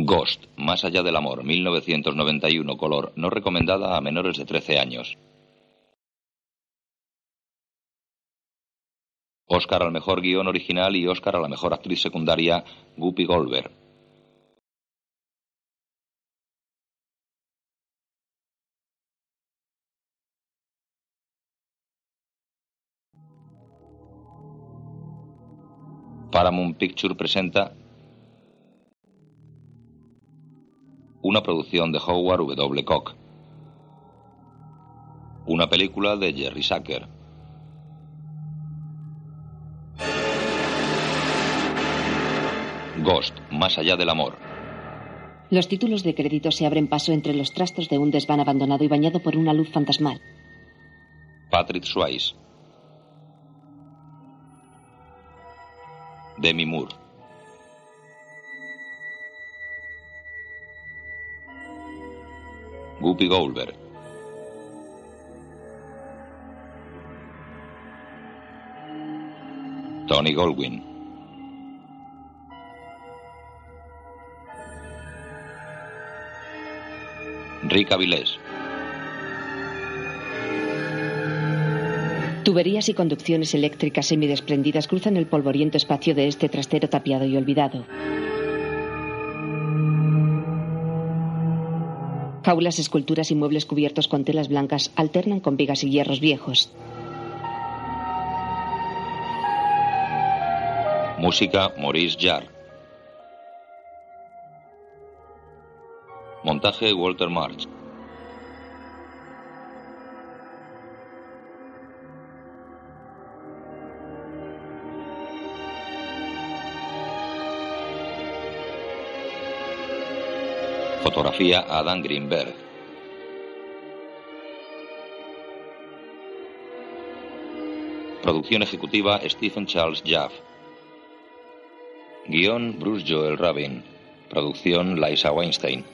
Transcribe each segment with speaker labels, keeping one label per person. Speaker 1: Ghost, Más allá del amor, 1991, color, no recomendada a menores de 13 años. Oscar al mejor guión original y Oscar a la mejor actriz secundaria, Guppy Goldberg. Paramount Picture presenta una producción de Howard W. Koch, una película de Jerry Sacker. Ghost, más allá del amor.
Speaker 2: Los títulos de crédito se abren paso entre los trastos de un desván abandonado y bañado por una luz fantasmal.
Speaker 1: Patrick Swayze. Demi Moore. Guppy Goldberg. Tony Goldwyn. Rick Avilés.
Speaker 2: Tuberías y conducciones eléctricas semidesprendidas cruzan el polvoriento espacio de este trastero tapiado y olvidado. Jaulas, esculturas y muebles cubiertos con telas blancas alternan con vigas y hierros viejos.
Speaker 1: Música Maurice Jarre. Montaje Walter March. Fotografía Adam Greenberg. Producción ejecutiva Stephen Charles Jaff. Guión Bruce Joel Rabin. Producción Liza Weinstein.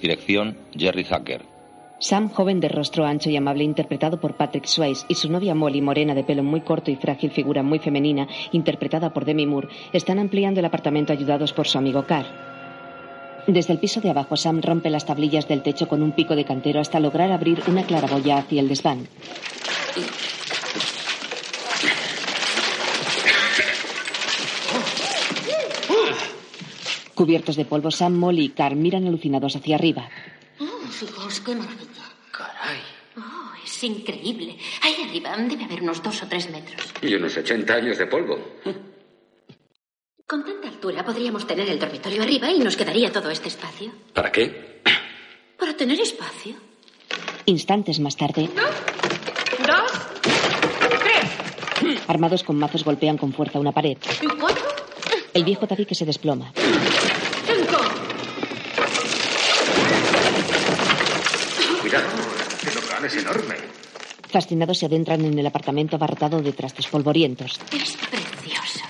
Speaker 1: Dirección Jerry Hacker.
Speaker 2: Sam, joven de rostro ancho y amable, interpretado por Patrick Swayze, y su novia Molly, morena de pelo muy corto y frágil figura muy femenina, interpretada por Demi Moore, están ampliando el apartamento ayudados por su amigo Carr. Desde el piso de abajo, Sam rompe las tablillas del techo con un pico de cantero hasta lograr abrir una claraboya hacia el desván. Cubiertos de polvo, Sam, Molly y Carl miran alucinados hacia arriba.
Speaker 3: Oh, fijaos qué maravilla.
Speaker 4: Caray.
Speaker 3: Oh, es increíble. Ahí arriba debe haber unos dos o tres metros.
Speaker 4: Y unos 80 años de polvo.
Speaker 3: Con tanta altura podríamos tener el dormitorio arriba y nos quedaría todo este espacio.
Speaker 4: ¿Para qué?
Speaker 3: Para tener espacio.
Speaker 2: Instantes más tarde,
Speaker 5: Dos, dos, tres,
Speaker 2: armados con mazos golpean con fuerza una pared.
Speaker 5: cuatro,
Speaker 2: El viejo tabique se desploma.
Speaker 5: cinco.
Speaker 4: Cuidado, este local es enorme.
Speaker 2: Fascinados se adentran en el apartamento abarrotado de trastos polvorientos.
Speaker 3: Es precioso.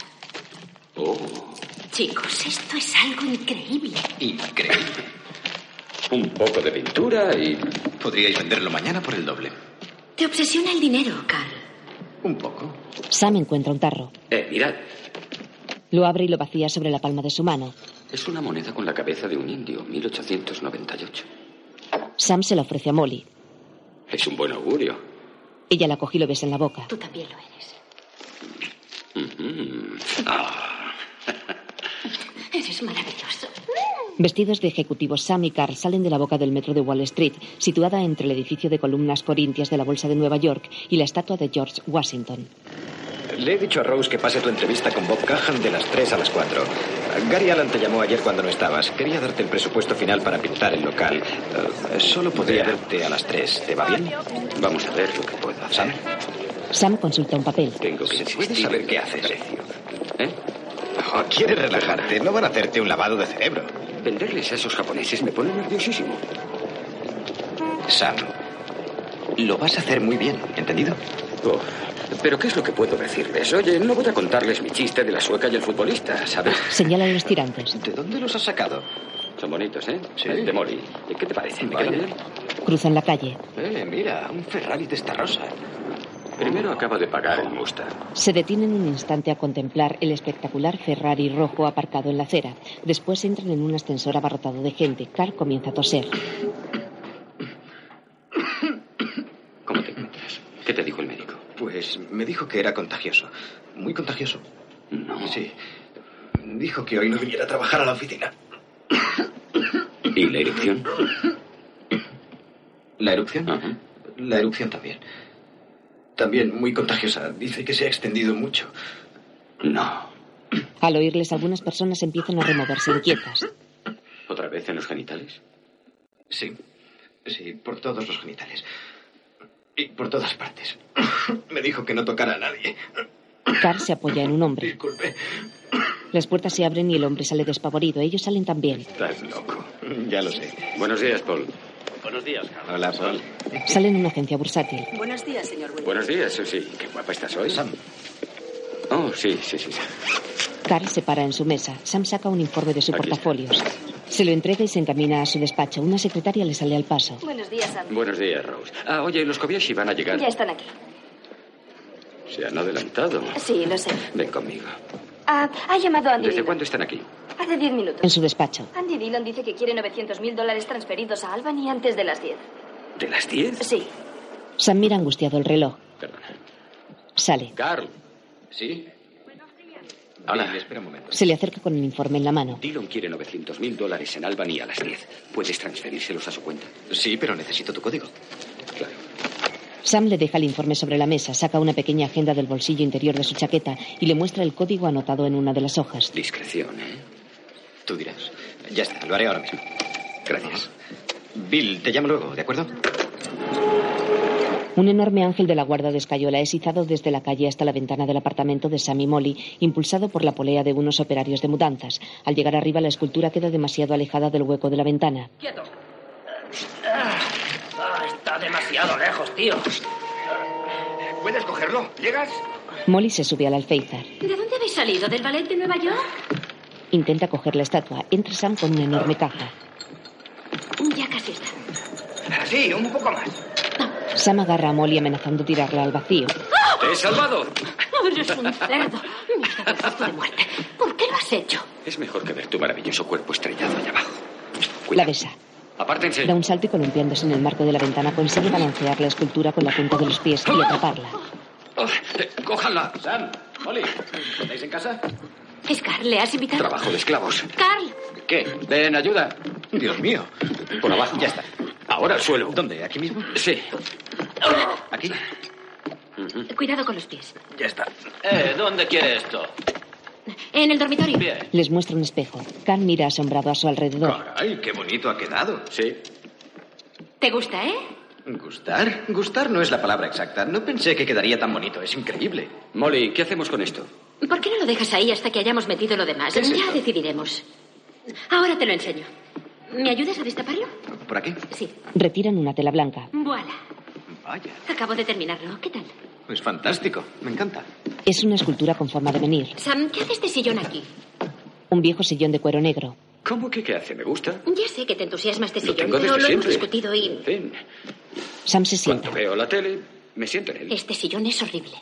Speaker 4: Oh,
Speaker 3: eh, Chicos, esto es algo increíble.
Speaker 6: Increíble.
Speaker 4: un poco de pintura y...
Speaker 6: Podríais venderlo mañana por el doble.
Speaker 3: Te obsesiona el dinero, Carl.
Speaker 6: Un poco.
Speaker 2: Sam encuentra un tarro.
Speaker 4: Eh, mirad.
Speaker 2: Lo abre y lo vacía sobre la palma de su mano.
Speaker 4: Es una moneda con la cabeza de un indio, 1898.
Speaker 2: Sam se la ofrece a Molly.
Speaker 4: Es un buen augurio.
Speaker 2: Ella la coge y lo besa en la boca.
Speaker 3: Tú también lo eres.
Speaker 4: Ujú. Mm. Ah,
Speaker 3: Eres maravilloso.
Speaker 2: Vestidos de ejecutivos, Sam y Carl salen de la boca del metro de Wall Street, situada entre el edificio de columnas corintias de la Bolsa de Nueva York y la estatua de George Washington.
Speaker 7: Le he dicho a Rose que pase tu entrevista con Bob Cahan de las 3 a las 4. Gary Allen te llamó ayer cuando no estabas. Quería darte el presupuesto final para pintar el local. Eh, solo podría verte a las 3. ¿Te va bien?
Speaker 4: vamos a ver lo que puedo hacer.
Speaker 7: Sam,
Speaker 2: Sam consulta un papel.
Speaker 4: Tengo que
Speaker 7: ¿puedes
Speaker 4: insistir
Speaker 7: saber
Speaker 4: en
Speaker 7: qué
Speaker 4: el
Speaker 7: haces?
Speaker 4: precio. ¿Eh?
Speaker 7: Oh, ¿Quieres relajarte? No van a hacerte un lavado de cerebro.
Speaker 4: Venderles a esos japoneses me pone nerviosísimo.
Speaker 7: Sam, lo vas a hacer muy bien, ¿entendido?
Speaker 4: Oh, Pero ¿qué es lo que puedo decirles? Oye, no voy a contarles mi chiste de la sueca y el futbolista, ¿sabes?
Speaker 2: Señala los tirantes.
Speaker 7: ¿De dónde los has sacado?
Speaker 4: Son bonitos, ¿eh?
Speaker 7: Sí.
Speaker 4: El de Mori. ¿Qué te parece? ¿Me
Speaker 7: Vale.
Speaker 4: quedan bien?
Speaker 2: Cruzan la calle.
Speaker 7: Eh, mira, un Ferrari de esta rosa.
Speaker 4: Primero acaba de pagar el Mustang.
Speaker 2: Se detienen un instante a contemplar el espectacular Ferrari rojo aparcado en la acera. Después entran en un ascensor abarrotado de gente. Carl comienza a toser.
Speaker 4: ¿Cómo te encuentras? ¿Qué te dijo el médico?
Speaker 7: Pues me dijo que era contagioso. Muy contagioso.
Speaker 4: No.
Speaker 7: Sí. Dijo que hoy no viniera a trabajar a la oficina.
Speaker 4: ¿Y la erupción?
Speaker 7: ¿La erupción?
Speaker 4: Ajá.
Speaker 7: La erupción también. También muy contagiosa. Dice que se ha extendido mucho.
Speaker 4: No.
Speaker 2: Al oírles, algunas personas empiezan a removerse inquietas.
Speaker 4: ¿Otra vez en los genitales?
Speaker 7: Sí. Sí, por todos los genitales. Y por todas partes. Me dijo que no tocara a nadie.
Speaker 2: Carl se apoya en un hombre.
Speaker 7: Disculpe.
Speaker 2: Las puertas se abren y el hombre sale despavorido. Ellos salen también.
Speaker 7: Estás loco. Mm, Ya lo sé.
Speaker 4: Buenos días, Paul.
Speaker 7: Hola, Paul.
Speaker 2: Salen en una agencia bursátil.
Speaker 8: Buenos días, señor Williams.
Speaker 4: Buenos días, sí. Qué guapa estás hoy. Oh, sí, sí, sí. sí.
Speaker 2: Carl se para en su mesa. Sam saca un informe de su
Speaker 4: Aquí está.
Speaker 2: portafolio. Se lo entrega y se encamina a su despacho. Una secretaria le sale al paso.
Speaker 8: Buenos días, Andy.
Speaker 4: Buenos días, Rose. Ah, oye, los Kobayashi van a llegar.
Speaker 8: Ya están aquí.
Speaker 4: Se han adelantado.
Speaker 8: Sí, lo sé.
Speaker 4: Ven conmigo.
Speaker 8: Ah, ha llamado Andy
Speaker 4: ¿Desde
Speaker 8: Dillon.
Speaker 4: cuándo están aquí?
Speaker 8: Hace diez minutos.
Speaker 2: En su despacho.
Speaker 8: Andy Dillon dice que quiere 900 mil dólares transferidos a Albany antes de las 10.
Speaker 4: ¿De las 10?
Speaker 8: Sí.
Speaker 2: Sam mira angustiado el reloj.
Speaker 4: Perdona.
Speaker 2: Sale.
Speaker 4: Carl.
Speaker 7: ¿Sí?
Speaker 4: Hola.
Speaker 7: Bien, espera un momento.
Speaker 2: Se le acerca con el informe en la mano.
Speaker 4: Dillon quiere 900 mil dólares en Albany a las 10. ¿Puedes transferírselos a su cuenta?
Speaker 7: Sí, pero necesito tu código.
Speaker 4: Claro.
Speaker 2: Sam le deja el informe sobre la mesa, saca una pequeña agenda del bolsillo interior de su chaqueta y le muestra el código anotado en una de las hojas.
Speaker 4: Discreción, ¿eh?
Speaker 7: Tú dirás. Ya está, lo haré ahora mismo.
Speaker 4: Gracias.
Speaker 7: Bill, te llamo luego, ¿de acuerdo?
Speaker 2: Un enorme ángel de la guarda de escayola es izado desde la calle hasta la ventana del apartamento de Sam y Molly, impulsado por la polea de unos operarios de mudanzas. Al llegar arriba, la escultura queda demasiado alejada del hueco de la ventana.
Speaker 5: Quieto. Ah, está demasiado lejos, tío.
Speaker 9: ¿Puedes cogerlo? ¿Llegas?
Speaker 2: Molly se sube al alféizar.
Speaker 3: ¿De dónde habéis salido? ¿Del ballet de Nueva York?
Speaker 2: Intenta coger la estatua. Entra Sam con una enorme caja.
Speaker 3: Ya casi está.
Speaker 9: Sí, un poco más.
Speaker 2: Sam agarra a Molly amenazando tirarla al vacío.
Speaker 5: ¡Ah!
Speaker 4: ¡Te he salvado!
Speaker 3: Oh, eres un cerdo. Mierda de susto de muerte. ¿Por qué lo has hecho?
Speaker 4: Es mejor que ver tu maravilloso cuerpo estrellado allá abajo.
Speaker 2: La
Speaker 4: Cuidado.
Speaker 2: besa.
Speaker 4: Apártense.
Speaker 2: Da un salto y columpiándose en el marco de la ventana consigue balancear la escultura con la punta de los pies y atraparla.
Speaker 4: Oh, eh, ¡Cójanla! Sam, Molly, ¿estáis en casa?
Speaker 3: ¿Es Carl? ¿Le has invitado?
Speaker 4: Trabajo de esclavos.
Speaker 3: Carl,
Speaker 4: ¿Qué? Ven, ayuda.
Speaker 7: Dios mío.
Speaker 4: Por abajo.
Speaker 7: Ya está.
Speaker 4: Ahora al suelo.
Speaker 7: ¿Dónde? ¿Aquí mismo?
Speaker 4: Sí.
Speaker 7: ¿Aquí?
Speaker 4: Mm.
Speaker 3: cuidado con los pies.
Speaker 7: Ya está.
Speaker 10: Eh, ¿dónde quiere esto?
Speaker 3: En el dormitorio.
Speaker 10: Bien.
Speaker 2: Les muestra un espejo. Khan mira asombrado a su alrededor.
Speaker 7: Caray, qué bonito ha quedado.
Speaker 4: Sí.
Speaker 3: ¿Te gusta, eh?
Speaker 7: ¿Gustar? Gustar no es la palabra exacta. No pensé que quedaría tan bonito. Es increíble.
Speaker 4: Molly, ¿qué hacemos con esto?
Speaker 3: ¿Por qué no lo dejas ahí hasta que hayamos metido lo demás?
Speaker 4: ¿Qué es
Speaker 3: ya
Speaker 4: esto?
Speaker 3: decidiremos. Ahora te lo enseño. ¿Me ayudas a destaparlo?
Speaker 7: ¿Por aquí?
Speaker 3: Sí.
Speaker 2: Retiran una tela blanca.
Speaker 3: Voilà.
Speaker 7: Vaya.
Speaker 3: Acabo de terminarlo. ¿Qué tal?
Speaker 7: Es fantástico. Me encanta.
Speaker 2: Es una escultura con forma de venir.
Speaker 3: Sam, ¿qué hace este sillón aquí?
Speaker 2: Un viejo sillón de cuero negro.
Speaker 4: ¿Cómo que qué hace? ¿Me gusta?
Speaker 3: Ya sé que te entusiasma este
Speaker 4: Lo
Speaker 3: sillón,
Speaker 4: tengo
Speaker 3: pero
Speaker 4: desde
Speaker 3: lo hemos
Speaker 4: siempre.
Speaker 3: discutido y...
Speaker 4: En fin,
Speaker 2: Sam se sienta.
Speaker 4: cuando veo la tele, me siento en él.
Speaker 3: Este sillón es horrible.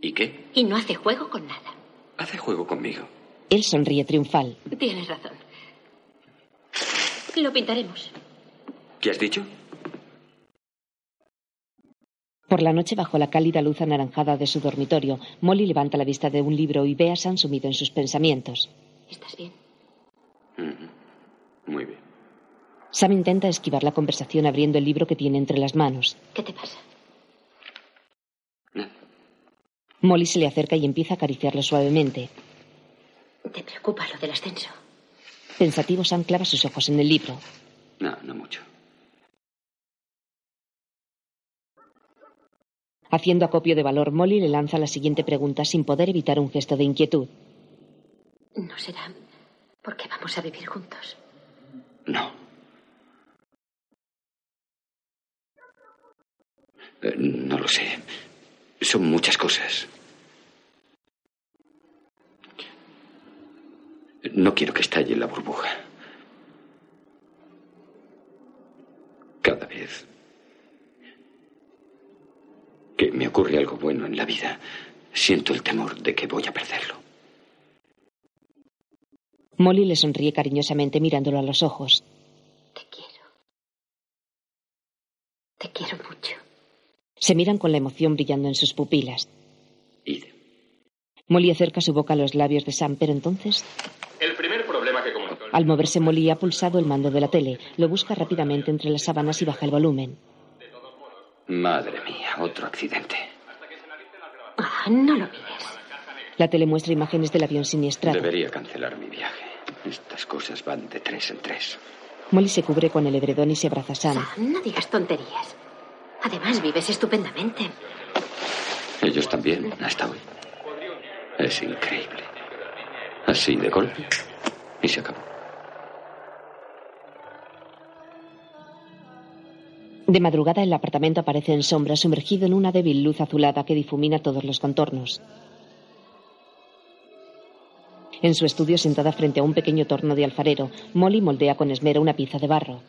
Speaker 4: ¿Y qué?
Speaker 3: Y no hace juego con nada.
Speaker 4: Hace juego conmigo.
Speaker 2: Él sonríe triunfal.
Speaker 3: Tienes razón. Lo pintaremos.
Speaker 4: ¿Qué has dicho?
Speaker 2: Por la noche, bajo la cálida luz anaranjada de su dormitorio, Molly levanta la vista de un libro y ve a Sam sumido en sus pensamientos.
Speaker 3: ¿Estás bien?
Speaker 4: Muy bien.
Speaker 2: Sam intenta esquivar la conversación abriendo el libro que tiene entre las manos.
Speaker 3: ¿Qué te pasa?
Speaker 2: Molly se le acerca y empieza a acariciarlo suavemente.
Speaker 3: ¿Te preocupa lo del ascenso?
Speaker 2: Pensativo, Sam clava sus ojos en el libro.
Speaker 4: No, no mucho.
Speaker 2: Haciendo acopio de valor, Molly le lanza la siguiente pregunta sin poder evitar un gesto de inquietud.
Speaker 3: No será porque vamos a vivir juntos.
Speaker 4: No. Eh, No lo sé. Son muchas cosas. No quiero que estalle la burbuja. Cada vez
Speaker 11: que me ocurre algo bueno en la vida, siento el temor de que voy a perderlo.
Speaker 2: Molly le sonríe cariñosamente mirándolo a los ojos.
Speaker 12: Te quiero. Te quiero mucho.
Speaker 2: Se miran con la emoción brillando en sus pupilas.
Speaker 11: Id.
Speaker 2: Molly acerca su boca a los labios de Sam, pero entonces,
Speaker 13: El primer problema que comunicó el-
Speaker 2: al moverse Molly ha pulsado el mando de la tele, lo busca rápidamente entre las sábanas y baja el volumen.
Speaker 11: Madre mía, otro accidente.
Speaker 12: Ah, no lo mires.
Speaker 2: La tele muestra imágenes del avión siniestrado.
Speaker 11: Debería cancelar mi viaje. Estas cosas van de tres en tres.
Speaker 2: Molly se cubre con el edredón y se abraza a Sam.
Speaker 12: Sam, Ah, no digas tonterías. Además, vives estupendamente.
Speaker 11: Ellos también, hasta hoy. Es increíble. Así de golpe. Y se acabó.
Speaker 2: De madrugada el apartamento aparece en sombra, sumergido en una débil luz azulada que difumina todos los contornos. En su estudio, sentada frente a un pequeño torno de alfarero, Molly moldea con esmero una pizza de barro.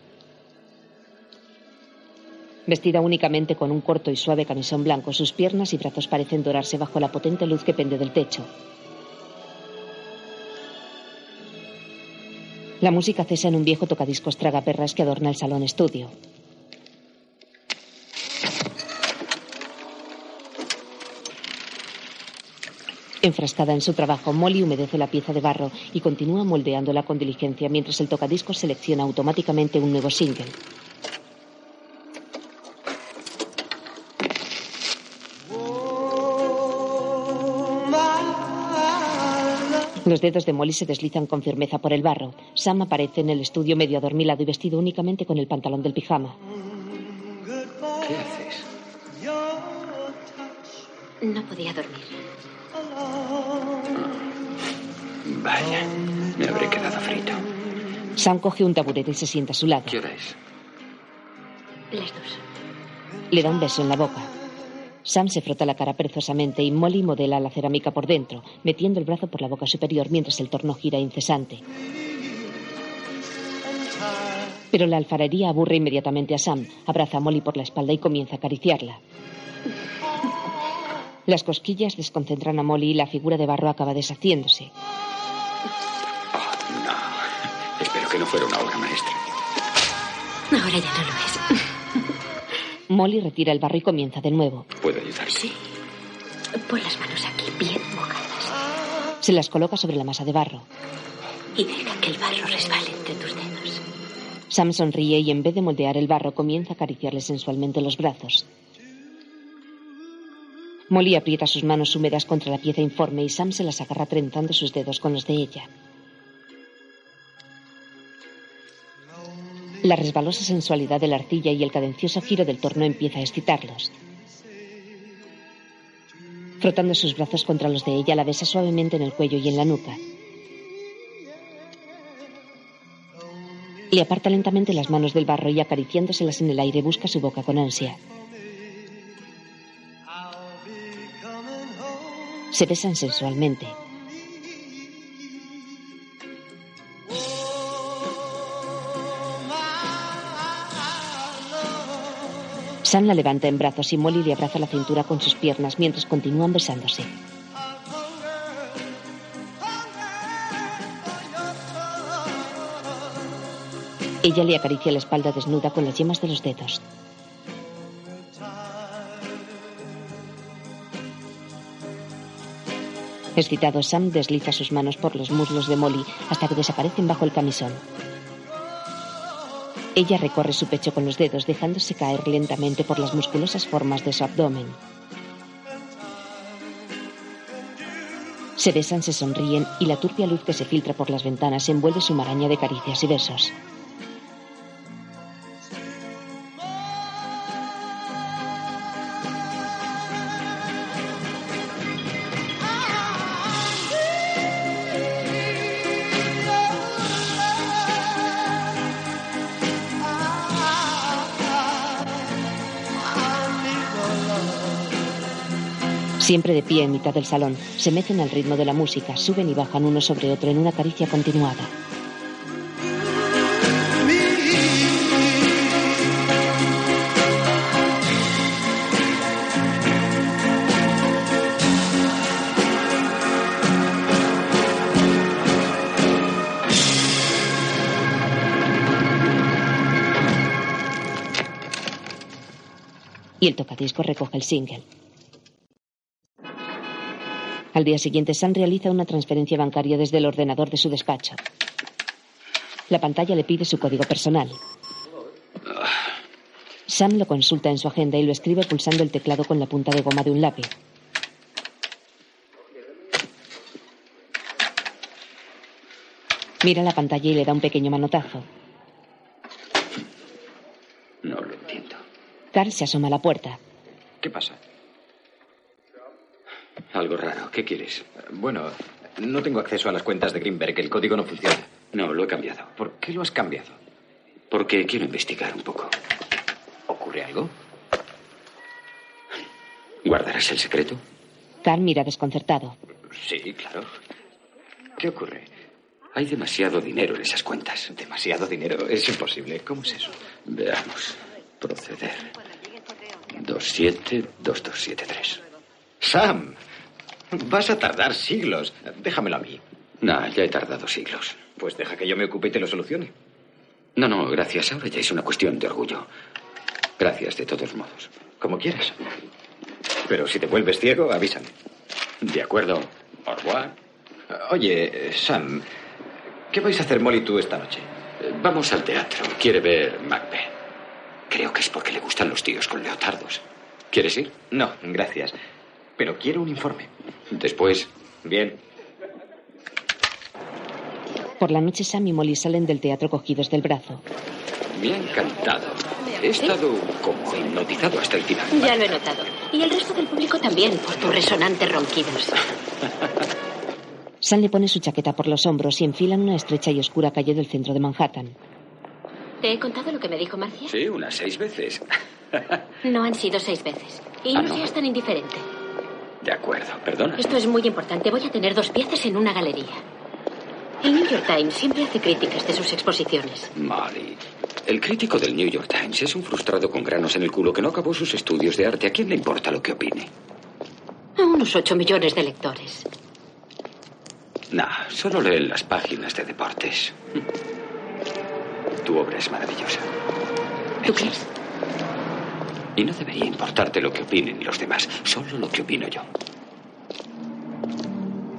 Speaker 2: Vestida únicamente con un corto y suave camisón blanco, sus piernas y brazos parecen dorarse bajo la potente luz que pende del techo. La música cesa en un viejo tocadiscos tragaperras que adorna el salón estudio. Enfrascada en su trabajo, Molly humedece la pieza de barro y continúa moldeándola con diligencia mientras el tocadiscos selecciona automáticamente un nuevo single. Los dedos de Molly se deslizan con firmeza por el barro. Sam aparece en el estudio medio adormilado y vestido únicamente con el pantalón del pijama.
Speaker 11: ¿Qué haces?
Speaker 12: No podía dormir.
Speaker 11: Vaya, me habré quedado frito.
Speaker 2: Sam coge un taburete y se sienta a su lado.
Speaker 11: ¿Qué hora es?
Speaker 12: Las dos.
Speaker 2: Le da un beso en la boca. Sam se frota la cara perezosamente y Molly modela la cerámica por dentro, metiendo el brazo por la boca superior mientras el torno gira incesante. Pero la alfarería aburre inmediatamente a Sam, abraza a Molly por la espalda y comienza a acariciarla. Las cosquillas desconcentran a Molly y la figura de barro acaba deshaciéndose.
Speaker 11: No. Espero que no fuera una obra maestra.
Speaker 12: Ahora ya no lo es.
Speaker 2: Molly retira el barro y comienza de nuevo.
Speaker 11: ¿Puedo ayudarte?
Speaker 12: Sí. Pon las manos aquí, bien mojadas.
Speaker 2: Se las coloca sobre la masa de barro.
Speaker 12: Y deja que el barro resbale entre tus dedos.
Speaker 2: Sam sonríe y en vez de moldear el barro comienza a acariciarle sensualmente los brazos. Molly aprieta sus manos húmedas contra la pieza informe y Sam se las agarra trenzando sus dedos con los de ella. La resbalosa sensualidad de la arcilla y el cadencioso giro del torno empieza a excitarlos. Frotando sus brazos contra los de ella, la besa suavemente en el cuello y en la nuca. Le aparta lentamente las manos del barro y acariciándoselas en el aire busca su boca con ansia. Se besan sensualmente. Sam la levanta en brazos y Molly le abraza la cintura con sus piernas mientras continúan besándose. Ella le acaricia la espalda desnuda con las yemas de los dedos. Excitado, Sam desliza sus manos por los muslos de Molly hasta que desaparecen bajo el camisón. Ella recorre su pecho con los dedos, dejándose caer lentamente por las musculosas formas de su abdomen. Se besan, se sonríen y la turbia luz que se filtra por las ventanas envuelve su maraña de caricias y besos. Siempre de pie en mitad del salón, se mecen al ritmo de la música, suben y bajan uno sobre otro en una caricia continuada. y el tocadisco recoge el single. Al día siguiente, Sam realiza una transferencia bancaria desde el ordenador de su despacho. La pantalla le pide su código personal. Sam lo consulta en su agenda y lo escribe pulsando el teclado con la punta de goma de un lápiz. Mira la pantalla y le da un pequeño manotazo.
Speaker 4: No lo entiendo.
Speaker 2: Carl se asoma a la puerta.
Speaker 7: ¿Qué pasa?
Speaker 4: Algo raro. ¿Qué quieres?
Speaker 7: Bueno, no tengo acceso a las cuentas de Greenberg. El código no funciona.
Speaker 4: No, lo he cambiado.
Speaker 7: ¿Por qué lo has cambiado?
Speaker 4: Porque quiero investigar un poco.
Speaker 7: ¿Ocurre algo?
Speaker 4: ¿Guardarás el secreto?
Speaker 2: Carl mira desconcertado.
Speaker 7: Sí, claro. ¿Qué ocurre?
Speaker 4: Hay demasiado dinero en esas cuentas.
Speaker 7: Demasiado dinero. Es imposible. ¿Cómo es eso?
Speaker 4: Veamos. Proceder. 272273.
Speaker 7: Sam, vas a tardar siglos. Déjamelo a mí.
Speaker 4: No, ya he tardado siglos.
Speaker 7: Pues deja que yo me ocupe y te lo solucione.
Speaker 4: No, no, gracias. Ahora ya es una cuestión de orgullo. Gracias, de todos modos.
Speaker 7: Como quieras. Pero si te vuelves ciego, avísame.
Speaker 4: De acuerdo. Au revoir.
Speaker 7: Oye, Sam, ¿Qué vais a hacer Molly tú esta noche?
Speaker 4: Vamos al teatro. Quiere ver Macbeth. Creo que es porque le gustan los tíos con leotardos. ¿Quieres ir?
Speaker 7: No, gracias. Pero quiero un informe.
Speaker 4: Después.
Speaker 7: Bien.
Speaker 2: Por la noche Sam y Molly salen del teatro cogidos del brazo.
Speaker 4: Me ha encantado. He estado como hipnotizado hasta el final.
Speaker 3: Ya lo he notado. Y el resto del público también, por tus resonantes ronquidos.
Speaker 2: Sam le pone su chaqueta por los hombros y enfilan una estrecha y oscura calle del centro de Manhattan.
Speaker 3: ¿Te he contado lo que me dijo Marcia?
Speaker 4: Sí, unas seis veces.
Speaker 3: no han sido seis veces. Y
Speaker 4: Ah,
Speaker 3: no,
Speaker 4: no.
Speaker 3: seas tan indiferente.
Speaker 4: De acuerdo, perdona.
Speaker 3: Esto es muy importante. Voy a tener dos piezas en una galería. El New York Times siempre hace críticas de sus exposiciones.
Speaker 4: Molly, el crítico del New York Times es un frustrado con granos en el culo que no acabó sus estudios de arte. ¿A quién le importa lo que opine?
Speaker 3: A unos ocho millones de lectores.
Speaker 4: Nah, solo leen las páginas de deportes. Tu obra es maravillosa.
Speaker 3: ¿Tú crees?
Speaker 4: Y no debería importarte lo que opinen los demás, solo lo que opino yo.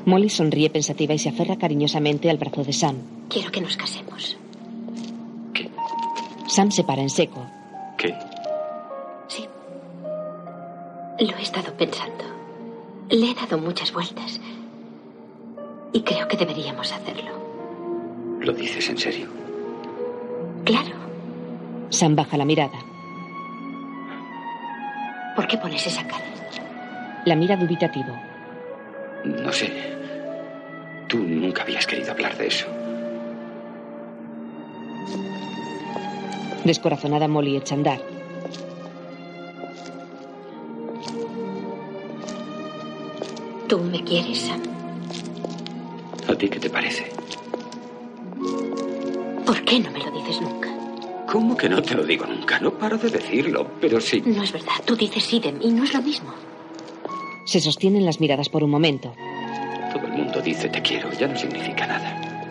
Speaker 2: Molly sonríe pensativa y se aferra cariñosamente al brazo de Sam.
Speaker 3: Quiero que nos casemos.
Speaker 2: Sam se para en seco.
Speaker 4: ¿Qué?
Speaker 3: Sí. Lo he estado pensando. Le he dado muchas vueltas. Y creo que deberíamos hacerlo.
Speaker 4: ¿Lo dices en serio?
Speaker 3: Claro.
Speaker 2: Sam baja la mirada.
Speaker 3: ¿Por qué pones esa cara?
Speaker 2: La mira dubitativo.
Speaker 4: No sé. Tú nunca habías querido hablar de eso.
Speaker 2: Descorazonada Molly echa a andar.
Speaker 3: Tú me quieres, Sam.
Speaker 4: ¿A ti qué te parece?
Speaker 3: ¿Por qué no me lo dices nunca?
Speaker 4: ¿Cómo que no te lo digo nunca? No paro de decirlo, pero sí.
Speaker 3: No es verdad. Tú dices sí de mí. No es lo mismo.
Speaker 2: Se sostienen las miradas por un momento.
Speaker 4: Todo el mundo dice te quiero, ya no significa nada.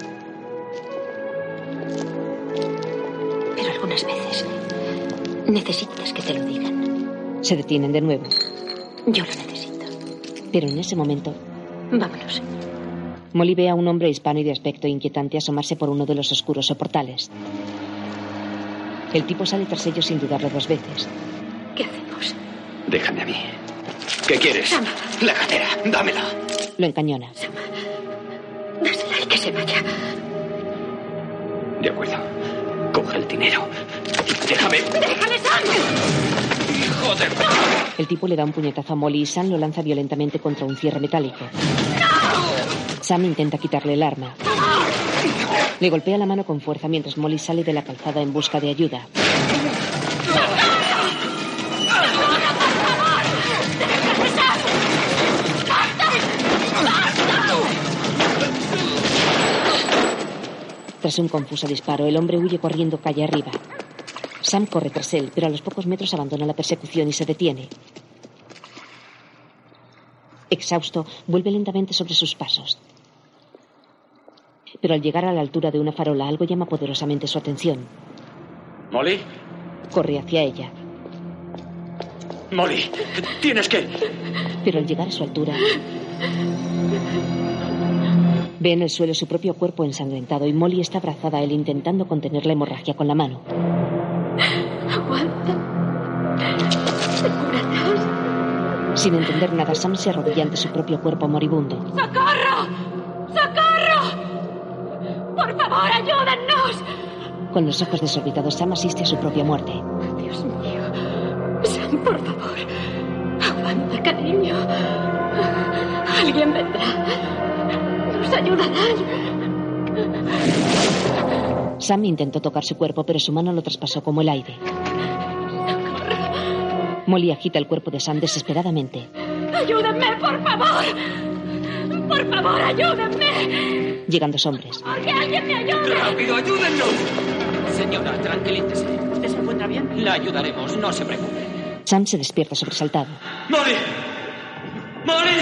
Speaker 3: Pero algunas veces necesitas que te lo digan.
Speaker 2: Se detienen de nuevo.
Speaker 3: Yo lo necesito.
Speaker 2: Pero en ese momento,
Speaker 3: Vámonos.
Speaker 2: Molly ve a un hombre hispano y de aspecto inquietante asomarse por uno de los oscuros soportales. El tipo sale tras ellos sin dudarlo dos veces.
Speaker 3: ¿Qué hacemos?
Speaker 4: Déjame a mí. ¿Qué quieres?
Speaker 3: Sam.
Speaker 4: La cartera, dámela.
Speaker 2: Lo encañona.
Speaker 3: Dásela y que se vaya.
Speaker 4: De acuerdo. Coge el dinero. Déjame.
Speaker 3: ¡Déjame, Sam!
Speaker 4: Joder.
Speaker 2: El tipo le da un puñetazo a Molly y Sam lo lanza violentamente contra un cierre metálico. Sam intenta quitarle el arma. Le golpea la mano con fuerza mientras Molly sale de la calzada en busca de ayuda. Tras un confuso disparo, el hombre huye corriendo calle arriba. Sam corre tras él, pero a los pocos metros abandona la persecución y se detiene. Exhausto, vuelve lentamente sobre sus pasos. Pero al llegar a la altura de una farola, algo llama poderosamente su atención.
Speaker 4: Molly,
Speaker 2: Corre hacia ella.
Speaker 14: Molly, tienes que...
Speaker 2: Pero al llegar a su altura... Ve en el suelo su propio cuerpo ensangrentado y Molly está abrazada a él intentando contener la hemorragia con la mano. Sin entender nada, Sam se arrodilla ante su propio cuerpo moribundo.
Speaker 5: ¡Socorro! ¡Socorro! ¡Por favor, ayúdennos!
Speaker 2: Con los ojos desorbitados, Sam asiste a su propia muerte.
Speaker 5: Dios mío. Sam, por favor. Aguanta, cariño. Alguien vendrá. Nos ayudarán.
Speaker 2: Sam intentó tocar su cuerpo, pero su mano lo traspasó como el aire. Molly agita el cuerpo de Sam desesperadamente.
Speaker 5: ¡Ayúdenme, por favor! ¡Por favor, ayúdenme!
Speaker 2: Llegan dos hombres.
Speaker 5: ¡Por que alguien me ayude!
Speaker 4: ¡Rápido, ayúdennos! Señora, tranquilícese. ¿Usted se encuentra bien? La ayudaremos, no se preocupe.
Speaker 2: Sam se despierta sobresaltado.
Speaker 4: ¡Molly! ¡Molly!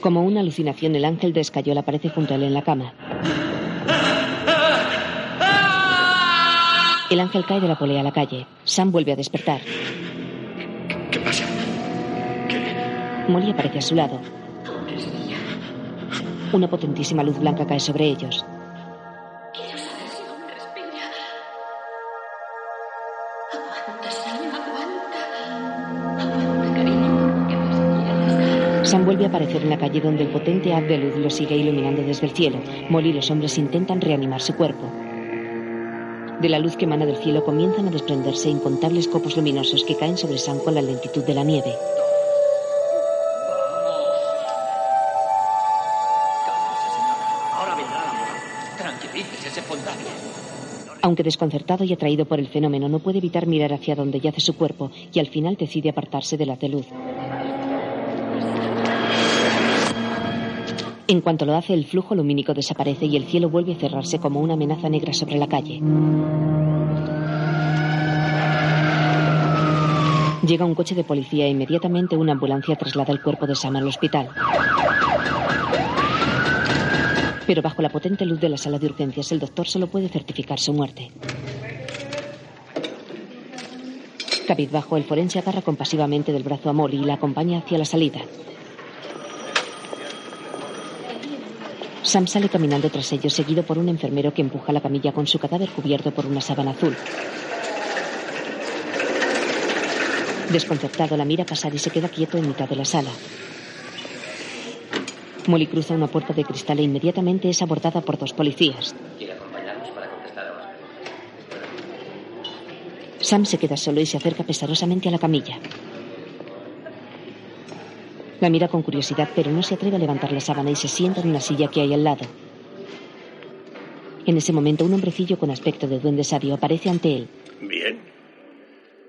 Speaker 2: Como una alucinación, el ángel de Escayola aparece junto a él en la cama. El ángel cae de la polea a la calle. Sam vuelve a despertar.
Speaker 14: ¿Qué pasa?
Speaker 2: Molly aparece a su lado. Una potentísima luz blanca cae sobre ellos. Sam vuelve a aparecer en la calle donde el potente haz de luz lo sigue iluminando desde el cielo. Molly y los hombres intentan reanimar su cuerpo. De la luz que emana del cielo comienzan a desprenderse incontables copos luminosos que caen sobre Sam con la lentitud de la nieve.
Speaker 4: Ahora vendrá la mujer. Tranquilícese, se pondrá bien.
Speaker 2: Aunque desconcertado y atraído por el fenómeno, no puede evitar mirar hacia donde yace su cuerpo y al final decide apartarse de la luz. En cuanto lo hace, el flujo lumínico desaparece y el cielo vuelve a cerrarse como una amenaza negra sobre la calle. Llega un coche de policía e inmediatamente una ambulancia traslada el cuerpo de Sam al hospital. Pero bajo la potente luz de la sala de urgencias, el doctor solo puede certificar su muerte. Cabizbajo, el forense agarra compasivamente del brazo a Molly y la acompaña hacia la salida. Sam sale caminando tras ellos, seguido por un enfermero que empuja la camilla con su cadáver cubierto por una sábana azul. Desconcertado, la mira pasar y se queda quieto en mitad de la sala. Molly cruza una puerta de cristal e inmediatamente es abordada por dos policías.
Speaker 15: ¿Quiere acompañarnos para contestar a las preguntas?
Speaker 2: Sam se queda solo y se acerca pesarosamente a la camilla. La mira con curiosidad, pero no se atreve a levantar la sábana y se sienta en una silla que hay al lado. En ese momento, un hombrecillo con aspecto de duende sabio aparece ante él.
Speaker 11: Bien.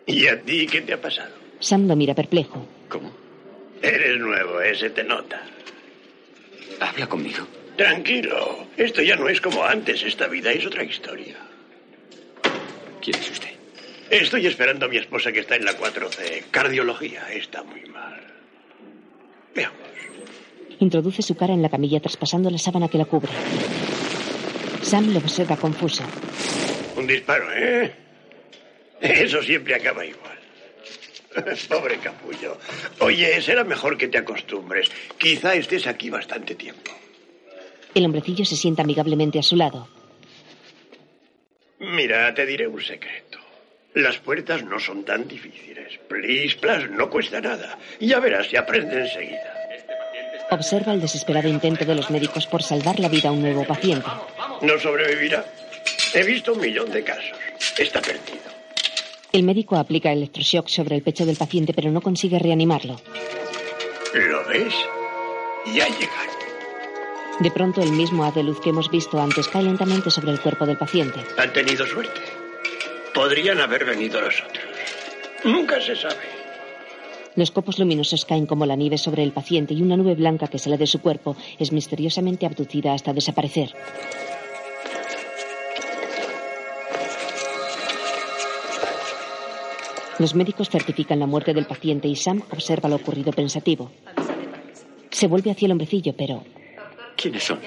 Speaker 11: ¿Y a ti qué te ha pasado?
Speaker 2: Sam lo mira perplejo.
Speaker 11: ¿Cómo? Eres nuevo, ¿eh? se te nota.
Speaker 16: Habla conmigo.
Speaker 11: Tranquilo, esto ya no es como antes, esta vida es otra historia.
Speaker 16: ¿Quién es usted?
Speaker 11: Estoy esperando a mi esposa que está en la 4C, cardiología, está muy mal. Veamos.
Speaker 2: Introduce su cara en la camilla traspasando la sábana que la cubre. Sam lo observa confuso.
Speaker 11: Un disparo, ¿eh? Eso siempre acaba igual. Pobre capullo. Oye, será mejor que te acostumbres. Quizá estés aquí bastante tiempo.
Speaker 2: El hombrecillo se sienta amigablemente a su lado.
Speaker 11: Mira, te diré un secreto. Las puertas no son tan difíciles. Plis, plas, no cuesta nada. Ya verás, se aprende enseguida.
Speaker 2: Observa el desesperado intento de los médicos por salvar la vida a un nuevo paciente.
Speaker 11: No sobrevivirá. He visto un millón de casos. Está perdido.
Speaker 2: El médico aplica electroshock sobre el pecho del paciente, pero no consigue reanimarlo.
Speaker 11: ¿Lo ves? Ya llegan.
Speaker 2: De pronto, el mismo haz de luz que hemos visto antes cae lentamente sobre el cuerpo del paciente.
Speaker 11: Han tenido suerte. Podrían haber venido los otros. Nunca se sabe.
Speaker 2: Los copos luminosos caen como la nieve sobre el paciente y una nube blanca que sale de su cuerpo es misteriosamente abducida hasta desaparecer. Los médicos certifican la muerte del paciente y Sam observa lo ocurrido pensativo. Se vuelve hacia el hombrecillo, pero
Speaker 16: ¿Quiénes son?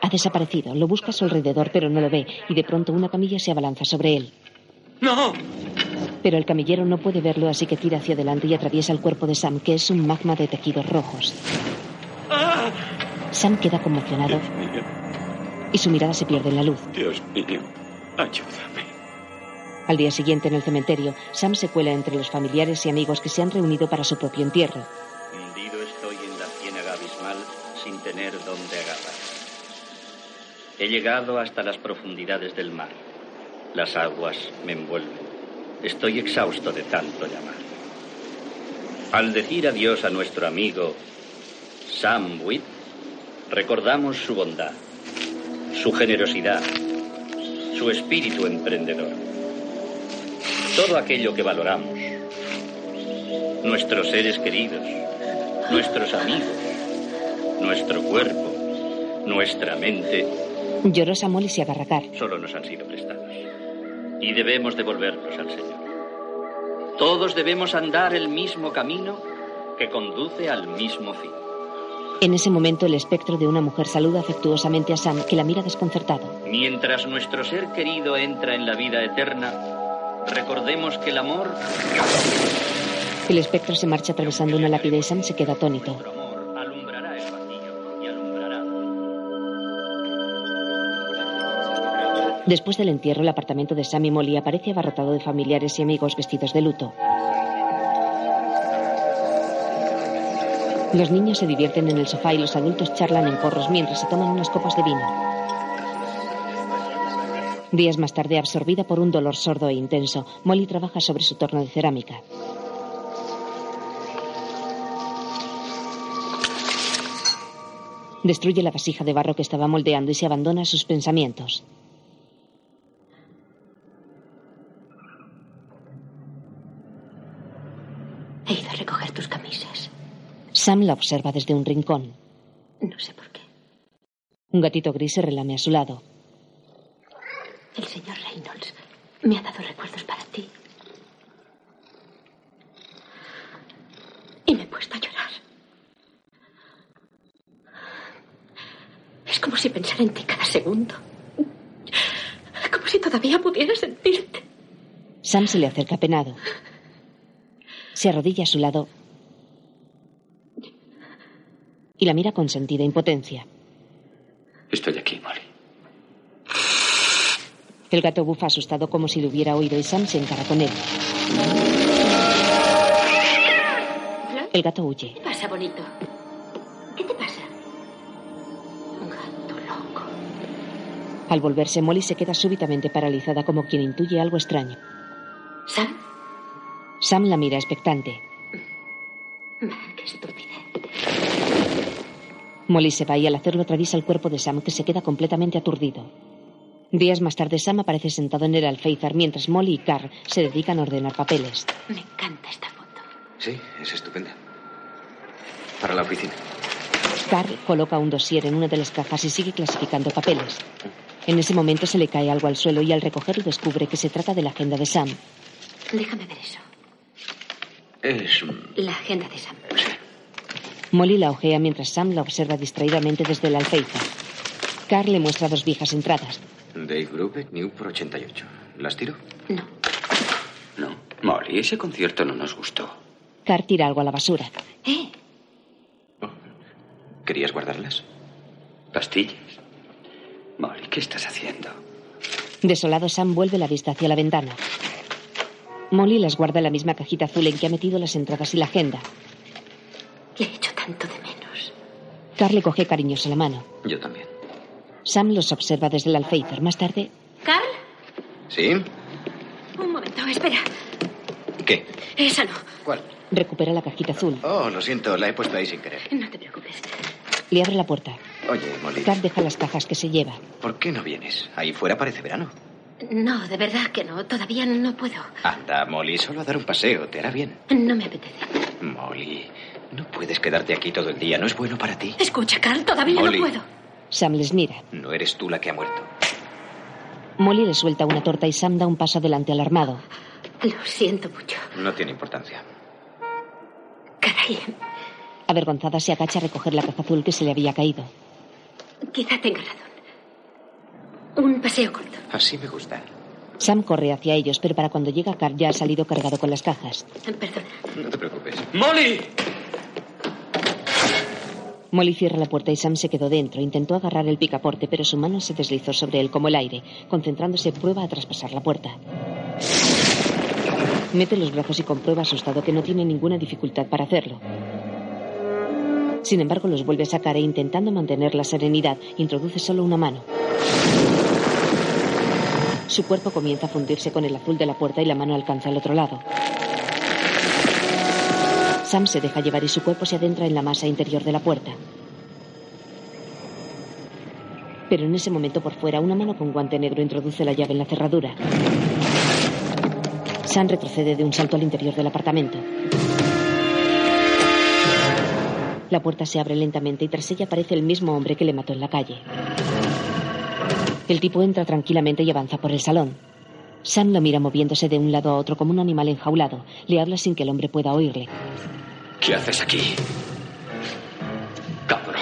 Speaker 2: ha desaparecido. Lo busca a su alrededor, pero no lo ve, y de pronto una camilla se abalanza sobre él.
Speaker 17: ¡No!
Speaker 2: Pero el camillero no puede verlo, así que tira hacia adelante y atraviesa el cuerpo de Sam, que es un magma de tejidos rojos.
Speaker 17: ¡Ah!
Speaker 2: Sam queda conmocionado
Speaker 4: Dios mío,
Speaker 2: y su mirada se pierde en la luz.
Speaker 4: Dios mío, ayúdame.
Speaker 2: Al día siguiente, en el cementerio, Sam se cuela entre los familiares y amigos que se han reunido para su propio entierro.
Speaker 18: Hundido estoy en la ciénaga abismal sin tener dónde agarrar. He llegado hasta las profundidades del mar. Las aguas me envuelven. Estoy exhausto de tanto llamar. Al decir adiós a nuestro amigo Sam Witt, recordamos su bondad, su generosidad, su espíritu emprendedor. Todo aquello que valoramos. Nuestros seres queridos, nuestros amigos, nuestro cuerpo, nuestra mente,
Speaker 2: Lloró Samuel y se agarra a Carl.
Speaker 18: solo nos han sido prestados. Y debemos devolverlos al Señor. Todos debemos andar el mismo camino que conduce al mismo fin.
Speaker 2: En ese momento, el espectro de una mujer saluda afectuosamente a Sam, que la mira desconcertado.
Speaker 18: Mientras nuestro ser querido entra en la vida eterna, recordemos que el amor
Speaker 2: El espectro se marcha atravesando una lápida y Sam se queda atónito.
Speaker 18: alumbrará el vacío y alumbrará.
Speaker 2: Después del entierro, el apartamento de Sam y Molly aparece abarrotado de familiares y amigos vestidos de luto. Los niños se divierten en el sofá y los adultos charlan en corros mientras se toman unas copas de vino. Días más tarde, absorbida por un dolor sordo e intenso, Molly trabaja sobre su torno de cerámica. Destruye la vasija de barro que estaba moldeando y se abandona a sus pensamientos.
Speaker 12: He ido a recoger tus camisas.
Speaker 2: Sam la observa desde un rincón.
Speaker 12: No sé por qué.
Speaker 2: Un gatito gris se relame a su lado.
Speaker 12: El señor Reynolds me ha dado recuerdos para ti. Y me he puesto a llorar. Es como si pensara en ti cada segundo. Como si todavía pudiera sentirte.
Speaker 2: Sam se le acerca penado. Se arrodilla a su lado y la mira con sentida impotencia.
Speaker 11: Estoy aquí, Molly.
Speaker 2: El gato bufa asustado como si lo hubiera oído y Sam se encara con él. El gato huye.
Speaker 12: ¿Qué pasa, bonito? ¿Qué te pasa? Un gato loco.
Speaker 2: Al volverse, Molly se queda súbitamente paralizada como quien intuye algo extraño.
Speaker 12: ¿Sam?
Speaker 2: Sam la mira expectante.
Speaker 12: Ma, Qué estúpida.
Speaker 2: Molly se va y al hacerlo atraviesa el cuerpo de Sam que se queda completamente aturdido. Días más tarde Sam aparece sentado en el alféizar mientras Molly y Carr se dedican a ordenar papeles.
Speaker 12: Me encanta esta foto.
Speaker 7: Sí, es estupenda. Para la oficina.
Speaker 2: Carr coloca un dossier en una de las cajas y sigue clasificando papeles. En ese momento se le cae algo al suelo y al recogerlo descubre que se trata de la agenda de Sam.
Speaker 12: Déjame ver eso.
Speaker 7: Es un...
Speaker 12: La agenda de Sam.
Speaker 2: Molly la ojea mientras Sam la observa distraídamente desde el alféizar. Carr le muestra dos viejas entradas.
Speaker 7: Dave Grubeck, New por 88. ¿Las tiro?
Speaker 11: No, Molly, ese concierto no nos gustó.
Speaker 2: Carr tira algo a la basura.
Speaker 12: ¡Eh!
Speaker 11: ¿Querías guardarlas? Pastillas. Molly, ¿qué estás haciendo?
Speaker 2: Desolado, Sam vuelve la vista hacia la ventana. Molly las guarda en la misma cajita azul en que ha metido las entradas y la agenda.
Speaker 12: Le he hecho tanto de menos.
Speaker 2: Carl le coge cariñosa la mano.
Speaker 7: Yo también.
Speaker 2: Sam los observa desde el alféizar. Más tarde,
Speaker 12: ¿Carl?
Speaker 7: ¿Sí?
Speaker 12: Un momento, espera. Eh,
Speaker 7: ¿Qué?
Speaker 12: Esa no.
Speaker 7: ¿Cuál?
Speaker 2: recupera la cajita azul.
Speaker 7: Oh, lo siento, la he puesto ahí sin querer.
Speaker 12: No te preocupes.
Speaker 2: Le abre la puerta.
Speaker 7: Oye, Molly,
Speaker 2: Carl deja las cajas que se lleva.
Speaker 7: ¿por qué no vienes? Ahí fuera parece verano.
Speaker 12: No, de verdad que no. Todavía no puedo.
Speaker 7: Anda, Molly, solo a dar un paseo, te hará bien.
Speaker 12: No me apetece.
Speaker 7: Molly, no puedes quedarte aquí todo el día, no es bueno para ti.
Speaker 12: Escucha, Carl, todavía
Speaker 7: Molly.
Speaker 12: no puedo.
Speaker 2: Sam les mira.
Speaker 7: No eres tú la que ha muerto.
Speaker 2: Molly le suelta una torta y Sam da un paso adelante alarmado.
Speaker 12: Lo siento mucho.
Speaker 7: No tiene importancia.
Speaker 12: Caray,
Speaker 2: Avergonzada se agacha a recoger la caja azul que se le había caído.
Speaker 12: quizá tenga razón. Un paseo corto.
Speaker 7: Así me gusta.
Speaker 2: Sam corre hacia ellos, pero para cuando llega Carl ya ha salido cargado con las cajas.
Speaker 12: Perdona.
Speaker 7: No te preocupes.
Speaker 17: ¡Molly!
Speaker 2: Molly cierra la puerta y Sam se quedó dentro. Intentó agarrar el picaporte, pero su mano se deslizó sobre él como el aire. Concentrándose, prueba a traspasar la puerta. Mete los brazos y comprueba asustado que no tiene ninguna dificultad para hacerlo. Sin embargo, los vuelve a sacar e intentando mantener la serenidad, introduce solo una mano. Su cuerpo comienza a fundirse con el azul de la puerta y la mano alcanza al otro lado. Sam se deja llevar y su cuerpo se adentra en la masa interior de la puerta. Pero en ese momento por fuera, una mano con guante negro introduce la llave en la cerradura. Sam retrocede de un salto al interior del apartamento. La puerta se abre lentamente y tras ella aparece el mismo hombre que le mató en la calle. El tipo entra tranquilamente y avanza por el salón. Sam lo mira moviéndose de un lado a otro como un animal enjaulado. Le habla sin que el hombre pueda oírle.
Speaker 11: ¿Qué haces aquí? Cabrón.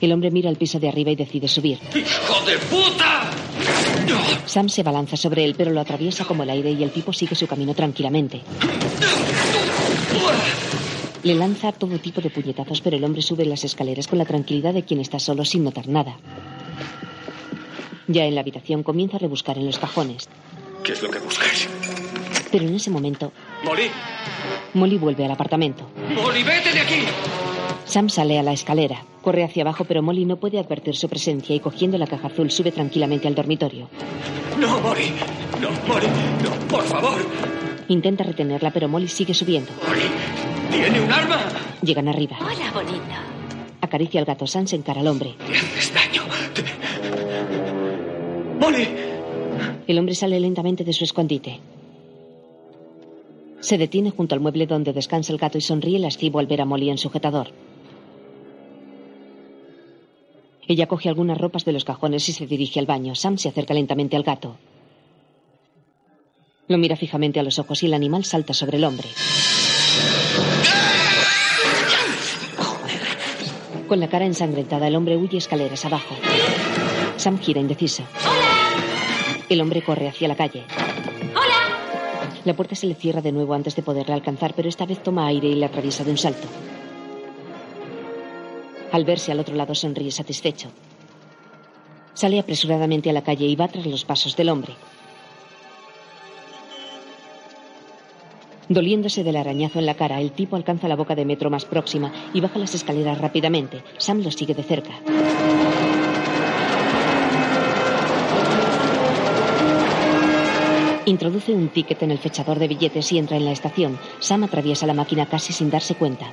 Speaker 2: El hombre mira al piso de arriba y decide subir.
Speaker 11: ¡Hijo de puta!
Speaker 2: Sam se balanza sobre él, pero lo atraviesa como el aire y el tipo sigue su camino tranquilamente. Le lanza todo tipo de puñetazos, pero el hombre sube las escaleras con la tranquilidad de quien está solo sin notar nada. Ya en la habitación comienza a rebuscar en los cajones,
Speaker 11: ¿Qué es lo que buscas?
Speaker 2: pero en ese momento
Speaker 11: ¡Molly!
Speaker 2: Molly vuelve al apartamento.
Speaker 11: ¡Molly, vete de aquí!
Speaker 2: Sam sale a la escalera, corre hacia abajo, pero Molly no puede advertir su presencia y cogiendo la caja azul sube tranquilamente al dormitorio.
Speaker 11: ¡No, Molly! ¡No, Molly! ¡No, por favor!
Speaker 2: Intenta retenerla, pero Molly sigue subiendo.
Speaker 11: ¡Tiene un arma!
Speaker 2: Llegan arriba.
Speaker 12: Hola, bonito.
Speaker 2: Acaricia al gato. Sam se encara al hombre.
Speaker 11: ¡Te haces daño! Te- ¡Molly!
Speaker 2: El hombre sale lentamente de su escondite. Se detiene junto al mueble donde descansa el gato y sonríe lascivo al ver a Molly en sujetador. Ella coge algunas ropas de los cajones y se dirige al baño. Sam se acerca lentamente al gato. Lo mira fijamente a los ojos y el animal salta sobre el hombre. Con la cara ensangrentada, el hombre huye escaleras abajo. Sam gira indeciso. El hombre corre hacia la calle.
Speaker 19: ¡Hola!
Speaker 2: La puerta se le cierra de nuevo antes de poderla alcanzar, pero esta vez toma aire y la atraviesa de un salto. Al verse al otro lado sonríe satisfecho. Sale apresuradamente a la calle y va tras los pasos del hombre. Doliéndose del arañazo en la cara, el tipo alcanza la boca de metro más próxima y baja las escaleras rápidamente. Sam lo sigue de cerca. Introduce un ticket en el fechador de billetes y entra en la estación. Sam atraviesa la máquina casi sin darse cuenta.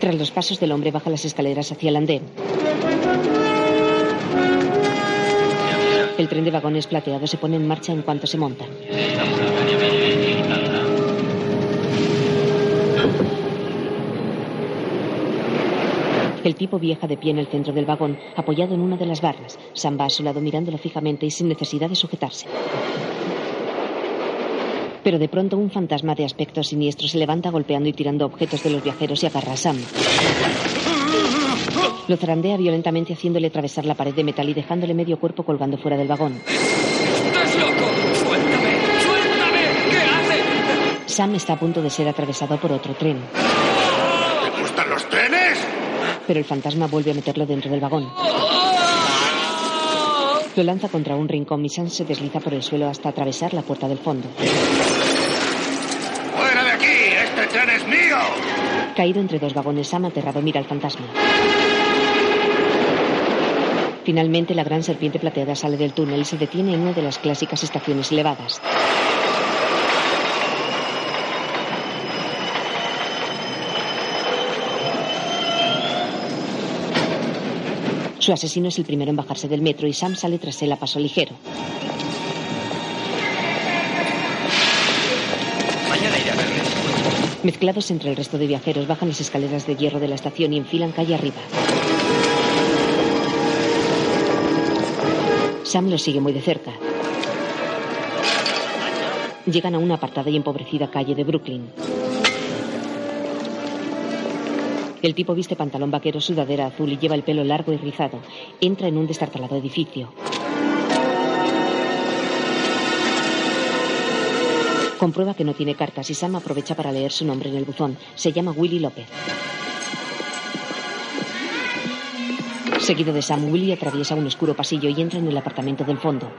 Speaker 2: Tras los pasos del hombre baja las escaleras hacia el andén. El tren de vagones plateados se pone en marcha en cuanto se monta. El tipo viaja de pie en el centro del vagón, apoyado en una de las barras. Sam va a su lado mirándolo fijamente y sin necesidad de sujetarse. Pero de pronto un fantasma de aspecto siniestro se levanta golpeando y tirando objetos de los viajeros y agarra a Sam. Lo zarandea violentamente haciéndole atravesar la pared de metal y dejándole medio cuerpo colgando fuera del vagón.
Speaker 11: ¡Estás loco! ¡Suéltame! ¡Suéltame! ¿Qué haces?
Speaker 2: Sam está a punto de ser atravesado por otro tren,
Speaker 20: ¿Te gustan los trenes?
Speaker 2: pero el fantasma vuelve a meterlo dentro del vagón. Lo lanza contra un rincón y Sam se desliza por el suelo hasta atravesar la puerta del fondo.
Speaker 20: ¡Fuera de aquí! ¡Este tren es mío!
Speaker 2: Caído entre dos vagones, Sam aterrado mira al fantasma. Finalmente, la gran serpiente plateada sale del túnel y se detiene en una de las clásicas estaciones elevadas. Su asesino es el primero en bajarse del metro y Sam sale tras él a paso ligero.
Speaker 17: Mañana iré a verles.
Speaker 2: Mezclados entre el resto de viajeros, bajan las escaleras de hierro de la estación y enfilan calle arriba. Sam los sigue muy de cerca. Llegan a una apartada y empobrecida calle de Brooklyn. El tipo viste pantalón vaquero, sudadera azul y lleva el pelo largo y rizado. Entra en un destartalado edificio. Comprueba que no tiene cartas y Sam aprovecha para leer su nombre en el buzón. Se llama Willy López. Seguido de Sam, Willy atraviesa un oscuro pasillo y entra en el apartamento del fondo.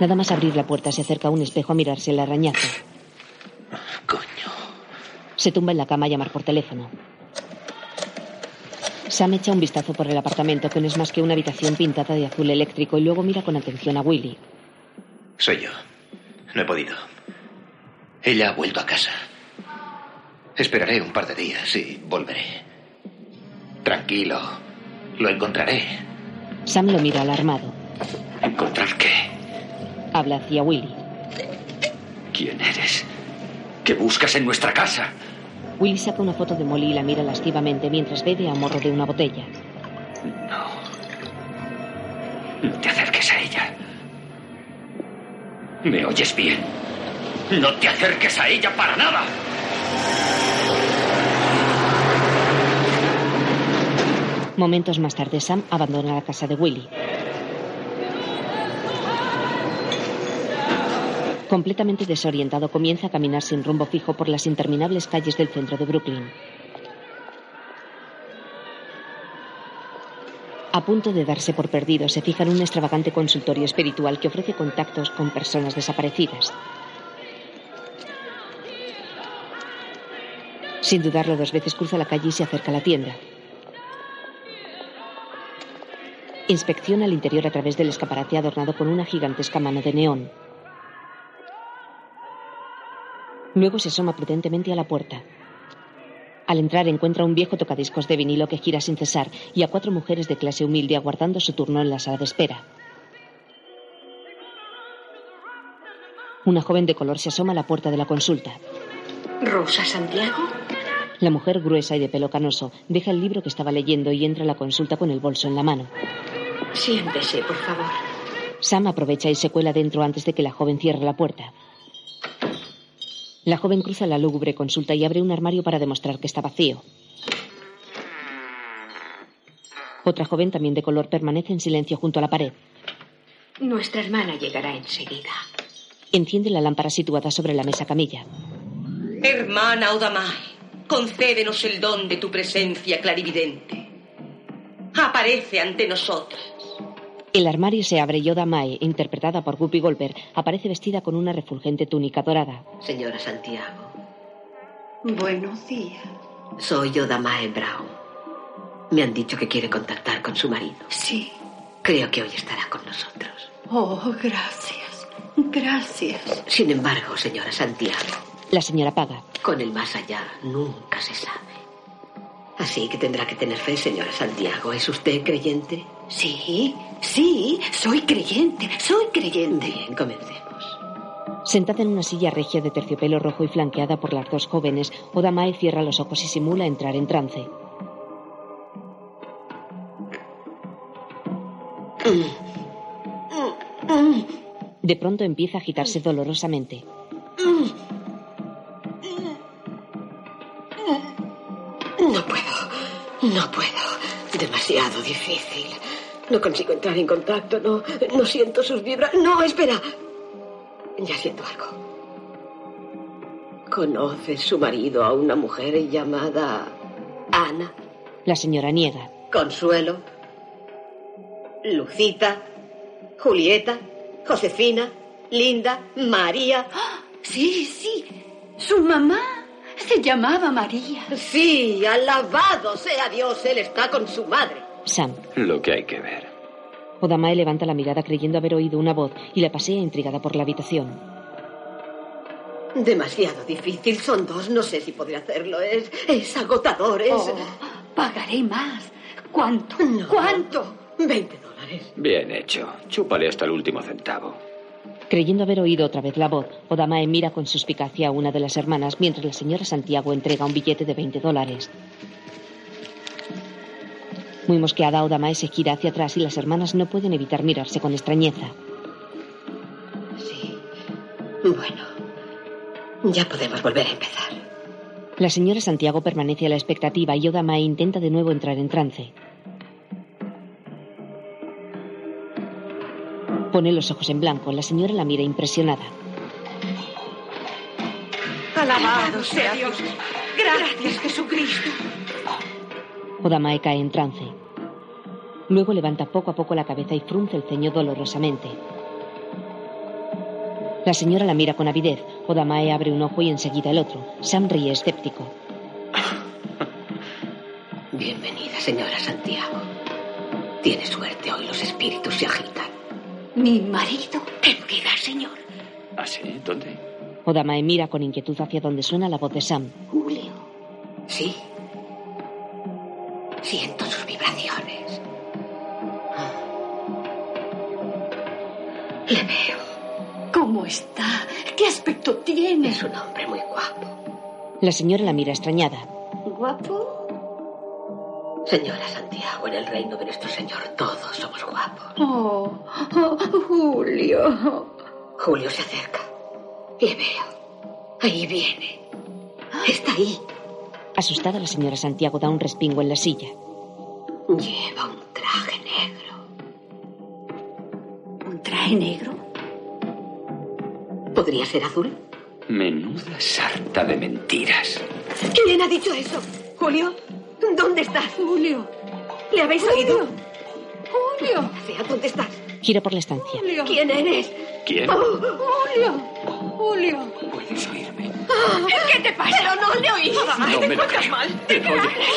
Speaker 2: Nada más abrir la puerta, se acerca a un espejo a mirarse el arañazo.
Speaker 4: Coño.
Speaker 2: Se tumba en la cama a llamar por teléfono. Sam echa un vistazo por el apartamento, que no es más que una habitación pintada de azul eléctrico, y luego mira con atención a Willy.
Speaker 4: Soy yo. No he podido. Ella ha vuelto a casa. Esperaré un par de días y volveré. Tranquilo. Lo encontraré.
Speaker 2: Sam lo mira alarmado.
Speaker 4: ¿Encontrar qué?
Speaker 2: Habla hacia Willy.
Speaker 4: ¿Quién eres? ¿Qué buscas en nuestra casa?
Speaker 2: Willy saca una foto de Molly y la mira lascivamente mientras bebe a morro de una botella.
Speaker 4: No te acerques a ella. ¿Me oyes bien? No te acerques a ella para nada.
Speaker 2: Momentos más tarde, Sam abandona la casa de Willy. Completamente desorientado, comienza a caminar sin rumbo fijo por las interminables calles del centro de Brooklyn. A punto de darse por perdido, se fija en un extravagante consultorio espiritual que ofrece contactos con personas desaparecidas. Sin dudarlo dos veces cruza la calle y se acerca a la tienda. Inspecciona el interior a través del escaparate adornado con una gigantesca mano de neón. Luego se asoma prudentemente a la puerta. Al entrar encuentra un viejo tocadiscos de vinilo que gira sin cesar y a cuatro mujeres de clase humilde aguardando su turno en la sala de espera. Una joven de color se asoma a la puerta de la consulta.
Speaker 8: Rosa Santiago.
Speaker 2: La mujer gruesa y de pelo canoso deja el libro que estaba leyendo y entra a la consulta con el bolso en la mano.
Speaker 8: Siéntese, por favor.
Speaker 2: Sam aprovecha y se cuela dentro antes de que la joven cierre la puerta. La joven cruza la lúgubre consulta y abre un armario para demostrar que está vacío. Otra joven, también de color, permanece en silencio junto a la pared.
Speaker 8: Nuestra hermana llegará enseguida.
Speaker 2: Enciende la lámpara situada sobre la mesa camilla.
Speaker 21: Hermana Odamai, concédenos el don de tu presencia clarividente. Aparece ante nosotros.
Speaker 2: El armario se abre y Oda Mae, interpretada por Guppy Goldberg, aparece vestida con una refulgente túnica dorada.
Speaker 8: Señora Santiago,
Speaker 21: Buenos días.
Speaker 8: soy Yoda Mae Brown. Me han dicho que quiere contactar con su marido.
Speaker 21: Sí.
Speaker 8: Creo que hoy estará con nosotros.
Speaker 21: Oh, gracias. Gracias.
Speaker 8: Sin embargo, señora Santiago,
Speaker 2: La señora paga.
Speaker 8: con el más allá nunca se sabe. Así que tendrá que tener fe, señora Santiago. ¿Es usted creyente?
Speaker 21: Sí, sí, soy creyente, soy creyente. Bien,
Speaker 8: comencemos.
Speaker 2: Sentada en una silla regia de terciopelo rojo y flanqueada por las dos jóvenes, Oda Mae cierra los ojos y simula entrar en trance. De pronto empieza a agitarse dolorosamente.
Speaker 3: Mm.
Speaker 8: No puedo. No puedo. Demasiado difícil. No consigo entrar en contacto, no, no siento sus vibras. No, espera. Ya siento algo. ¿Conoce su marido a una mujer llamada Ana?
Speaker 2: La señora niega.
Speaker 8: Consuelo. Lucita. Julieta. Josefina. Linda. María.
Speaker 22: ¡Ah! Sí, sí. Su mamá se llamaba María.
Speaker 8: Sí, alabado sea Dios, él está con su madre.
Speaker 2: Sam.
Speaker 4: Lo que hay que ver.
Speaker 2: Odamae levanta la mirada creyendo haber oído una voz y la pasea intrigada por la habitación.
Speaker 8: Demasiado difícil, son dos, no sé si podré hacerlo, es, es agotador, es...
Speaker 22: Oh, pagaré más. ¿Cuánto? ¿Cuánto?
Speaker 8: 20 dólares.
Speaker 4: Bien hecho. Chúpale hasta el último centavo.
Speaker 2: Creyendo haber oído otra vez la voz, Odamae mira con suspicacia a una de las hermanas mientras la señora Santiago entrega un billete de 20 dólares. Muy mosqueada, Odamae se gira hacia atrás y las hermanas no pueden evitar mirarse con extrañeza.
Speaker 8: Bueno, ya podemos volver a empezar.
Speaker 2: La señora Santiago permanece a la expectativa y Odama intenta de nuevo entrar en trance. Pone los ojos en blanco. La señora la mira impresionada.
Speaker 5: Alabado sea Dios. Gracias, Jesucristo.
Speaker 2: Odamae cae en trance. Luego levanta poco a poco la cabeza y frunce el ceño dolorosamente. La señora la mira con avidez. Odamae abre un ojo y enseguida el otro. Sam ríe escéptico.
Speaker 8: Bienvenida, señora Santiago. Tiene suerte, hoy los espíritus se agitan.
Speaker 5: Mi marido. Ten piedad, señor.
Speaker 4: ¿Ah, sí? ¿Dónde?
Speaker 2: Odamae mira con inquietud hacia donde suena la voz de Sam.
Speaker 5: Julio.
Speaker 8: Sí. Siento sus vibraciones. Le veo.
Speaker 5: ¿Cómo está? ¿Qué aspecto tiene?
Speaker 8: Es un hombre muy guapo.
Speaker 2: La señora la mira extrañada.
Speaker 5: ¿Guapo?
Speaker 8: Señora Santiago, en el reino de nuestro Señor todos somos guapos.
Speaker 5: Oh, oh, Julio.
Speaker 8: Julio se acerca. Le veo. Ahí viene. Está ahí.
Speaker 2: Asustada, la señora Santiago da un respingo en la silla.
Speaker 8: Lleva un traje negro.
Speaker 5: ¿Un traje negro?
Speaker 8: ¿Podría ser azul?
Speaker 4: Menuda sarta de mentiras.
Speaker 8: ¿Quién ha dicho eso? ¿Julio? ¿Dónde estás?
Speaker 5: Julio.
Speaker 8: ¿Le habéis oído?
Speaker 5: Julio.
Speaker 8: Sea, ¿dónde estás?
Speaker 2: Gira por la estancia.
Speaker 5: Julio.
Speaker 8: ¿Quién eres?
Speaker 4: ¿Quién?
Speaker 8: Oh,
Speaker 5: Julio. Julio.
Speaker 4: ¿Puedes oírme?
Speaker 8: Oh,
Speaker 5: ¿Qué te pasa?
Speaker 8: Pero no le oís.
Speaker 4: No me lo
Speaker 5: encuentras
Speaker 4: creo.
Speaker 5: mal?
Speaker 4: Oye,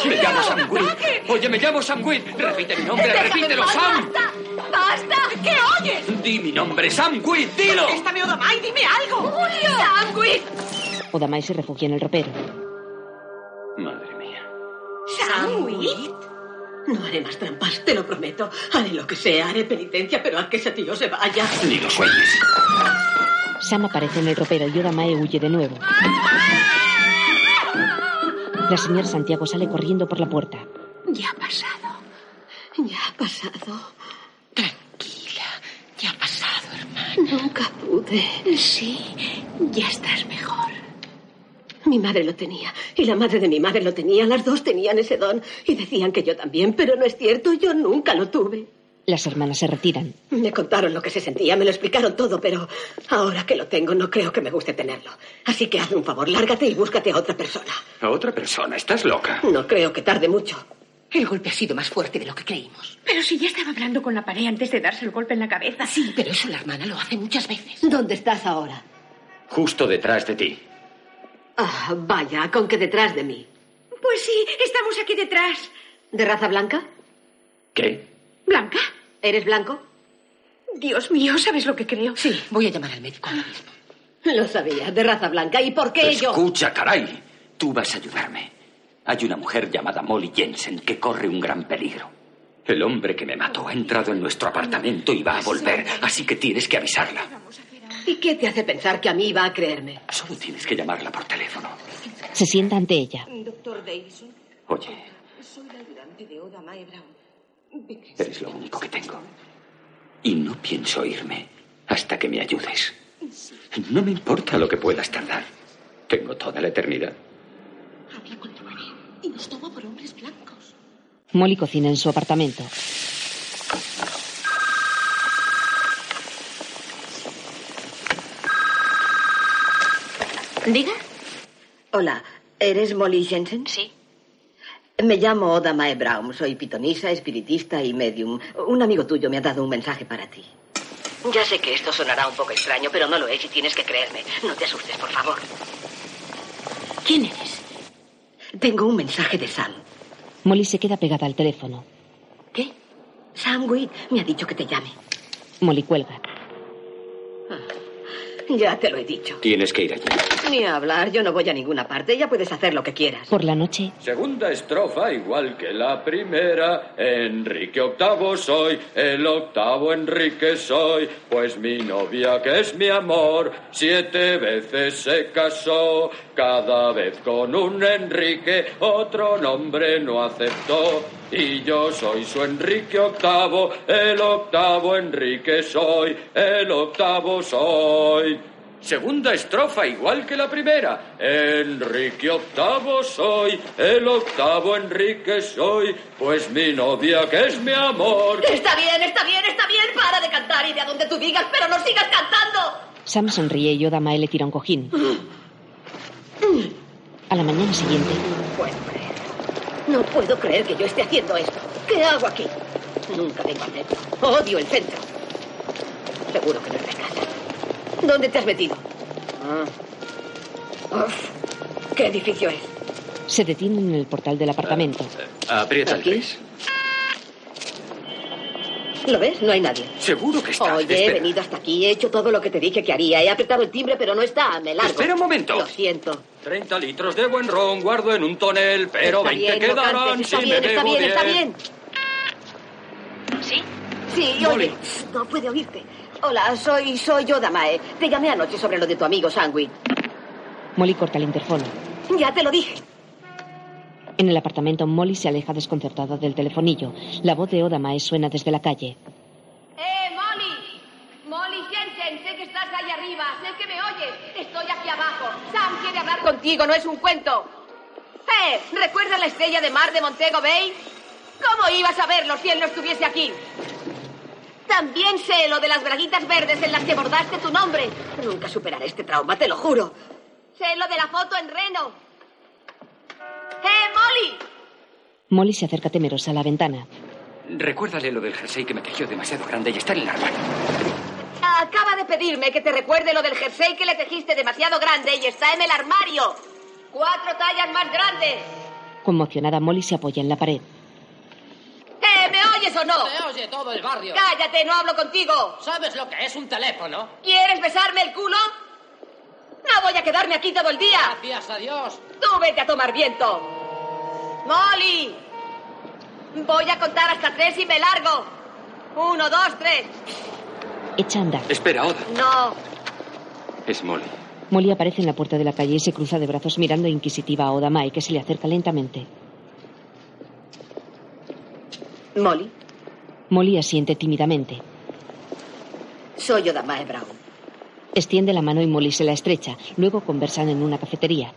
Speaker 4: me llamo Sam Witt.
Speaker 5: ataque!
Speaker 4: Oye, me llamo Sam Witt. Repite mi nombre,
Speaker 5: Déjame en
Speaker 4: repítelo,
Speaker 5: paz,
Speaker 4: Sam.
Speaker 5: ¡Basta! ¡Basta! ¿Qué oyes?
Speaker 4: Di mi nombre, Sam Witt, dilo.
Speaker 5: ¡Está mi Odamai! ¡Dime algo! ¡Julio! ¡Sandwich!
Speaker 2: Odamae se refugia en el ropero.
Speaker 4: Madre mía.
Speaker 5: Ah. ¡Sandwich!
Speaker 8: No haré más trampas, te lo prometo. Haré lo que sea, haré penitencia, pero haz que ese tío se vaya.
Speaker 4: Ni lo sueñes.
Speaker 2: Sam aparece en el ropero y Odamae huye de nuevo. La señora Santiago sale corriendo por la puerta.
Speaker 8: Ya ha pasado. Ya ha pasado. Tranquila. Ya ha pasado, hermana. Nunca pude. Sí, ya estás mejor. Mi madre lo tenía. Y la madre de mi madre lo tenía. Las dos tenían ese don. Y decían que yo también. Pero no es cierto. Yo nunca lo tuve.
Speaker 2: Las hermanas se retiran.
Speaker 8: Me contaron lo que se sentía, me lo explicaron todo, pero ahora que lo tengo no creo que me guste tenerlo. Así que hazme un favor, lárgate y búscate a otra persona.
Speaker 4: A otra persona, estás loca.
Speaker 8: No creo que tarde mucho.
Speaker 5: El golpe ha sido más fuerte de lo que creímos. Pero si ya estaba hablando con la pared antes de darse el golpe en la cabeza. Sí, pero eso la hermana lo hace muchas veces.
Speaker 8: ¿Dónde estás ahora?
Speaker 4: Justo detrás de ti.
Speaker 8: Ah, vaya, con que detrás de mí.
Speaker 5: Pues sí, estamos aquí detrás.
Speaker 8: ¿De raza blanca?
Speaker 4: ¿Qué?
Speaker 5: ¿Blanca?
Speaker 8: ¿Eres blanco?
Speaker 5: Dios mío, ¿sabes lo que creo? Sí, voy a llamar al médico.
Speaker 8: Lo sabía, de raza blanca. ¿Y por qué yo?
Speaker 4: Escucha, caray. Tú vas a ayudarme. Hay una mujer llamada Molly Jensen que corre un gran peligro. El hombre que me mató ha entrado en nuestro apartamento y va a volver, así que tienes que avisarla.
Speaker 8: ¿Y qué te hace pensar que a mí va a creerme?
Speaker 4: Solo tienes que llamarla por teléfono.
Speaker 2: Se sienta ante ella.
Speaker 23: Doctor Davison,
Speaker 4: Oye,
Speaker 23: soy la ayudante de Oda Mae Brown.
Speaker 4: eres lo único que tengo. Y no pienso irme hasta que me ayudes. No me importa lo que puedas tardar. Tengo toda la eternidad.
Speaker 23: Hablé con tu marido y nos tomó por hombres blancos.
Speaker 2: Molly cocina en su apartamento.
Speaker 5: Diga.
Speaker 8: Hola, ¿eres Molly Jensen?
Speaker 5: Sí.
Speaker 8: Me llamo Oda Mae Brown. Soy pitonisa, espiritista y medium. Un amigo tuyo me ha dado un mensaje para ti. Ya sé que esto sonará un poco extraño, pero no lo es y tienes que creerme. No te asustes, por favor.
Speaker 5: ¿Quién eres?
Speaker 8: Tengo un mensaje de Sam.
Speaker 2: Molly se queda pegada al teléfono.
Speaker 8: ¿Qué? Sam Witt me ha dicho que te llame.
Speaker 2: Molly cuelga.
Speaker 8: Ya te lo he dicho.
Speaker 4: Tienes que ir allí.
Speaker 8: Ni hablar, yo no voy a ninguna parte. Ya puedes hacer lo que quieras.
Speaker 2: Por la noche,
Speaker 24: Segunda estrofa igual que la primera. Enrique octavo soy, el octavo Enrique soy, pues mi novia que es mi amor, siete veces se casó, cada vez con un Enrique, otro nombre no aceptó. Y yo soy su Enrique octavo, el octavo Enrique soy, el octavo soy. Segunda estrofa igual que la primera. Enrique octavo soy, el octavo Enrique soy, pues mi novia que es mi amor.
Speaker 8: Está bien, está bien, está bien. Para de cantar y de a donde tú digas, pero no sigas cantando.
Speaker 2: Sam sonríe y Yoda Mae le tira un cojín. A la mañana siguiente,
Speaker 8: Puedo creer. No puedo creer que yo esté haciendo esto. ¿Qué hago aquí? Nunca vengo al centro. Odio el centro. Seguro que no es de casa. ¿Dónde te has metido?
Speaker 24: Ah.
Speaker 8: Uf, ¿Qué edificio es?
Speaker 2: se detienen en el portal del apartamento.
Speaker 4: Aprieta el tres.
Speaker 8: ¿Lo ves? No hay nadie.
Speaker 4: Seguro que está.
Speaker 8: Oye, he
Speaker 4: Espera.
Speaker 8: venido hasta aquí, he hecho todo lo que te dije que haría. He apretado el timbre, pero no está. Me largo.
Speaker 24: Espera un momento.
Speaker 8: Lo siento.
Speaker 24: 30 litros de buen ron guardo en un tonel, pero
Speaker 8: Está
Speaker 24: 20
Speaker 8: bien, no
Speaker 24: quedarán
Speaker 8: cantes,
Speaker 24: si
Speaker 8: está bien,
Speaker 24: me
Speaker 8: está
Speaker 24: bebo
Speaker 8: bien, está
Speaker 24: 10.
Speaker 8: bien.
Speaker 25: ¿Sí?
Speaker 8: Sí,
Speaker 25: Molly.
Speaker 8: oye, no puede oírte. Hola, soy, soy yo, Damae. Te llamé anoche sobre lo de tu amigo Sangui.
Speaker 2: Molly corta el interfono.
Speaker 8: Ya te lo dije.
Speaker 2: En el apartamento, Molly se aleja desconcertada del telefonillo. La voz de Oda Mae suena desde la calle.
Speaker 26: ¡Eh, Molly! Molly Jensen, sé que estás ahí arriba, sé que me oyes. Estoy aquí abajo. Sam quiere hablar contigo, no es un cuento. ¡Eh! ¿Recuerdas la estrella de mar de Montego Bay? ¿Cómo ibas a verlo si él no estuviese aquí? También sé lo de las braguitas verdes en las que bordaste tu nombre.
Speaker 8: Nunca superaré este trauma, te lo juro.
Speaker 26: Sé lo de la foto en Reno. ¡Eh, Molly!
Speaker 2: Molly se acerca temerosa a la ventana.
Speaker 4: Recuérdale lo del jersey que me tejió demasiado grande y está en el armario.
Speaker 26: Acaba de pedirme que te recuerde lo del jersey que le tejiste demasiado grande y está en el armario. Cuatro tallas más grandes.
Speaker 2: Conmocionada, Molly se apoya en la pared.
Speaker 26: ¡Eh, me oyes o no!
Speaker 17: Te oye todo el barrio.
Speaker 26: Cállate, no hablo contigo.
Speaker 17: ¿Sabes lo que es un teléfono?
Speaker 26: ¿Quieres besarme el culo? No voy a quedarme aquí todo el día.
Speaker 17: Gracias a Dios.
Speaker 26: Tú vete a tomar viento. Molly. Voy a contar hasta tres y me largo. Uno, dos, tres.
Speaker 2: Echa a andar.
Speaker 4: Espera, Oda.
Speaker 26: No.
Speaker 4: Es Molly.
Speaker 2: Molly aparece en la puerta de la calle y se cruza de brazos mirando inquisitiva a Oda Mae, que se le acerca lentamente.
Speaker 8: Molly,
Speaker 2: Molly asiente tímidamente.
Speaker 8: soy yo, Damae Brown.
Speaker 2: Extiende la mano y Molly se la estrecha. Luego conversan en una cafetería.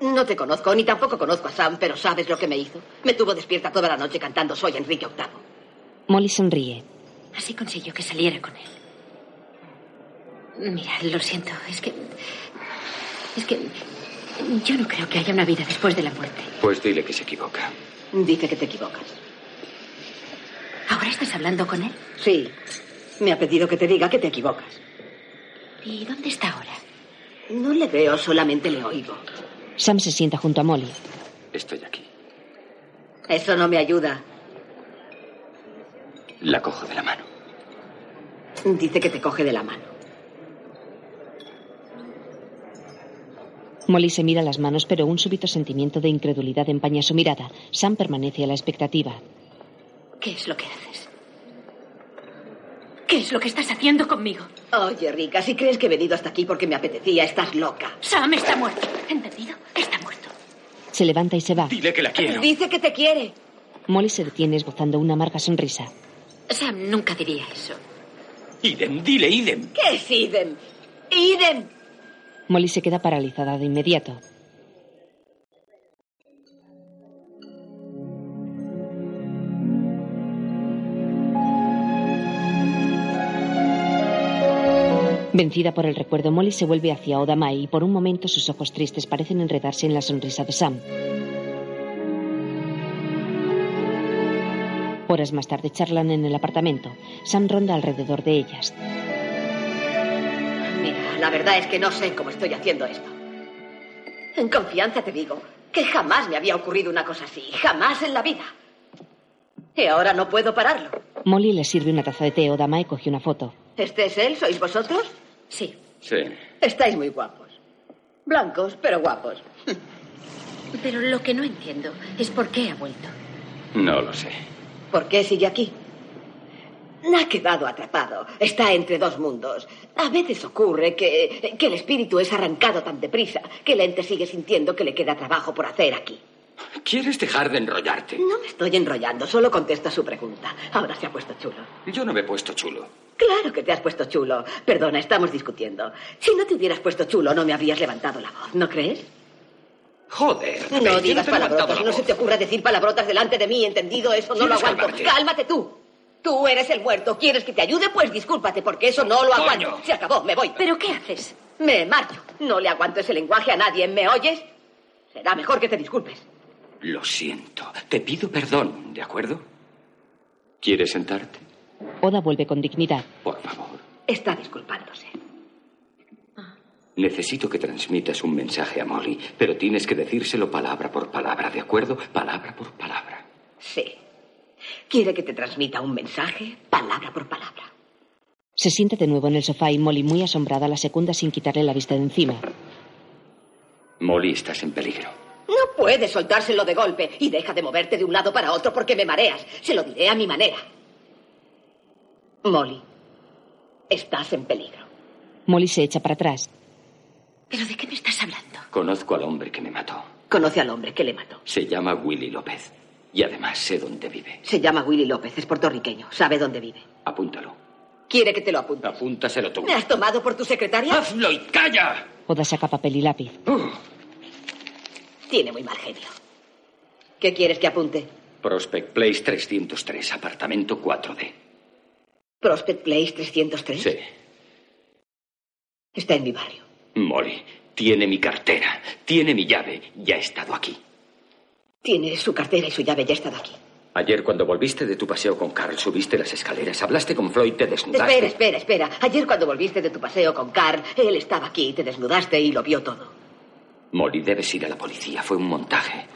Speaker 8: No te conozco, ni tampoco conozco a Sam, pero ¿sabes lo que me hizo? Me tuvo despierta toda la noche cantando Soy Enrique VIII.
Speaker 2: Molly sonríe.
Speaker 3: Así consiguió que saliera con él. Mira, lo siento, es que. Es que. Yo no creo que haya una vida después de la muerte.
Speaker 4: Pues dile que se equivoca.
Speaker 8: Dice que te equivocas.
Speaker 3: ¿Ahora estás hablando con él?
Speaker 8: Sí, me ha pedido que te diga que te equivocas.
Speaker 3: ¿Y dónde está ahora?
Speaker 8: No le veo, solamente le oigo.
Speaker 2: Sam se sienta junto a Molly.
Speaker 4: Estoy aquí.
Speaker 8: Eso no me ayuda.
Speaker 4: La cojo de la mano.
Speaker 8: Dice que te coge de la mano.
Speaker 2: Molly se mira las manos, pero un súbito sentimiento de incredulidad empaña su mirada. Sam permanece a la expectativa.
Speaker 3: ¿Qué es lo que haces? ¿Qué es lo que estás haciendo conmigo?
Speaker 8: Oye, Rica, si crees que he venido hasta aquí porque me apetecía, estás loca.
Speaker 3: Sam está muerto. ¿Entendido? Está muerto.
Speaker 2: Se levanta y se va.
Speaker 4: Dile que la quiero.
Speaker 8: Dice que te quiere.
Speaker 2: Molly se detiene esbozando una amarga sonrisa.
Speaker 3: Sam nunca diría eso.
Speaker 4: Idem, dile, idem.
Speaker 8: ¿Qué es Idem? Idem.
Speaker 2: Molly se queda paralizada de inmediato. Vencida por el recuerdo, Molly se vuelve hacia Odamai y por un momento sus ojos tristes parecen enredarse en la sonrisa de Sam. Horas más tarde charlan en el apartamento. Sam ronda alrededor de ellas.
Speaker 8: Mira, la verdad es que no sé cómo estoy haciendo esto. En confianza te digo que jamás me había ocurrido una cosa así. Jamás en la vida. Y ahora no puedo pararlo.
Speaker 2: Molly le sirve una taza de té. Odamae coge una foto.
Speaker 8: ¿Este es él? ¿Sois vosotros? Sí.
Speaker 4: Sí.
Speaker 8: Estáis muy guapos. Blancos, pero guapos.
Speaker 3: Pero lo que no entiendo es por qué ha vuelto.
Speaker 4: No lo sé.
Speaker 8: ¿Por qué sigue aquí? Ha quedado atrapado. Está entre dos mundos. A veces ocurre que, que el espíritu es arrancado tan deprisa que el ente sigue sintiendo que le queda trabajo por hacer aquí.
Speaker 4: ¿Quieres dejar de enrollarte?
Speaker 8: No me estoy enrollando, solo contesta su pregunta. Ahora se ha puesto chulo.
Speaker 4: Yo no me he puesto chulo.
Speaker 8: Claro que te has puesto chulo. Perdona, estamos discutiendo. Si no te hubieras puesto chulo, no me habrías levantado la voz, ¿no crees?
Speaker 27: Joder.
Speaker 8: No
Speaker 27: Pei, yo
Speaker 8: digas
Speaker 27: te he levantado
Speaker 8: palabrotas,
Speaker 27: la
Speaker 8: no
Speaker 27: voz.
Speaker 8: se te ocurra decir palabrotas delante de mí, ¿entendido? Eso no lo
Speaker 27: Tienes que
Speaker 8: aguanto.
Speaker 27: calmarte.
Speaker 8: Cálmate tú. Tú eres el muerto. ¿Quieres que te ayude? Pues discúlpate, porque eso no lo
Speaker 3: Coño.
Speaker 8: aguanto. Se acabó, me voy.
Speaker 3: ¿Pero qué haces?
Speaker 8: Me marcho. No le aguanto ese lenguaje a nadie. ¿Me oyes? Será mejor que te disculpes.
Speaker 4: Lo siento. Te pido perdón, ¿de acuerdo? ¿Quieres sentarte?
Speaker 2: Oda vuelve con dignidad.
Speaker 4: Por favor.
Speaker 8: Está disculpándose.
Speaker 4: Necesito que transmitas un mensaje a Molly, pero tienes que decírselo palabra por palabra, ¿de acuerdo? Palabra por palabra.
Speaker 8: Sí. Quiere que te transmita un mensaje, palabra por palabra.
Speaker 2: Se sienta de nuevo en el sofá y Molly, muy asombrada, la secunda sin quitarle la vista de encima.
Speaker 4: Molly, estás en peligro.
Speaker 8: No puedes soltárselo de golpe y deja de moverte de un lado para otro porque me mareas. Se lo diré a mi manera. Molly, estás en peligro.
Speaker 2: Molly se echa para atrás.
Speaker 8: ¿Pero de qué me estás hablando?
Speaker 4: Conozco al hombre que me mató.
Speaker 8: Conoce al hombre que le mató.
Speaker 4: Se llama Willy López. Y además sé dónde vive.
Speaker 8: Se llama Willy López, es puertorriqueño, sabe dónde vive.
Speaker 4: Apúntalo.
Speaker 8: ¿Quiere que te lo apunte?
Speaker 4: Apúntaselo tú.
Speaker 8: ¿Me has tomado por tu secretaria?
Speaker 4: ¡Hazlo y calla!
Speaker 2: Oda saca papel y lápiz.
Speaker 8: Tiene muy mal genio. ¿Qué quieres que apunte?
Speaker 4: Prospect Place 303, apartamento 4D.
Speaker 8: Prospect Place 303.
Speaker 4: Sí.
Speaker 8: Está en mi barrio.
Speaker 4: Molly, tiene mi cartera, tiene mi llave, ya he estado aquí.
Speaker 8: Tiene su cartera y su llave, ya he estado aquí.
Speaker 4: Ayer cuando volviste de tu paseo con Carl, subiste las escaleras, hablaste con Floyd, te desnudaste.
Speaker 8: Espera, espera, espera. Ayer cuando volviste de tu paseo con Carl, él estaba aquí, te desnudaste y lo vio todo.
Speaker 4: Molly, debes ir a la policía, fue un montaje.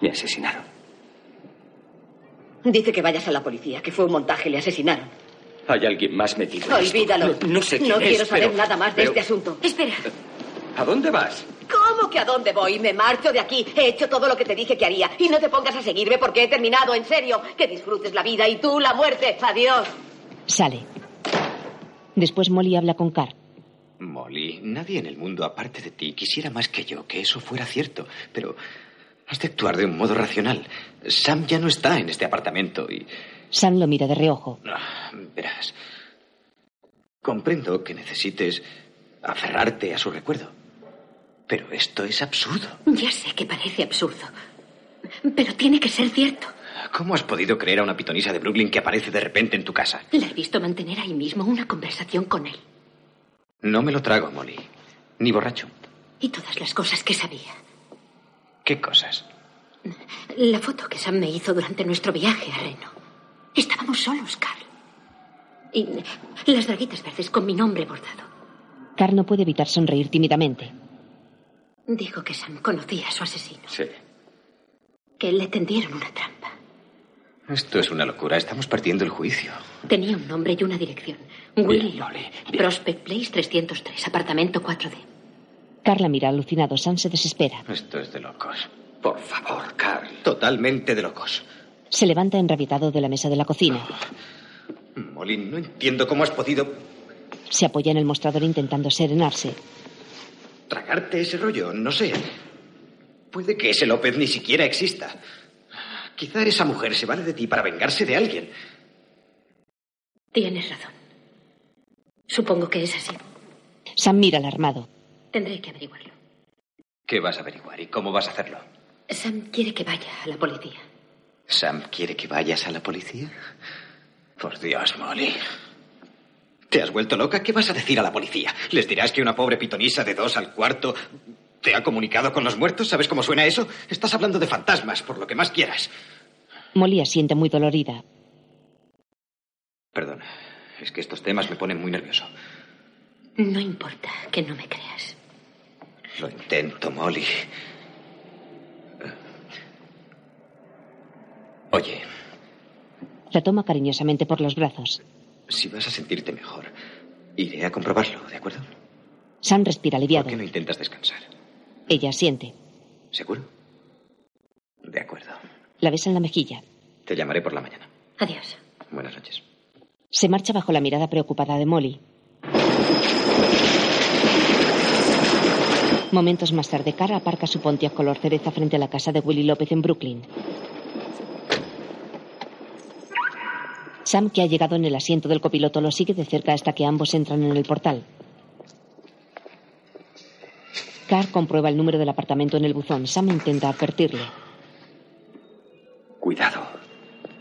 Speaker 4: Me asesinaron.
Speaker 8: Dice que vayas a la policía, que fue un montaje, le asesinaron.
Speaker 4: Hay alguien más metido. en esto.
Speaker 8: Olvídalo.
Speaker 4: No, no sé quién
Speaker 8: No
Speaker 4: es,
Speaker 8: quiero saber
Speaker 4: pero-
Speaker 8: nada más de
Speaker 4: pero-
Speaker 8: este asunto. Espera.
Speaker 4: ¿A dónde vas?
Speaker 8: ¿Cómo que a dónde voy? Me marcho de aquí. He hecho todo lo que te dije que haría. Y no te pongas a seguirme porque he terminado, en serio. Que disfrutes la vida y tú la muerte. Adiós.
Speaker 2: Sale. Después Molly habla con Carl.
Speaker 7: Molly, nadie en el mundo aparte de ti quisiera más que yo que eso fuera cierto, pero has de actuar de un modo racional. Sam ya no está en este apartamento y...
Speaker 2: Sam lo mira de reojo.
Speaker 7: ah, verás, comprendo que necesites aferrarte a su recuerdo, pero esto es absurdo.
Speaker 3: Ya sé que parece absurdo, pero tiene que ser cierto.
Speaker 7: ¿Cómo has podido creer a una pitonisa de Brooklyn que aparece de repente en tu casa?
Speaker 3: La he visto mantener ahí mismo una conversación con él
Speaker 7: No me lo trago, Molly. Ni borracho.
Speaker 3: y todas las cosas que sabía.
Speaker 7: ¿Qué cosas?
Speaker 3: La foto que Sam me hizo durante nuestro viaje a Reno. Estábamos solos, Carl. Y las draguitas verdes con mi nombre bordado.
Speaker 2: Carl no puede evitar sonreír tímidamente.
Speaker 3: Dijo que Sam conocía a su asesino,
Speaker 4: Sí.
Speaker 3: que le tendieron una trampa.
Speaker 7: Esto es una locura. Estamos perdiendo el juicio.
Speaker 3: Tenía un nombre y una dirección. Willy Lole. Prospect Place 303, apartamento 4D.
Speaker 2: Carla mira alucinado. Sam se desespera.
Speaker 7: Esto es de locos.
Speaker 4: Por favor, Carl.
Speaker 7: Totalmente de locos.
Speaker 2: Se levanta enrabietado de la mesa de la cocina.
Speaker 7: Molly, no entiendo cómo has podido
Speaker 2: Se apoya en el mostrador intentando serenarse.
Speaker 7: tragarte ese rollo. No sé. Puede que ese López ni siquiera exista. Quizá esa mujer se vale de ti para vengarse de alguien.
Speaker 3: Tienes razón. Supongo que es así.
Speaker 2: Sam mira alarmado.
Speaker 3: Tendré que averiguarlo.
Speaker 7: ¿Qué vas a averiguar y cómo vas a hacerlo?
Speaker 3: Sam quiere que vaya a la policía.
Speaker 7: ¿Sam quiere que vayas a la policía? Por Dios, Molly. ¿Te has vuelto loca? ¿Qué vas a decir a la policía? ¿Les dirás que una pobre pitonisa de dos al cuarto te ha comunicado con los muertos? ¿Sabes cómo suena eso? Estás hablando de fantasmas, por lo que más quieras.
Speaker 2: Molly asiente muy dolorida.
Speaker 7: Perdona, es que estos temas me ponen muy nervioso.
Speaker 3: No importa que no me creas.
Speaker 7: Lo intento, Molly. Eh. Oye,
Speaker 2: La toma cariñosamente por los brazos.
Speaker 7: si vas a sentirte mejor, iré a comprobarlo, ¿de acuerdo?
Speaker 2: Sam respira aliviado.
Speaker 7: ¿Por qué no intentas descansar?
Speaker 2: Ella asiente.
Speaker 7: ¿Seguro? De acuerdo.
Speaker 2: La besa en la mejilla.
Speaker 7: Te llamaré por la mañana.
Speaker 3: Adiós.
Speaker 7: Buenas noches.
Speaker 2: Se marcha bajo la mirada preocupada de Molly. Momentos más tarde, Cara aparca su Pontiac color cereza frente a la casa de Willy López en Brooklyn. Sam, que ha llegado en el asiento del copiloto, lo sigue de cerca hasta que ambos entran en el portal. Carr comprueba el número del apartamento en el buzón. Sam intenta advertirle.
Speaker 28: Cuidado.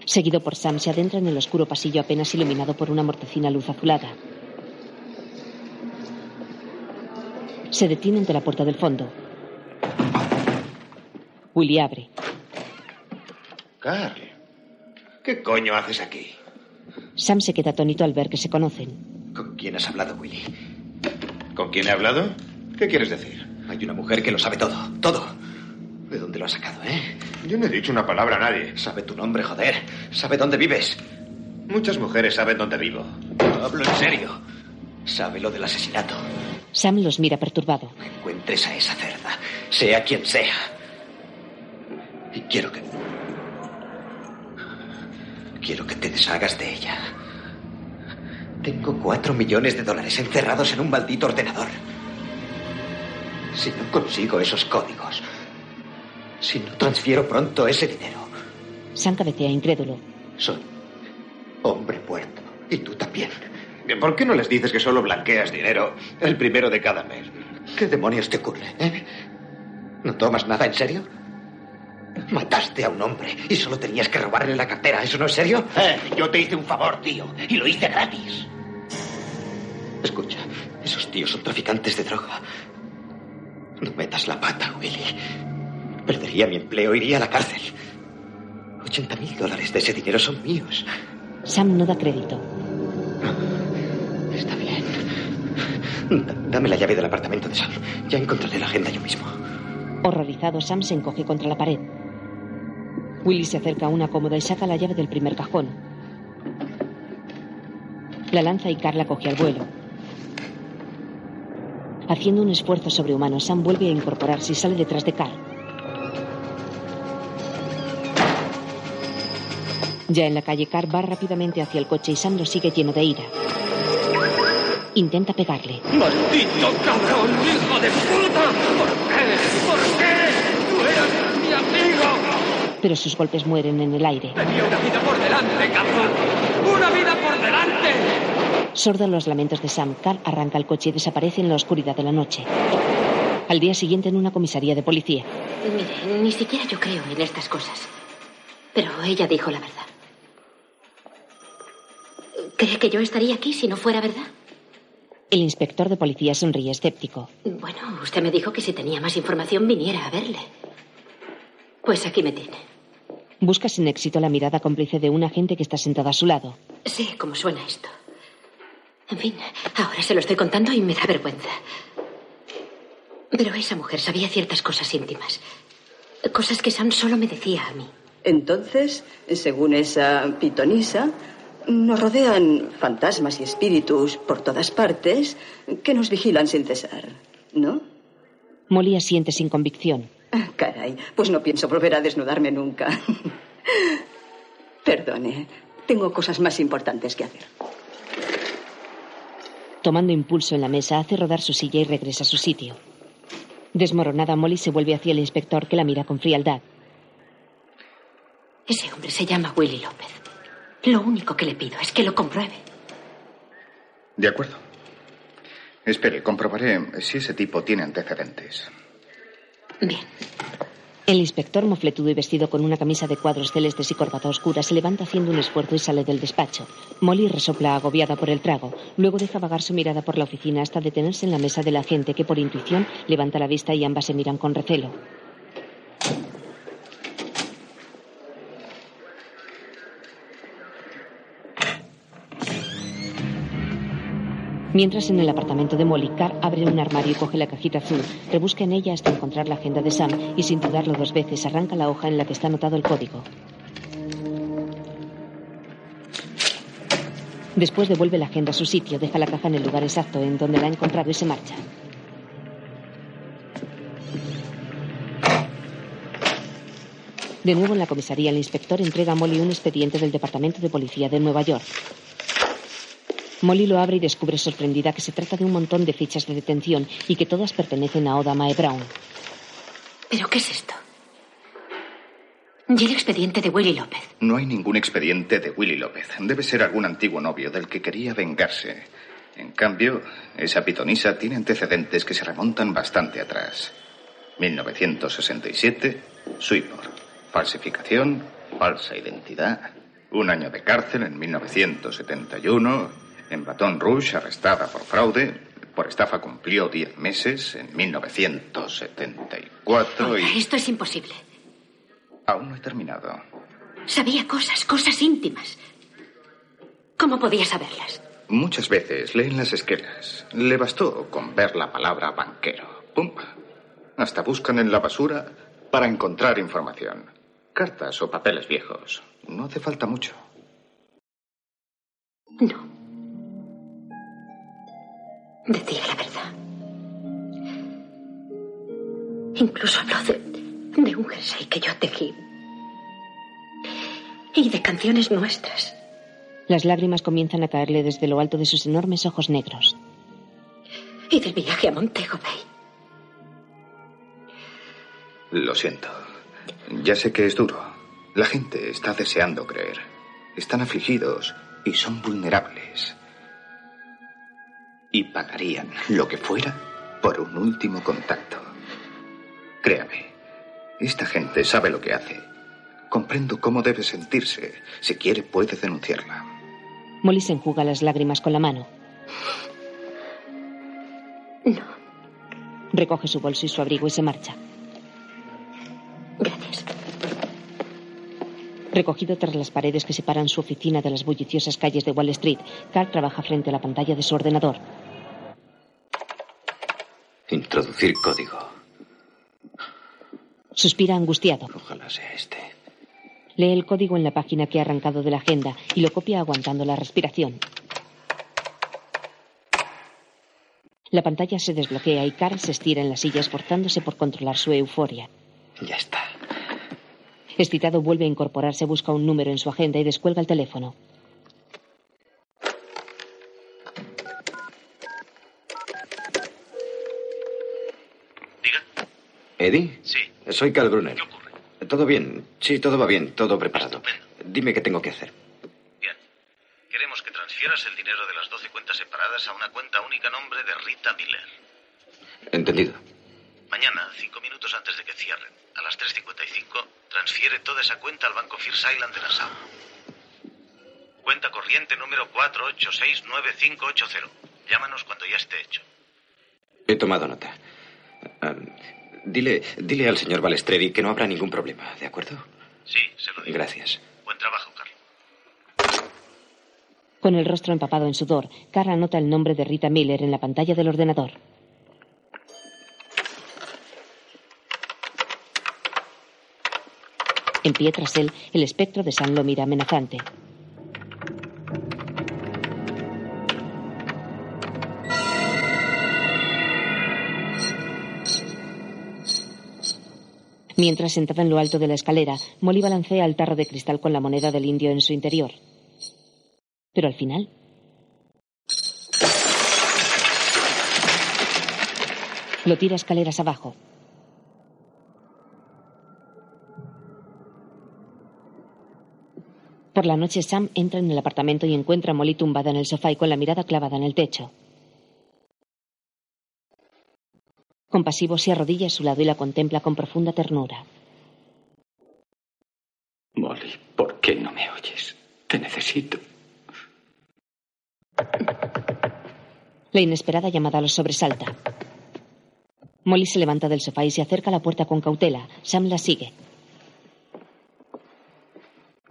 Speaker 2: Seguido por Sam, se adentra en el oscuro pasillo apenas iluminado por una mortecina luz azulada. Se detiene ante la puerta del fondo. Willy abre.
Speaker 20: Carl, ¿qué coño haces aquí?
Speaker 2: Sam se queda atónito al ver que se conocen.
Speaker 20: ¿Con quién has hablado, Willy? ¿Con quién he hablado? ¿Qué quieres decir?
Speaker 7: Hay una mujer que lo sabe todo, todo. ¿De dónde lo has sacado, eh?
Speaker 20: Yo no he dicho una palabra a nadie.
Speaker 7: Sabe tu nombre, joder. Sabe dónde vives.
Speaker 20: Muchas mujeres saben dónde vivo.
Speaker 7: Hablo en serio. Sabe lo del asesinato.
Speaker 2: Sam los mira perturbado.
Speaker 7: Encuentres a esa cerda, sea quien sea. Y quiero que... Quiero que te deshagas de ella. Tengo cuatro millones de dólares encerrados en un maldito ordenador. Si no consigo esos códigos, si no transfiero pronto ese dinero,
Speaker 2: Sam cabecea incrédulo.
Speaker 7: soy hombre muerto. Y tú también.
Speaker 20: ¿Por qué no les dices que solo blanqueas dinero el primero de cada mes?
Speaker 7: ¿Qué demonios te ocurre, eh? ¿No tomas nada en serio? Mataste a un hombre y solo tenías que robarle la cartera. ¿Eso no es serio?
Speaker 20: Eh, yo te hice un favor, tío, y lo hice gratis.
Speaker 7: Escucha, esos tíos son traficantes de droga. No metas la pata, Willy. Perdería mi empleo, iría a la cárcel. 80 mil dólares de ese dinero son míos.
Speaker 2: Sam no da crédito.
Speaker 7: Está bien. D- Dame la llave del apartamento de Sam. Ya encontraré la agenda yo mismo.
Speaker 2: Horrorizado, Sam se encoge contra la pared. Willy se acerca a una cómoda y saca la llave del primer cajón. La lanza y Carla coge al vuelo. Haciendo un esfuerzo sobrehumano, Sam vuelve a incorporarse y sale detrás de Carl. Ya en la calle, Carl va rápidamente hacia el coche y Sam lo sigue lleno de ira. Intenta pegarle.
Speaker 5: ¡Maldito cabrón, hijo de puta! ¿Por qué? ¿Por qué? ¡Tú eras mi amigo!
Speaker 2: pero sus golpes mueren en el aire.
Speaker 5: Tenía una vida por delante, cabrón. ¡Una vida por delante!
Speaker 2: Sordo a los lamentos de Sam, Carl arranca el coche y desaparece en la oscuridad de la noche. Al día siguiente en una comisaría de policía.
Speaker 3: Mire, ni siquiera yo creo en estas cosas. Pero ella dijo la verdad. ¿Cree que yo estaría aquí si no fuera verdad?
Speaker 2: El inspector de policía sonríe escéptico.
Speaker 3: Bueno, usted me dijo que si tenía más información viniera a verle. Pues aquí me tiene.
Speaker 2: Busca sin éxito la mirada cómplice de un agente que está sentado a su lado.
Speaker 3: Sé cómo suena esto. En fin, ahora se lo estoy contando y me da vergüenza. Pero esa mujer sabía ciertas cosas íntimas. Cosas que Sam solo me decía a mí.
Speaker 8: Entonces, según esa pitonisa, nos rodean fantasmas y espíritus por todas partes que nos vigilan sin cesar, ¿no?
Speaker 2: Molly asiente sin convicción.
Speaker 8: Ah, Caray, pues no pienso volver a desnudarme nunca. Perdone, tengo cosas más importantes que hacer.
Speaker 2: Tomando impulso en la mesa, hace rodar su silla y regresa a su sitio. Desmoronada, Molly se vuelve hacia el inspector que la mira con frialdad.
Speaker 3: Ese hombre se llama Willy López. Lo único que le pido es que lo compruebe.
Speaker 29: De acuerdo. Espere, comprobaré si ese tipo tiene antecedentes.
Speaker 3: Bien.
Speaker 2: El inspector mofletudo y vestido con una camisa de cuadros celestes y corbata oscura se levanta haciendo un esfuerzo y sale del despacho. Molly resopla agobiada por el trago. Luego deja vagar su mirada por la oficina hasta detenerse en la mesa de la gente que por intuición levanta la vista y ambas se miran con recelo. Mientras en el apartamento de Molly, Carr abre un armario y coge la cajita azul, rebusca en ella hasta encontrar la agenda de Sam y sin dudarlo dos veces arranca la hoja en la que está anotado el código. Después devuelve la agenda a su sitio, deja la caja en el lugar exacto en donde la ha encontrado y se marcha. De nuevo en la comisaría, el inspector entrega a Molly un expediente del Departamento de Policía de Nueva York. Molly lo abre y descubre sorprendida que se trata de un montón de fichas de detención y que todas pertenecen a Oda Mae Brown.
Speaker 3: ¿Pero qué es esto? Y el expediente de Willy López.
Speaker 29: No hay ningún expediente de Willy López. Debe ser algún antiguo novio del que quería vengarse. En cambio, esa pitonisa tiene antecedentes que se remontan bastante atrás. 1967, Suipor. Falsificación, falsa identidad. Un año de cárcel en 1971. En Baton Rouge, arrestada por fraude. Por estafa cumplió 10 meses en 1974
Speaker 3: Oiga,
Speaker 29: y...
Speaker 3: Esto es imposible.
Speaker 29: Aún no he terminado.
Speaker 3: Sabía cosas, cosas íntimas. ¿Cómo podía saberlas?
Speaker 29: Muchas veces leen las esquelas. Le bastó con ver la palabra banquero. ¡Pum! Hasta buscan en la basura para encontrar información. Cartas o papeles viejos. No hace falta mucho.
Speaker 3: No. Decía la verdad. Incluso habló de, de un jersey que yo tejí. Y de canciones nuestras.
Speaker 2: Las lágrimas comienzan a caerle desde lo alto de sus enormes ojos negros.
Speaker 3: Y del viaje a Montego Bay.
Speaker 29: Lo siento. Ya sé que es duro. La gente está deseando creer. Están afligidos y son vulnerables. Y pagarían lo que fuera por un último contacto. Créame, esta gente sabe lo que hace. Comprendo cómo debe sentirse. Si quiere, puede denunciarla.
Speaker 2: Molly se enjuga las lágrimas con la mano.
Speaker 3: No.
Speaker 2: Recoge su bolso y su abrigo y se marcha.
Speaker 3: Gracias.
Speaker 2: Recogido tras las paredes que separan su oficina de las bulliciosas calles de Wall Street, Carl trabaja frente a la pantalla de su ordenador.
Speaker 30: Introducir código.
Speaker 2: Suspira angustiado.
Speaker 30: Ojalá sea este.
Speaker 2: Lee el código en la página que ha arrancado de la agenda y lo copia aguantando la respiración. La pantalla se desbloquea y Carl se estira en la silla esforzándose por controlar su euforia.
Speaker 30: Ya está.
Speaker 2: Excitado vuelve a incorporarse, busca un número en su agenda y descuelga el teléfono.
Speaker 7: ¿Eddie?
Speaker 13: Sí.
Speaker 7: Soy Carl Brunner. ¿Qué ocurre? Todo bien. Sí, todo va bien. Todo preparado. Dime qué tengo que hacer.
Speaker 13: Queremos que transfieras el dinero de las 12 cuentas separadas a una cuenta única a nombre de Rita Miller.
Speaker 7: Entendido.
Speaker 13: Mañana, cinco minutos antes de que cierren, a las 3.55, transfiere toda esa cuenta al Banco First Island de Nassau. Cuenta corriente número 4869580. Llámanos cuando ya esté hecho.
Speaker 7: He tomado nota. Ah, dile, dile al señor Balestreri que no habrá ningún problema, ¿de acuerdo?
Speaker 13: Sí, se lo digo.
Speaker 7: Gracias.
Speaker 13: Buen trabajo, Carlos.
Speaker 2: Con el rostro empapado en sudor, Carl anota el nombre de Rita Miller en la pantalla del ordenador. En pie tras él, el espectro de San lo mira amenazante. Mientras sentada en lo alto de la escalera, Molly balancea el tarro de cristal con la moneda del indio en su interior. Pero al final, lo tira escaleras abajo. Por la noche, Sam entra en el apartamento y encuentra a Molly tumbada en el sofá y con la mirada clavada en el techo. Compasivo se arrodilla a su lado y la contempla con profunda ternura.
Speaker 4: Molly, ¿por qué no me oyes? Te necesito.
Speaker 2: La inesperada llamada los sobresalta. Molly se levanta del sofá y se acerca a la puerta con cautela. Sam la sigue.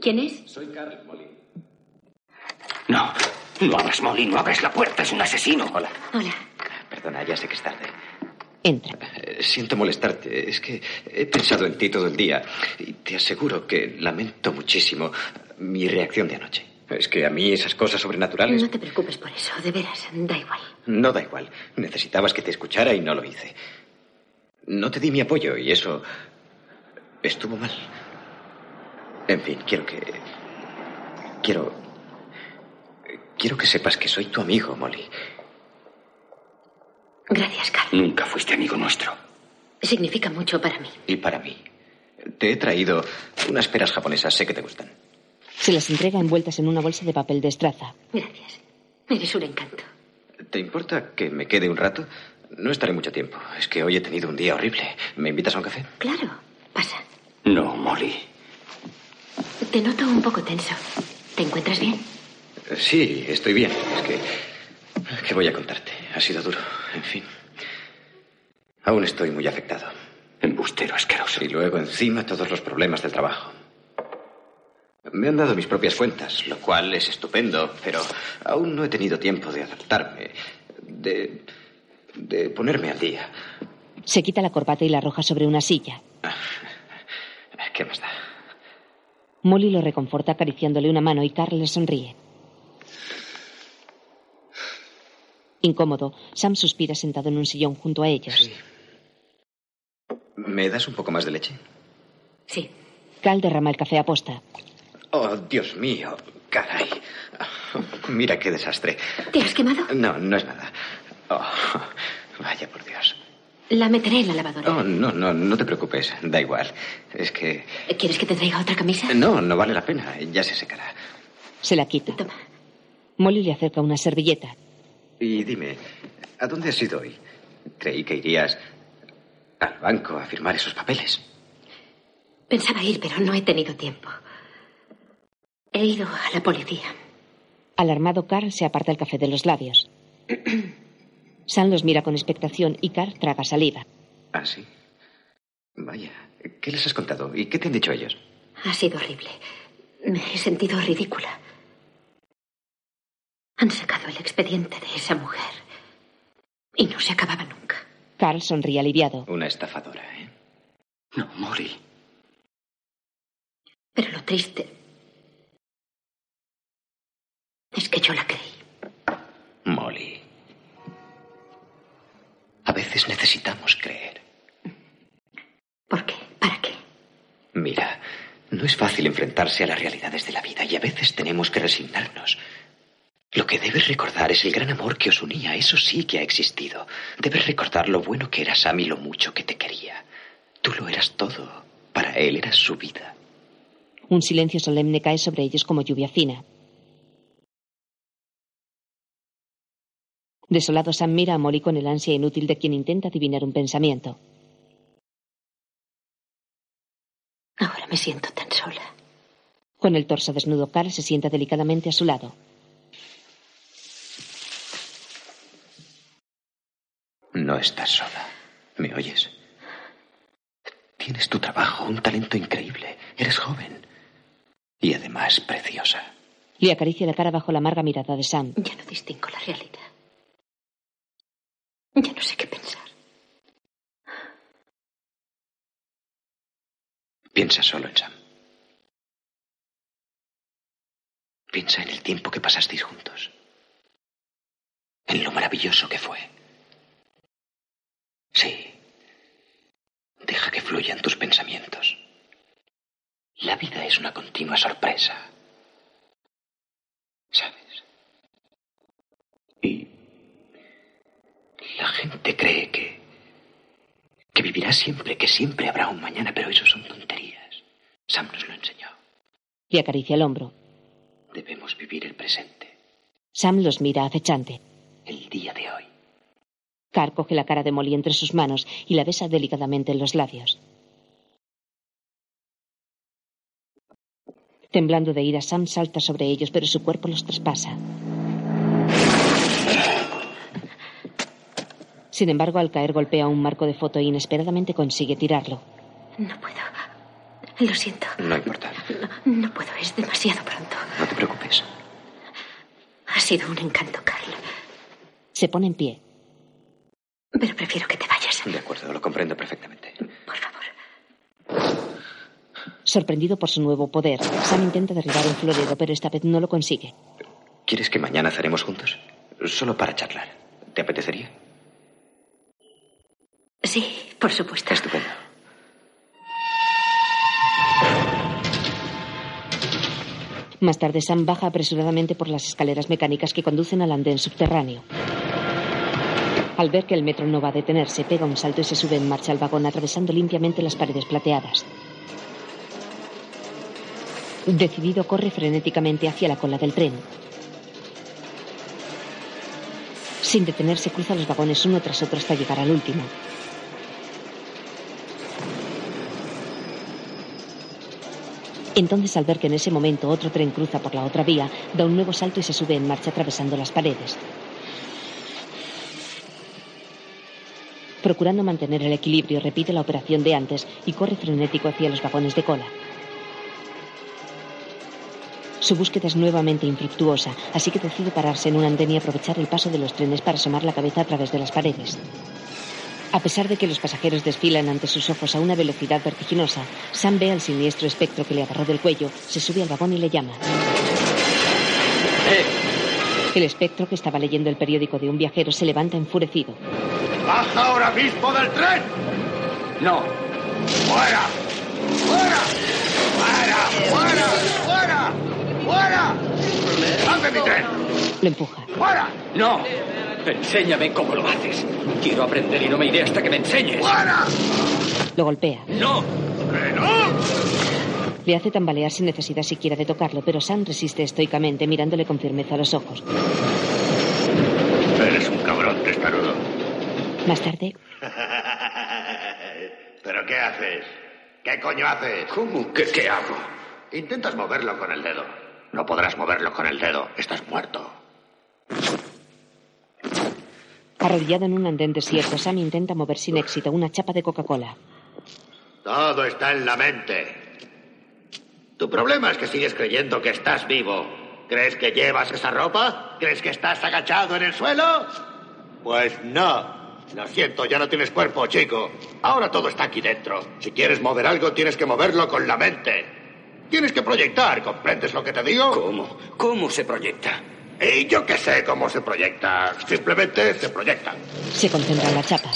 Speaker 3: ¿Quién es?
Speaker 7: Soy Carl Molly.
Speaker 4: No, no abras, Molly, no abres la puerta, es un asesino. Hola.
Speaker 3: Hola.
Speaker 7: Perdona, ya sé que es tarde.
Speaker 2: Entra.
Speaker 7: Eh, Siento molestarte. Es que he pensado en ti todo el día. Y te aseguro que lamento muchísimo mi reacción de anoche. Es que a mí esas cosas sobrenaturales
Speaker 3: No te preocupes por eso, de veras, da igual.
Speaker 7: No da igual. Necesitabas que te escuchara y no lo hice. No te di mi apoyo y eso estuvo mal. En fin, quiero que... Quiero... Quiero que sepas que soy tu amigo, Molly.
Speaker 3: Gracias, Carl.
Speaker 4: Nunca fuiste amigo nuestro.
Speaker 3: Significa mucho para mí.
Speaker 4: Y para mí.
Speaker 7: Te he traído unas peras japonesas, sé que te gustan.
Speaker 2: Se las entrega envueltas en una bolsa de papel de estraza.
Speaker 3: Gracias. Eres un encanto.
Speaker 7: ¿Te importa que me quede un rato? No estaré mucho tiempo. Es que hoy he tenido un día horrible. ¿Me invitas a un café?
Speaker 3: Claro, pasa.
Speaker 4: No, Molly.
Speaker 3: Te noto un poco tenso. ¿Te encuentras bien?
Speaker 7: Sí, estoy bien. Es que... ¿Qué voy a contarte? Ha sido duro. En fin. Aún estoy muy afectado.
Speaker 4: Embustero asqueroso.
Speaker 7: Y luego encima todos los problemas del trabajo. Me han dado mis propias cuentas, lo cual es estupendo, pero aún no he tenido tiempo de adaptarme, de, de ponerme al día.
Speaker 2: Se quita la corbata y la arroja sobre una silla.
Speaker 7: Ah, ¿Qué más da?
Speaker 2: Molly lo reconforta acariciándole una mano y Carl le sonríe. Incómodo, Sam suspira sentado en un sillón junto a ellos.
Speaker 7: ¿Me das un poco más de leche?
Speaker 3: Sí.
Speaker 2: Carl derrama el café aposta.
Speaker 7: Oh, Dios mío, caray. Mira qué desastre.
Speaker 3: ¿Te has quemado?
Speaker 7: No, no es nada. Oh, vaya por Dios.
Speaker 3: La meteré en la lavadora.
Speaker 7: Oh, no, no, no te preocupes, da igual. Es que...
Speaker 3: ¿Quieres que te traiga otra camisa?
Speaker 7: No, no vale la pena, ya se secará.
Speaker 2: Se la quita. Toma. Molly le acerca una servilleta.
Speaker 7: Y dime, ¿a dónde has ido hoy? Creí que irías al banco a firmar esos papeles.
Speaker 3: Pensaba ir, pero no he tenido tiempo. He ido a la policía.
Speaker 2: Alarmado, Carl se aparta el café de los labios. Sam los mira con expectación y Carl traga saliva.
Speaker 7: ¿Ah, sí? Vaya, ¿qué les has contado? ¿Y qué te han dicho ellos?
Speaker 3: Ha sido horrible. Me he sentido ridícula. Han sacado el expediente de esa mujer. Y no se acababa nunca.
Speaker 2: Carl sonríe aliviado.
Speaker 7: Una estafadora, ¿eh?
Speaker 4: No, Mori.
Speaker 3: Pero lo triste es que yo la creí.
Speaker 4: Molly.
Speaker 7: A veces necesitamos creer.
Speaker 3: ¿Por qué? ¿Para qué?
Speaker 7: Mira, no es fácil enfrentarse a las realidades de la vida y a veces tenemos que resignarnos. Lo que debes recordar es el gran amor que os unía, eso sí que ha existido. Debes recordar lo bueno que era Sam y lo mucho que te quería. Tú lo eras todo, para él eras su vida.
Speaker 2: Un silencio solemne cae sobre ellos como lluvia fina. Desolado, Sam mira a Molly con el ansia inútil de quien intenta adivinar un pensamiento.
Speaker 3: Ahora me siento tan sola.
Speaker 2: Con el torso desnudo, Carl se sienta delicadamente a su lado.
Speaker 7: No estás sola. ¿Me oyes? Tienes tu trabajo, un talento increíble. Eres joven. Y además preciosa.
Speaker 2: Le acaricia la cara bajo la amarga mirada de Sam.
Speaker 3: Ya no distingo la realidad. Ya no sé qué pensar.
Speaker 7: Piensa solo en Sam. Piensa en el tiempo que pasasteis juntos. En lo maravilloso que fue. Sí. Deja que fluyan tus pensamientos. La vida es una continua sorpresa. ¿Sabes? Y la gente cree que. que vivirá siempre, que siempre habrá un mañana, pero eso son tonterías. Sam nos lo enseñó.
Speaker 2: Le acaricia el hombro.
Speaker 7: Debemos vivir el presente,
Speaker 2: Sam los mira acechante.
Speaker 7: el día de hoy.
Speaker 2: Carl coge la cara de Molly entre sus manos y la besa delicadamente en los labios. Temblando de ira, Sam salta sobre ellos, pero su cuerpo los traspasa. Sin embargo, al caer golpea un marco de foto e inesperadamente consigue tirarlo.
Speaker 3: No puedo. Lo siento.
Speaker 7: No importa.
Speaker 3: No, no puedo, es demasiado pronto.
Speaker 7: No te preocupes.
Speaker 3: Ha sido un encanto, Carl.
Speaker 2: Se pone en pie.
Speaker 3: Pero prefiero que te vayas.
Speaker 7: De acuerdo, lo comprendo perfectamente.
Speaker 3: Por favor.
Speaker 2: Sorprendido por su nuevo poder, Sam intenta derribar un florero, pero esta vez no lo consigue.
Speaker 7: ¿Quieres que mañana zaremos juntos? Solo para charlar. ¿Te apetecería?
Speaker 3: Sí, por supuesto.
Speaker 7: Estupendo.
Speaker 2: Más tarde, Sam baja apresuradamente por las escaleras mecánicas que conducen al andén subterráneo. Al ver que el metro no va a detenerse, pega un salto y se sube en marcha al vagón, atravesando limpiamente las paredes plateadas. Decidido, corre frenéticamente hacia la cola del tren. Sin detenerse, cruza los vagones uno tras otro hasta llegar al último. Entonces, al ver que en ese momento otro tren cruza por la otra vía, da un nuevo salto y se sube en marcha atravesando las paredes. Procurando mantener el equilibrio, repite la operación de antes y corre frenético hacia los vagones de cola. Su búsqueda es nuevamente infructuosa, así que decide pararse en un andén y aprovechar el paso de los trenes para asomar la cabeza a través de las paredes. A pesar de que los pasajeros desfilan ante sus ojos a una velocidad vertiginosa, Sam ve al siniestro espectro que le agarró del cuello, se sube al vagón y le llama.
Speaker 20: Eh.
Speaker 2: El espectro, que estaba leyendo el periódico de un viajero, se levanta enfurecido.
Speaker 20: ¡Baja ahora mismo del tren!
Speaker 4: No.
Speaker 20: ¡Fuera! ¡Fuera! ¡Fuera! ¡Fuera! ¡Fuera! ¡Fuera! ¡Haz de mi tren!
Speaker 2: Lo empuja.
Speaker 20: ¡Fuera!
Speaker 4: No. Enséñame cómo lo haces. Quiero aprender y no me iré hasta que me enseñes.
Speaker 20: ¡Fuera!
Speaker 2: Lo golpea.
Speaker 4: No.
Speaker 20: ¡Que no!
Speaker 2: Le hace tambalear sin necesidad siquiera de tocarlo, pero Sam resiste estoicamente mirándole con firmeza a los ojos.
Speaker 20: Eres un cabrón testarudo.
Speaker 2: Más tarde,
Speaker 20: ¿Pero qué haces? ¿Qué coño haces?
Speaker 4: ¿Cómo que qué hago?
Speaker 20: Intentas moverlo con el dedo. No podrás moverlo con el dedo. Estás muerto.
Speaker 2: arrodillado en un andén desierto, Sam intenta mover sin éxito una chapa de Coca-Cola.
Speaker 20: Todo está en la mente. Tu problema es que sigues creyendo que estás vivo. ¿Crees que llevas esa ropa? ¿Crees que estás agachado en el suelo? Pues no. Lo siento, ya no tienes cuerpo, chico. Ahora todo está aquí dentro. Si quieres mover algo, tienes que moverlo con la mente. Tienes que proyectar, ¿comprendes lo que te digo?
Speaker 4: ¿Cómo? ¿Cómo se proyecta?
Speaker 20: Y yo qué sé cómo se proyecta. Simplemente se proyecta.
Speaker 2: Se concentra en la chapa.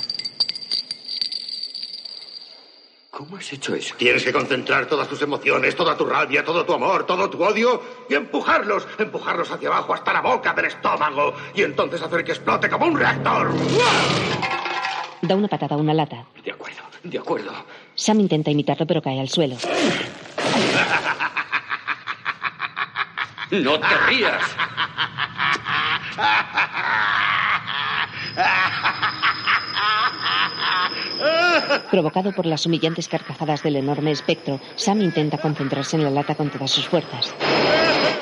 Speaker 4: ¿Cómo has hecho eso?
Speaker 20: Tienes que concentrar todas tus emociones, toda tu rabia, todo tu amor, todo tu odio y empujarlos, empujarlos hacia abajo hasta la boca del estómago y entonces hacer que explote como un reactor.
Speaker 2: Da una patada a una lata.
Speaker 4: De acuerdo, de acuerdo.
Speaker 2: Sam intenta imitarlo, pero cae al suelo.
Speaker 4: No te rías.
Speaker 2: Provocado por las humillantes carcajadas del enorme espectro, Sam intenta concentrarse en la lata con todas sus fuerzas.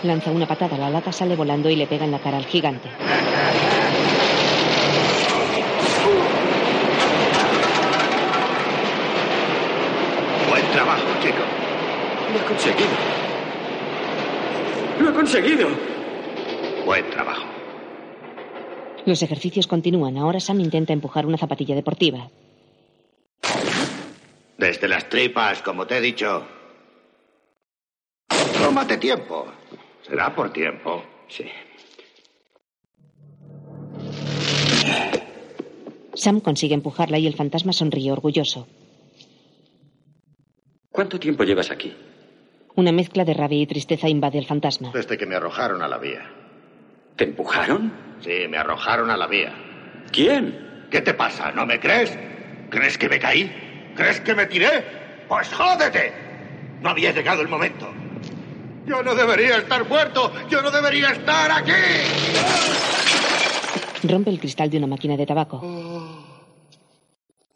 Speaker 2: Lanza una patada, la lata sale volando y le pega en la cara al gigante.
Speaker 20: Buen trabajo, chico.
Speaker 4: Lo he conseguido. Lo he conseguido.
Speaker 20: Buen trabajo.
Speaker 2: Los ejercicios continúan. Ahora Sam intenta empujar una zapatilla deportiva.
Speaker 20: Desde las tripas, como te he dicho. Tómate tiempo. Será por tiempo.
Speaker 4: Sí.
Speaker 2: Sam consigue empujarla y el fantasma sonríe orgulloso.
Speaker 4: ¿Cuánto tiempo llevas aquí?
Speaker 2: Una mezcla de rabia y tristeza invade el fantasma.
Speaker 20: Desde que me arrojaron a la vía.
Speaker 4: ¿Te empujaron?
Speaker 20: Sí, me arrojaron a la vía.
Speaker 4: ¿Quién?
Speaker 20: ¿Qué te pasa? ¿No me crees? ¿Crees que me caí? ¿Crees que me tiré? Pues jódete. No había llegado el momento. Yo no debería estar muerto. Yo no debería estar aquí.
Speaker 2: Rompe el cristal de una máquina de tabaco.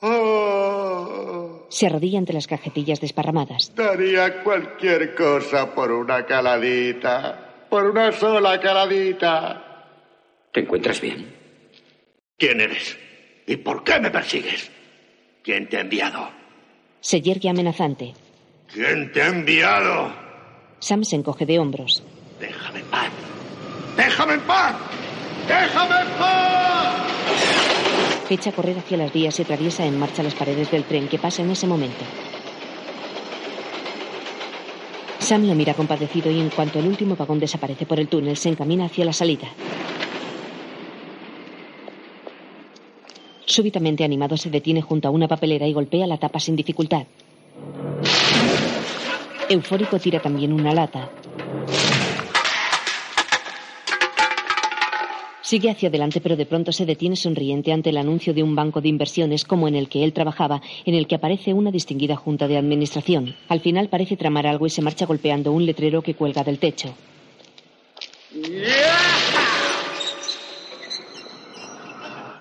Speaker 20: Oh,
Speaker 2: Se arrodilla ante las cajetillas desparramadas.
Speaker 20: daría cualquier cosa por una caladita. Por una sola caladita.
Speaker 4: ¿Te encuentras Pues bien?
Speaker 20: ¿Quién eres? ¿Y por qué me persigues? ¿Quién te ha enviado?
Speaker 2: Se yergue amenazante.
Speaker 20: ¿Quién te ha enviado?
Speaker 2: Sam se encoge de hombros.
Speaker 20: Déjame en paz. Déjame en paz. Déjame en paz.
Speaker 2: Echa a correr hacia las vías y atraviesa en marcha las paredes del tren que pasa en ese momento. Sam lo mira compadecido y en cuanto el último vagón desaparece por el túnel se encamina hacia la salida. Súbitamente animado se detiene junto a una papelera y golpea la tapa sin dificultad. Eufórico tira también una lata. Sigue hacia adelante, pero de pronto se detiene sonriente ante el anuncio de un banco de inversiones como en el que él trabajaba, en el que aparece una distinguida junta de administración. Al final parece tramar algo y se marcha golpeando un letrero que cuelga del techo.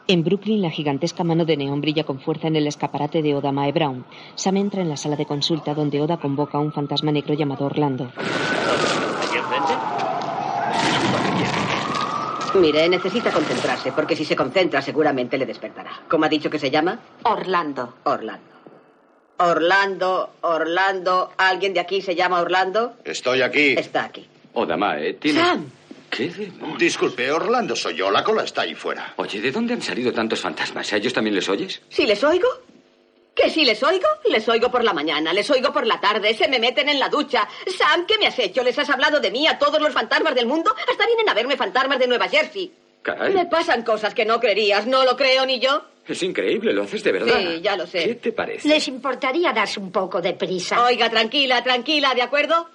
Speaker 2: En Brooklyn, la gigantesca mano de neón brilla con fuerza en el escaparate de Oda Mae Brown. Sam entra en la sala de consulta donde Oda convoca a un fantasma negro llamado Orlando.
Speaker 18: ¿Aquí enfrente?
Speaker 8: Mire, necesita concentrarse, porque si se concentra seguramente le despertará. ¿Cómo ha dicho que se llama?
Speaker 3: Orlando.
Speaker 8: Orlando. Orlando, Orlando. ¿Alguien de aquí se llama Orlando?
Speaker 13: Estoy aquí.
Speaker 8: Está aquí.
Speaker 4: Odamae, tiene...
Speaker 8: Sam.
Speaker 4: Oh, ¿Qué demonios?
Speaker 13: Disculpe, Orlando soy yo. La cola está ahí fuera.
Speaker 4: Oye, ¿de dónde han salido tantos fantasmas? ¿A ellos también les oyes?
Speaker 8: ¿Si les oigo? ¿Que si les oigo? Les oigo por la mañana, les oigo por la tarde, se me meten en la ducha. Sam, ¿qué me has hecho? ¿Les has hablado de mí a todos los fantasmas del mundo? Hasta vienen a verme fantasmas de Nueva Jersey.
Speaker 4: Caray.
Speaker 8: Me pasan cosas que no creerías, no lo creo ni yo.
Speaker 4: Es increíble, lo haces de verdad.
Speaker 8: Sí, ya lo sé.
Speaker 4: ¿Qué te parece?
Speaker 3: ¿Les importaría darse un poco de prisa?
Speaker 8: Oiga, tranquila, tranquila, ¿de acuerdo?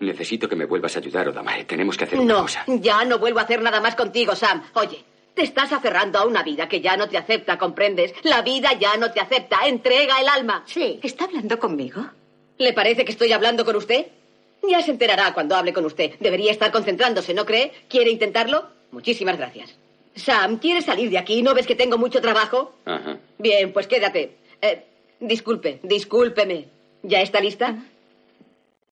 Speaker 4: Necesito que me vuelvas a ayudar, Odamae. Tenemos que hacer una
Speaker 8: No,
Speaker 4: cosa.
Speaker 8: ya no vuelvo a hacer nada más contigo, Sam. Oye, te estás aferrando a una vida que ya no te acepta, ¿comprendes? La vida ya no te acepta. Entrega el alma.
Speaker 3: Sí. ¿Está hablando conmigo?
Speaker 8: ¿Le parece que estoy hablando con usted? Ya se enterará cuando hable con usted. Debería estar concentrándose, ¿no cree? ¿Quiere intentarlo? Muchísimas gracias. Sam, ¿quieres salir de aquí? ¿No ves que tengo mucho trabajo?
Speaker 4: Ajá.
Speaker 8: Bien, pues quédate. Eh, disculpe, discúlpeme. ¿Ya está lista?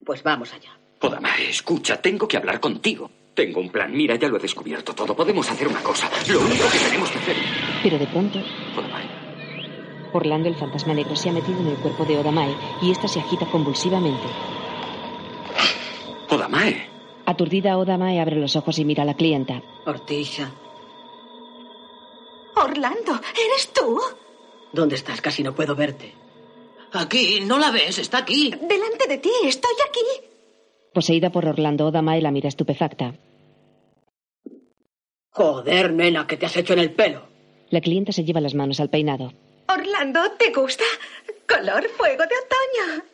Speaker 8: Pues vamos allá.
Speaker 4: Odamae, escucha, tengo que hablar contigo. Tengo un plan. Mira, ya lo he descubierto todo. Podemos hacer una cosa. Lo único que tenemos que hacer...
Speaker 2: Pero de pronto,
Speaker 4: Odamae.
Speaker 2: Orlando el fantasma negro se ha metido en el cuerpo de Odamae y ésta se agita convulsivamente.
Speaker 4: Odamae.
Speaker 2: Aturdida, Odamae abre los ojos y mira a la clienta.
Speaker 8: Ortiza,
Speaker 19: Orlando, ¿eres tú?
Speaker 8: ¿dónde estás? Casi no puedo verte.
Speaker 5: Aquí, no la ves, está aquí.
Speaker 19: Delante de ti, estoy aquí.
Speaker 2: Poseída por Orlando, Odamae la mira estupefacta.
Speaker 8: Joder, nena, que te has hecho en el pelo.
Speaker 2: La clienta se lleva las manos al peinado.
Speaker 19: Orlando, ¿te gusta? Color fuego de otoño.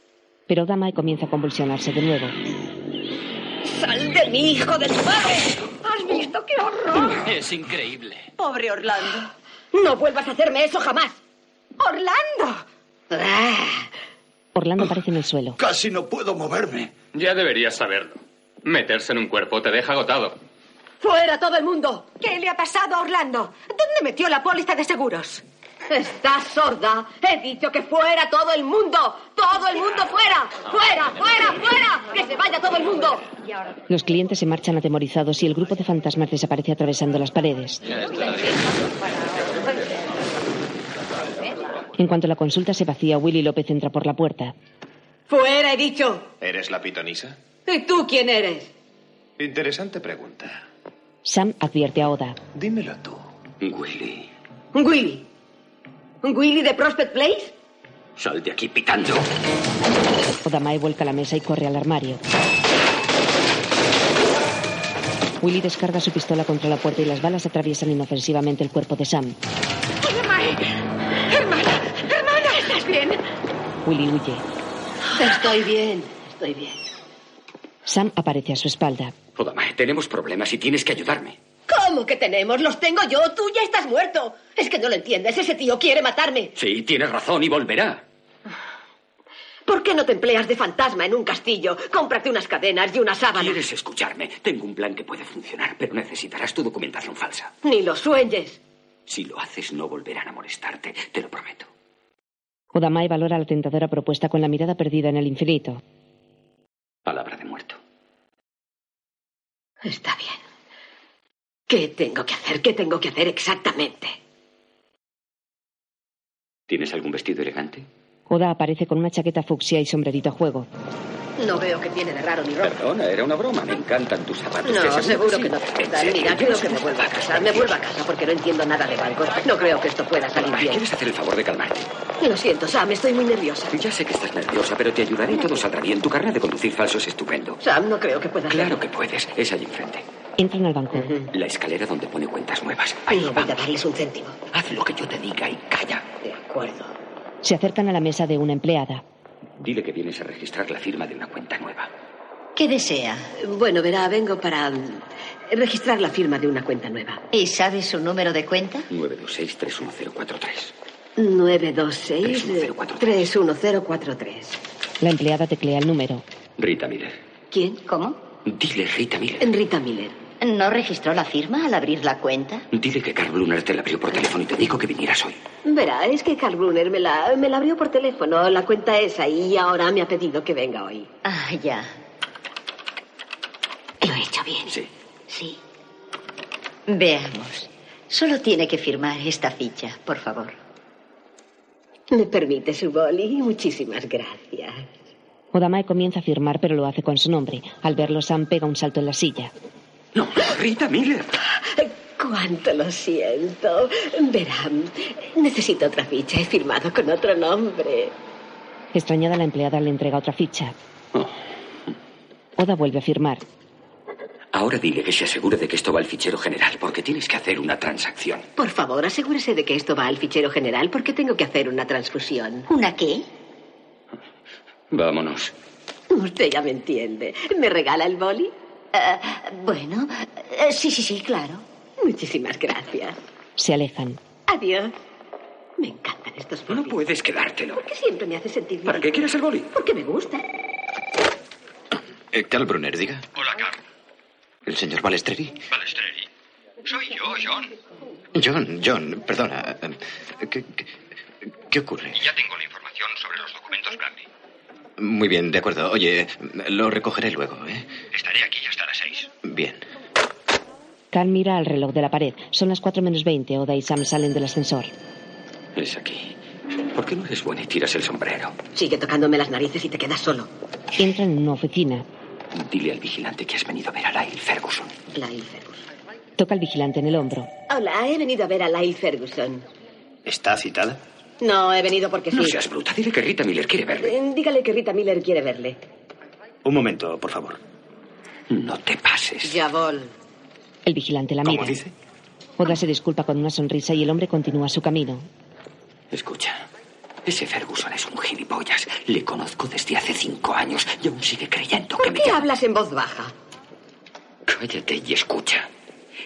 Speaker 2: Pero Odamae comienza a convulsionarse de nuevo.
Speaker 8: ¡Sal de mí, hijo del padre! ¿Has visto qué horror?
Speaker 17: Es increíble.
Speaker 19: Pobre Orlando.
Speaker 8: No vuelvas a hacerme eso jamás.
Speaker 19: Orlando.
Speaker 2: Orlando aparece en el suelo.
Speaker 13: Casi no puedo moverme.
Speaker 1: Ya deberías saberlo. Meterse en un cuerpo te deja agotado.
Speaker 8: ¡Fuera todo el mundo!
Speaker 19: ¿Qué le ha pasado a Orlando? ¿Dónde metió la póliza de seguros?
Speaker 8: ¿Estás sorda? He dicho que fuera todo el mundo. Todo el mundo fuera. Fuera, fuera, fuera. Que se vaya todo el mundo.
Speaker 2: Los clientes se marchan atemorizados y el grupo de fantasmas desaparece atravesando las paredes. En cuanto la consulta se vacía, Willy López entra por la puerta.
Speaker 8: Fuera, he dicho.
Speaker 11: ¿Eres la pitonisa?
Speaker 8: ¿Y tú quién eres?
Speaker 11: Interesante pregunta.
Speaker 2: Sam advierte a Oda.
Speaker 11: Dímelo tú.
Speaker 4: Willy,
Speaker 8: Willy. ¿Willy de Prospect Place?
Speaker 4: sal de aquí pitando.
Speaker 2: Odamae vuelca la mesa y corre al armario. Willy descarga su pistola contra la puerta y las balas atraviesan inofensivamente el cuerpo de Sam.
Speaker 19: Ormai. Hermana, hermana, ¿estás bien?
Speaker 2: Willy huye.
Speaker 8: Estoy bien, estoy bien.
Speaker 2: Sam aparece a su espalda.
Speaker 4: Odamae, tenemos problemas y tienes que ayudarme.
Speaker 8: ¿Cómo que tenemos? Los tengo yo. Tú ya estás muerto. Es que no lo entiendes. Ese tío quiere matarme.
Speaker 4: Sí, tienes razón y volverá.
Speaker 8: ¿Por qué no te empleas de fantasma en un castillo? Cómprate unas cadenas y una sábana.
Speaker 4: ¿Quieres escucharme? Tengo un plan que puede funcionar, pero necesitarás tu documentación falsa.
Speaker 8: Ni lo sueñes.
Speaker 4: Si lo haces, no volverán a molestarte, te lo prometo.
Speaker 2: Odamae valora la tentadora propuesta con la mirada perdida en el infinito.
Speaker 4: Palabra de muerto.
Speaker 8: Está bien. ¿Qué tengo que hacer? ¿Qué tengo que hacer exactamente?
Speaker 4: ¿Tienes algún vestido elegante?
Speaker 2: Oda aparece con una chaqueta fucsia y sombrerito a juego.
Speaker 8: No veo que tiene de raro mi ropa.
Speaker 4: Perdona, era una broma. Me encantan tus zapatos. Te
Speaker 8: No,
Speaker 4: aseguro
Speaker 8: seguro
Speaker 4: sí.
Speaker 8: que no te
Speaker 4: En
Speaker 8: gusta.
Speaker 4: serio,
Speaker 8: Mira,
Speaker 4: yo
Speaker 8: creo
Speaker 4: sé
Speaker 8: que me
Speaker 4: cómo
Speaker 8: vuelvo a
Speaker 4: vas
Speaker 8: casar. Me vuelvo a casa porque no entiendo nada de bancos. No creo que esto pueda salir
Speaker 4: Odamae,
Speaker 8: bien.
Speaker 4: ¿Quieres hacer el favor de calmarte?
Speaker 8: Lo siento, Sam, estoy muy nerviosa.
Speaker 4: Ya sé que estás nerviosa, pero te ayudaré y todo saldrá bien. Tu carnet de conducir falso es estupendo.
Speaker 8: Sam, no creo que pueda
Speaker 4: Claro que puedes. Es allí enfrente.
Speaker 2: Entran al banco.
Speaker 4: La escalera donde pone cuentas nuevas.
Speaker 8: hacerlo. No voy a darles un céntimo.
Speaker 4: Haz lo que yo te diga y calla.
Speaker 8: De acuerdo.
Speaker 2: Se acercan a la mesa de una empleada.
Speaker 4: Dile que vienes a registrar la firma de una cuenta nueva.
Speaker 3: ¿Qué desea?
Speaker 8: Bueno, verá, vengo para... mm, registrar la firma de una cuenta nueva.
Speaker 31: ¿Y sabes su número de cuenta?
Speaker 4: 926-31043.
Speaker 8: 926 31043.
Speaker 2: La empleada teclea el número.
Speaker 4: Rita Miller.
Speaker 8: ¿Quién?
Speaker 31: ¿Cómo?
Speaker 4: Dile, Rita Miller.
Speaker 8: Rita Miller.
Speaker 31: ¿No registró la firma al abrir la cuenta?
Speaker 4: Dile que Carl Brunner te la abrió por teléfono y te dijo que vinieras hoy.
Speaker 8: Verá, es que Carl Brunner me la, me la abrió por teléfono, la cuenta esa, y ahora me ha pedido que venga hoy.
Speaker 31: Ah, ya.
Speaker 8: Lo he hecho bien.
Speaker 4: Sí.
Speaker 31: Sí. Veamos. Solo tiene que firmar esta ficha, por favor.
Speaker 8: ¿Me permite su boli? Muchísimas gracias.
Speaker 2: Odamae comienza a firmar, pero lo hace con su nombre. Al verlo, Sam pega un salto en la silla.
Speaker 4: Rita Miller.
Speaker 8: Cuánto lo siento. Verán, necesito otra ficha. He firmado con otro nombre.
Speaker 2: Extrañada, la empleada le entrega otra ficha. Oda vuelve a firmar.
Speaker 4: Ahora dile que se asegure de que esto va al fichero general, porque tienes que hacer una transacción.
Speaker 8: Por favor, asegúrese de que esto va al fichero general porque tengo que hacer una transfusión.
Speaker 31: ¿Una qué?
Speaker 4: Vámonos.
Speaker 8: Usted ya me entiende. ¿Me regala el boli? Eh,
Speaker 31: bueno, sí, sí, sí, claro.
Speaker 8: Muchísimas gracias.
Speaker 2: Se alejan.
Speaker 8: Adiós.
Speaker 4: No puedes quedártelo.
Speaker 8: ¿Por qué siempre me hace sentir
Speaker 4: ¿Para qué quieres el boli?
Speaker 8: Porque me gusta.
Speaker 30: Eh, Carl Brunner, diga.
Speaker 13: Hola, Carl.
Speaker 30: El señor Balestreri.
Speaker 13: Balestreri. Soy yo, John.
Speaker 30: John, John, perdona. eh, ¿Qué, qué, qué ocurre?
Speaker 13: Ya tengo la información sobre los documentos Bradley.
Speaker 30: Muy bien, de acuerdo. Oye, lo recogeré luego, ¿eh?
Speaker 13: Estaré aquí hasta las seis.
Speaker 30: Bien.
Speaker 2: Carl mira al reloj de la pared. Son las 4 menos 20. Oda y Sam salen del ascensor.
Speaker 4: Es aquí. ¿Por qué no eres buena y tiras el sombrero?
Speaker 8: Sigue tocándome las narices y te quedas solo.
Speaker 2: Entran en una oficina.
Speaker 4: Dile al vigilante que has venido a ver a Lyle Ferguson.
Speaker 8: Lyle.
Speaker 2: Toca al vigilante en el hombro.
Speaker 8: Hola, he venido a ver a Lyle Ferguson.
Speaker 30: ¿Está citada?
Speaker 8: No, he venido porque sí.
Speaker 4: No seas bruta. Dile que Rita Miller quiere verme.
Speaker 8: Eh, Dígale que Rita Miller quiere verle.
Speaker 30: Un momento, por favor.
Speaker 4: No te pases.
Speaker 8: Javol.
Speaker 2: El vigilante la mira. Oda se disculpa con una sonrisa y el hombre continúa su camino.
Speaker 4: Escucha. Ese Ferguson es un gilipollas. Le conozco desde hace cinco años y aún sigue creyendo que
Speaker 8: ¿Por
Speaker 4: me
Speaker 8: qué
Speaker 4: llama.
Speaker 8: hablas en voz baja?
Speaker 4: Cállate y escucha.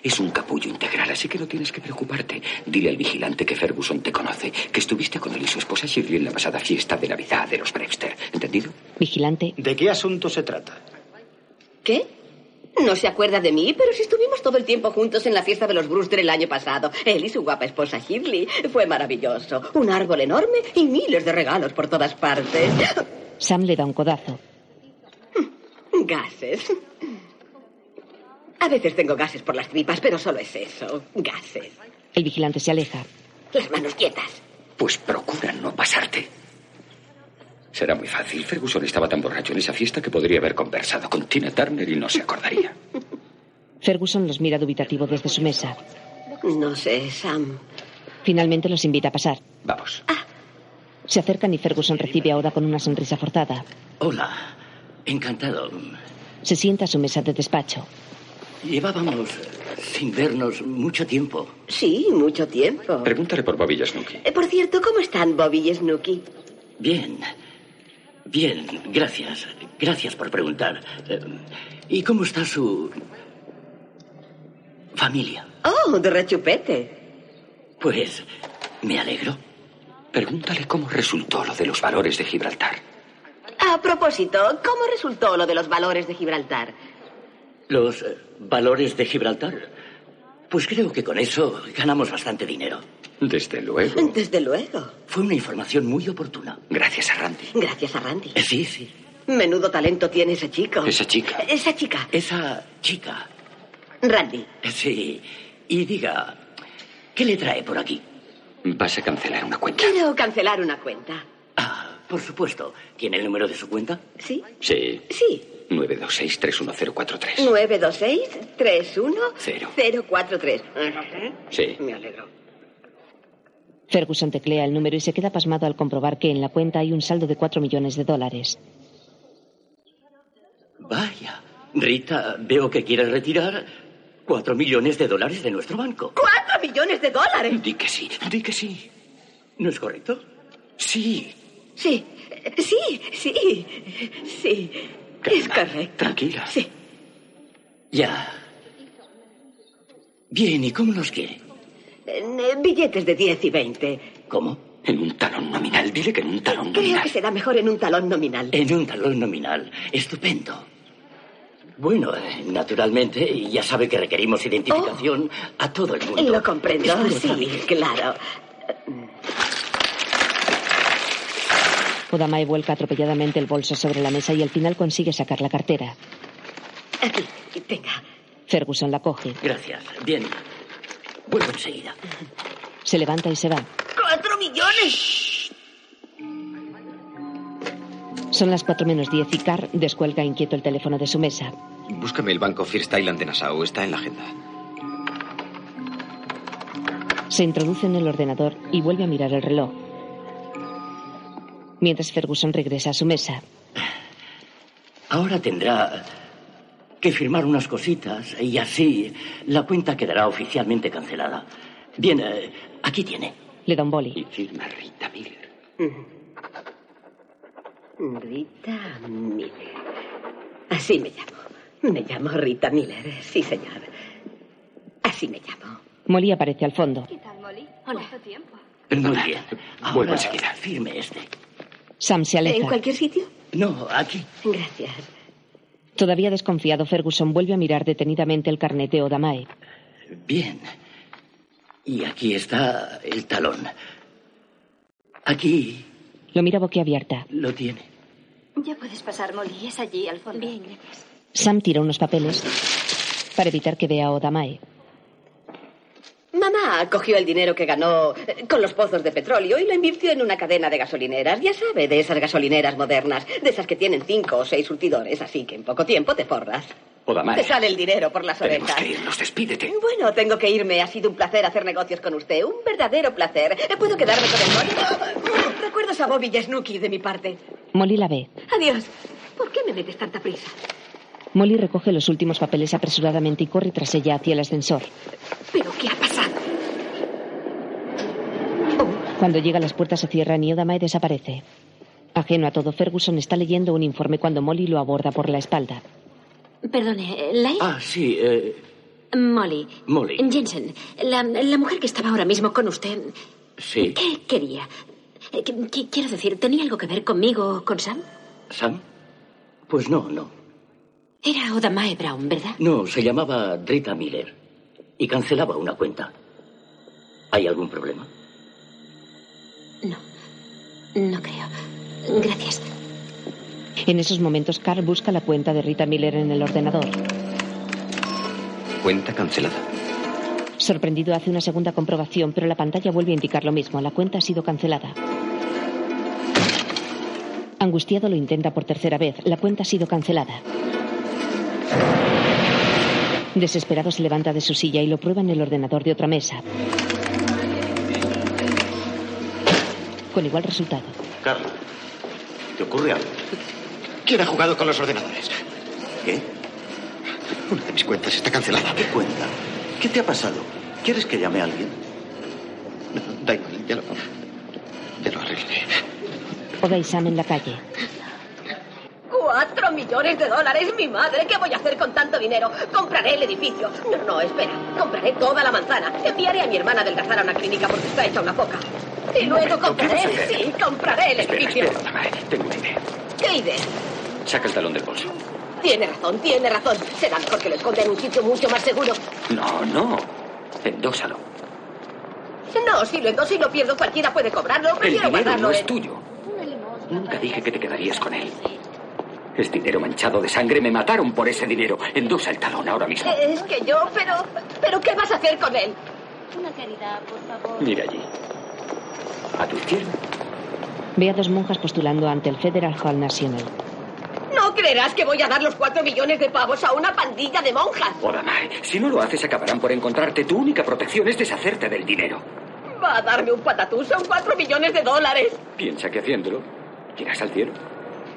Speaker 4: Es un capullo integral, así que no tienes que preocuparte. Dile al vigilante que Ferguson te conoce, que estuviste con él y su esposa Shirley en la pasada fiesta de Navidad de los Brewster. ¿Entendido?
Speaker 2: Vigilante.
Speaker 4: ¿De qué asunto se trata?
Speaker 8: ¿Qué? No se acuerda de mí, pero si estuvimos todo el tiempo juntos en la fiesta de los Brewster el año pasado. Él y su guapa esposa Shirley. Fue maravilloso. Un árbol enorme y miles de regalos por todas partes.
Speaker 2: Sam le da un codazo.
Speaker 8: Gases. A veces tengo gases por las tripas, pero solo es eso. Gases.
Speaker 2: El vigilante se aleja.
Speaker 8: Las manos quietas.
Speaker 4: Pues procura no pasarte. Será muy fácil. Ferguson estaba tan borracho en esa fiesta que podría haber conversado con Tina Turner y no se acordaría.
Speaker 2: Ferguson los mira dubitativo desde su mesa.
Speaker 8: No sé, Sam.
Speaker 2: Finalmente los invita a pasar.
Speaker 4: Vamos.
Speaker 2: Se acercan y Ferguson recibe a Oda con una sonrisa forzada.
Speaker 16: Hola, encantado.
Speaker 2: Se sienta a su mesa de despacho.
Speaker 16: Llevábamos sin vernos mucho tiempo.
Speaker 8: Sí, mucho tiempo.
Speaker 4: Pregúntale por Bobby Snooki.
Speaker 8: Eh, Por cierto, ¿cómo están Bobby y Snooky?
Speaker 16: Bien, bien, gracias. Gracias por preguntar. Eh, ¿Y cómo está su familia?
Speaker 8: Oh, de rechupete.
Speaker 4: Pues me alegro. Pregúntale cómo resultó lo de los valores de Gibraltar.
Speaker 8: A propósito, ¿cómo resultó lo de los valores de Gibraltar?
Speaker 16: ¿Los eh, valores de Gibraltar? Pues creo que con eso ganamos bastante dinero.
Speaker 4: Desde luego.
Speaker 8: Desde luego.
Speaker 16: Fue una información muy oportuna. Eh,
Speaker 4: Gracias a Randy.
Speaker 8: Gracias a Randy.
Speaker 16: Sí, sí.
Speaker 8: Menudo talento tiene ese chico.
Speaker 16: Esa chica.
Speaker 8: Esa chica.
Speaker 16: Esa chica.
Speaker 8: Randy.
Speaker 16: Sí. Y diga, ¿qué le trae por aquí?
Speaker 4: Vas a cancelar una cuenta.
Speaker 8: Quiero cancelar una cuenta.
Speaker 16: Ah, Por supuesto. ¿Tiene el número de su cuenta?
Speaker 8: ¿Sí?
Speaker 4: Sí.
Speaker 8: Sí.
Speaker 4: 926-31043.
Speaker 8: 926-31-043.
Speaker 4: Sí.
Speaker 8: Me alegro.
Speaker 2: Ferguson teclea el número y se queda pasmado al comprobar que en la cuenta hay un saldo de 4 millones de dólares.
Speaker 16: Vaya. Rita, veo que quieres retirar cuatro millones de dólares de nuestro banco.
Speaker 8: ¡Cuatro millones de dólares!
Speaker 16: Di que sí, di que sí. ¿No es correcto? Sí.
Speaker 8: Sí, sí, sí, sí. Es correcto.
Speaker 16: Tranquila.
Speaker 8: Sí.
Speaker 16: Ya. Bien, ¿y cómo los quiere?
Speaker 8: Eh, Billetes de 10 y 20.
Speaker 16: ¿Cómo? En un talón nominal. Dile que en un talón
Speaker 8: Creo
Speaker 16: nominal.
Speaker 8: que será mejor en un talón nominal.
Speaker 16: En un talón nominal. Estupendo. Bueno, eh, naturalmente, ya sabe que requerimos identificación a todo el mundo.
Speaker 8: Oh, Lo comprendo,
Speaker 16: Es puro
Speaker 8: sí,
Speaker 16: trámite.
Speaker 8: claro.
Speaker 2: Kodamai vuelca atropelladamente el bolso sobre la mesa y al final consigue sacar la cartera.
Speaker 8: Aquí, tenga.
Speaker 2: Ferguson la coge.
Speaker 16: Gracias. Bien. Vuelvo enseguida.
Speaker 2: Se levanta y se va.
Speaker 8: ¡Cuatro millones!
Speaker 2: Son las 4 menos 10 y Carr descuelga inquieto el teléfono de su mesa.
Speaker 11: Búscame el banco First Island de Nassau. Está en la agenda.
Speaker 2: Se introduce en el ordenador y vuelve a mirar el reloj. Mientras Ferguson regresa a su mesa,
Speaker 16: Ahora tendrá que firmar unas cositas y así la cuenta quedará oficialmente cancelada. Bien, eh, aquí tiene.
Speaker 2: le da un boli.
Speaker 16: Y firma Rita Miller.
Speaker 8: Rita Miller. Así me llamo. Me llamo Rita Miller, sí, señor. Así me llamo.
Speaker 2: Molly aparece al fondo.
Speaker 25: ¿Qué tal, Molly? ¿Cuánto tiempo?
Speaker 16: Muy bien.
Speaker 2: Vuelvo
Speaker 16: Ahora firme este.
Speaker 2: Sam se
Speaker 8: ¿En
Speaker 2: aleja.
Speaker 8: cualquier sitio?
Speaker 16: No, aquí.
Speaker 8: Gracias.
Speaker 2: Todavía desconfiado, Ferguson vuelve a mirar detenidamente el carnet de Odamae.
Speaker 16: Bien. Y aquí está el talón. Aquí
Speaker 2: Lo mira boquiabierta.
Speaker 16: lo tiene.
Speaker 25: Ya puedes pasar, Molly. Es allí, al fondo. Bien, gracias.
Speaker 2: Sam tira unos papeles para evitar que vea a Odamae.
Speaker 8: Mamá cogió el dinero que ganó eh, con los pozos de petróleo y lo invirtió en una cadena de gasolineras. Ya sabe, de esas gasolineras modernas, de esas que tienen cinco o seis surtidores, así que en poco tiempo te forras.
Speaker 4: Odamae.
Speaker 8: Te sale el dinero por las
Speaker 4: Tenemos
Speaker 8: orejas.
Speaker 4: que irnos, despídete.
Speaker 8: Bueno, tengo que irme. Ha sido un placer hacer negocios con usted. Un verdadero placer. Eh, ¿Puedo quedarme con el boli? Recuerdos a Bobby y a Snooki de mi parte.
Speaker 2: Molly la ve.
Speaker 8: Adiós. ¿Por qué me metes tanta prisa?
Speaker 2: Molly recoge los últimos papeles apresuradamente y corre tras ella hacia el ascensor.
Speaker 8: ¿Pero qué ha pasado?
Speaker 2: Cuando llega, las puertas se cierran y Odamae desaparece. Ajeno a todo, Ferguson está leyendo un informe cuando Molly lo aborda por la espalda.
Speaker 3: Perdone, ¿Lyle?
Speaker 16: Ah, sí, eh,
Speaker 3: Molly.
Speaker 16: Molly.
Speaker 3: Jensen, la, la mujer que estaba ahora mismo con usted,
Speaker 16: Sí.
Speaker 3: ¿qué quería? Eh, qu- qu- Quiero decir, ¿tenía algo que ver conmigo o con Sam?
Speaker 16: ¿Sam? Pues no, no.
Speaker 3: Era Odamae Brown, ¿verdad?
Speaker 16: No, se llamaba Rita Miller. Y cancelaba una cuenta. ¿Hay algún problema?
Speaker 3: No creo. Gracias.
Speaker 2: En esos momentos, Carl busca la cuenta de Rita Miller en el ordenador.
Speaker 11: Cuenta cancelada.
Speaker 2: Sorprendido, hace una segunda comprobación, pero la pantalla vuelve a indicar lo mismo. La cuenta ha sido cancelada. Angustiado lo intenta por tercera vez. La cuenta ha sido cancelada. Desesperado se levanta de su silla y lo prueba en el ordenador de otra mesa. Con igual resultado.
Speaker 11: Carlos, ¿te ocurre algo? ¿Quién ha jugado con los ordenadores? ¿Qué? Una de mis cuentas está cancelada. ¿Qué cuenta? ¿Qué te ha pasado? ¿Quieres que llame a alguien? Da igual, ya lo, ya lo arreglé.
Speaker 2: Oda y Sam en la calle.
Speaker 8: Cuatro millones de dólares, mi madre. ¿Qué voy a hacer con tanto dinero? Compraré el edificio. No, no, espera. Compraré toda la manzana. Enviaré a mi hermana a adelgazar a una clínica porque está hecha una foca. Y luego
Speaker 4: vas a
Speaker 8: compraré,
Speaker 4: hacer?
Speaker 8: sí, compraré el
Speaker 4: Espera,
Speaker 8: edificio.
Speaker 4: espera, Odamae. Tengo una idea.
Speaker 8: ¿Qué idea?
Speaker 4: Saca el talón del bolso.
Speaker 8: Tiene razón, tiene razón. Será mejor que lo esconda en un sitio mucho más seguro.
Speaker 4: No, no. Endósalo.
Speaker 8: No, si lo endoso y lo pierdo, cualquiera puede cobrarlo.
Speaker 4: El
Speaker 8: Prefiero
Speaker 4: dinero
Speaker 8: guardarlo
Speaker 4: no es
Speaker 8: en-
Speaker 4: tuyo. Nunca dije que te quedarías con él. Es dinero manchado de sangre. Me mataron por ese dinero. Endosa el talón ahora mismo.
Speaker 8: Eh, Es que yo, pero... ¿Pero qué vas a hacer con él?
Speaker 25: Una caridad, por favor.
Speaker 4: Mira allí. A tu izquierda.
Speaker 2: Ve a dos monjas postulando ante el Federal Hall National.
Speaker 8: ¿No creerás que voy a dar los cuatro millones de pavos a una pandilla de monjas?
Speaker 4: Odamae, si no lo haces, acabarán por encontrarte. Tu única protección es deshacerte del dinero.
Speaker 8: Va a darme un patatús, son cuatro millones de dólares.
Speaker 4: Piensa que haciéndolo, irás al cielo.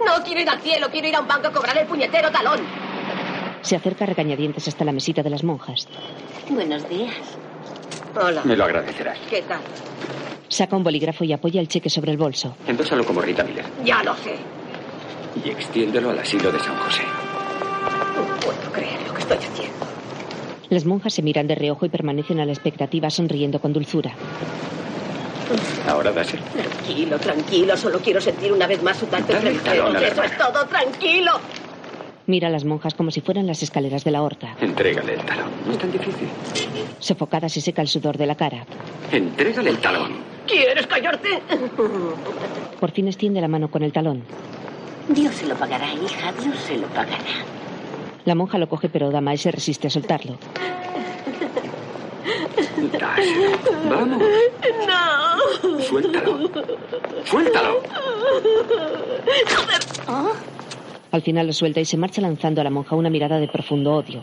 Speaker 8: No quiero ir al cielo, quiero ir a un banco a cobrar el puñetero talón.
Speaker 2: Se acerca a regañadientes hasta la mesita de las monjas.
Speaker 8: Buenos días. Hola.
Speaker 4: Me lo agradecerás.
Speaker 8: ¿Qué tal?
Speaker 2: Saca un bolígrafo y apoya el cheque sobre el bolso.
Speaker 4: Endósalo como Rita Miller
Speaker 8: Ya lo sé.
Speaker 4: y extiéndelo al asilo de San José.
Speaker 8: No puedo creer lo que estoy haciendo.
Speaker 2: Las monjas se miran de reojo y permanecen a la expectativa sonriendo con dulzura.
Speaker 4: Ahora dáselo.
Speaker 8: Tranquilo, tranquilo. Solo quiero sentir una vez más su tacto entre mis
Speaker 4: talón,
Speaker 8: dedos. Eso
Speaker 4: hermana.
Speaker 8: es todo, tranquilo.
Speaker 2: Mira a las monjas como si fueran las escaleras de la horta.
Speaker 4: Entrégale el talón. No es tan difícil.
Speaker 2: Sofocada se seca el sudor de la cara.
Speaker 4: Entrégale el talón.
Speaker 8: ¿Quieres callarte?
Speaker 2: Por fin extiende la mano con el talón.
Speaker 12: Dios se lo pagará, hija, Dios se lo pagará.
Speaker 2: La monja lo coge pero Damae se resiste a soltarlo.
Speaker 4: Vamos.
Speaker 5: No.
Speaker 4: Suéltalo. Suéltalo.
Speaker 2: Al final lo suelta y se marcha lanzando a la monja una mirada de profundo odio.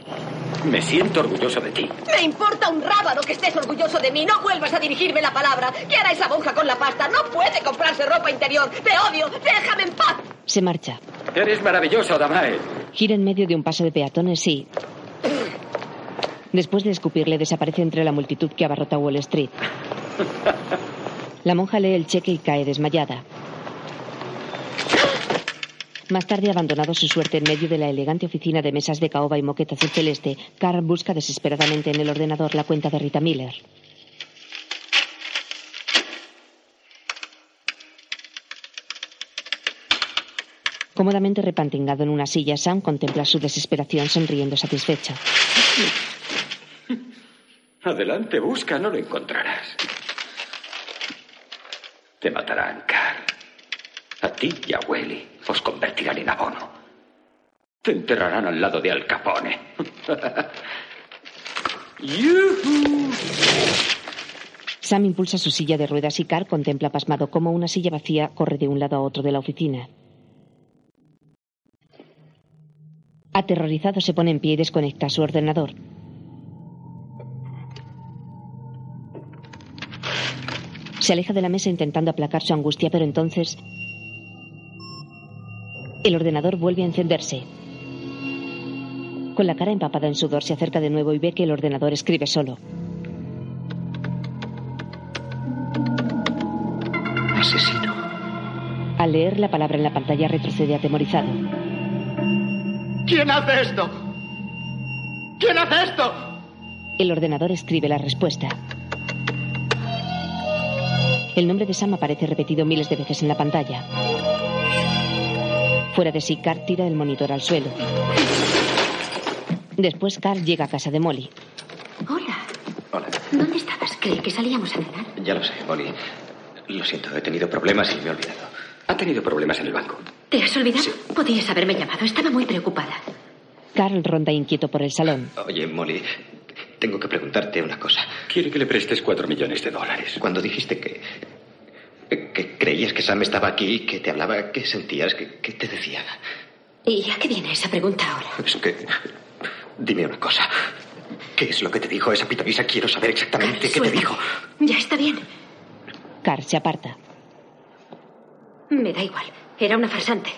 Speaker 4: Me siento orgulloso de ti.
Speaker 8: Me importa un rábano que estés orgulloso de mí. No vuelvas a dirigirme la palabra. ¿Qué hará esa monja con la pasta? No puede comprarse ropa interior. Te odio. Déjame en paz.
Speaker 2: Se marcha.
Speaker 4: Eres maravilloso, Damae.
Speaker 2: Gira en medio de un paso de peatones y... Después de escupirle, desaparece entre la multitud que abarrota Wall Street. La monja lee el cheque y cae desmayada. Más tarde, abandonado su suerte en medio de la elegante oficina de mesas de caoba y moqueta azul celeste, Carl busca desesperadamente en el ordenador la cuenta de Rita Miller. Cómodamente repantingado en una silla, Sam contempla su desesperación sonriendo satisfecho.
Speaker 4: Adelante, busca, no lo encontrarás. Te matarán, Carl. A ti y a Welly os convertirán en abono. Te enterrarán al lado de Al Capone. ¡Yujú!
Speaker 2: Sam impulsa su silla de ruedas y Carl contempla pasmado cómo una silla vacía corre de un lado a otro de la oficina. Aterrorizado se pone en pie y desconecta su ordenador. Se aleja de la mesa intentando aplacar su angustia, pero entonces el ordenador vuelve a encenderse. Con la cara empapada en sudor se acerca de nuevo y ve que el ordenador escribe solo.
Speaker 11: Asesino.
Speaker 2: Al leer la palabra en la pantalla retrocede atemorizado.
Speaker 5: ¿Quién hace esto? ¿Quién hace esto?
Speaker 2: El ordenador escribe la respuesta. El nombre de Sam aparece repetido miles de veces en la pantalla. Fuera de sí, Carl tira el monitor al suelo. Después, Carl llega a casa de Molly.
Speaker 3: Hola,
Speaker 11: Hola.
Speaker 3: ¿dónde estabas? Creí que salíamos a cenar.
Speaker 11: Ya lo sé, Molly. Lo siento, he tenido problemas y me he olvidado.
Speaker 4: Ha tenido problemas en el banco.
Speaker 3: ¿Te has olvidado? Podías haberme llamado, estaba muy preocupada.
Speaker 2: Carl ronda inquieto por el salón.
Speaker 11: Oye, Molly, tengo que preguntarte una cosa.
Speaker 4: Quiere que le prestes cuatro millones de dólares.
Speaker 11: Cuando dijiste que. que creías que Sam estaba aquí, que te hablaba, ¿qué sentías? ¿Qué, qué te decía?
Speaker 3: ¿Y a qué viene esa pregunta ahora?
Speaker 11: Es que. Dime una cosa. ¿Qué es lo que te dijo esa pitonisa? Quiero saber exactamente qué te dijo.
Speaker 3: Ya está bien.
Speaker 2: Carl se aparta.
Speaker 3: Me da igual. Era una farsante.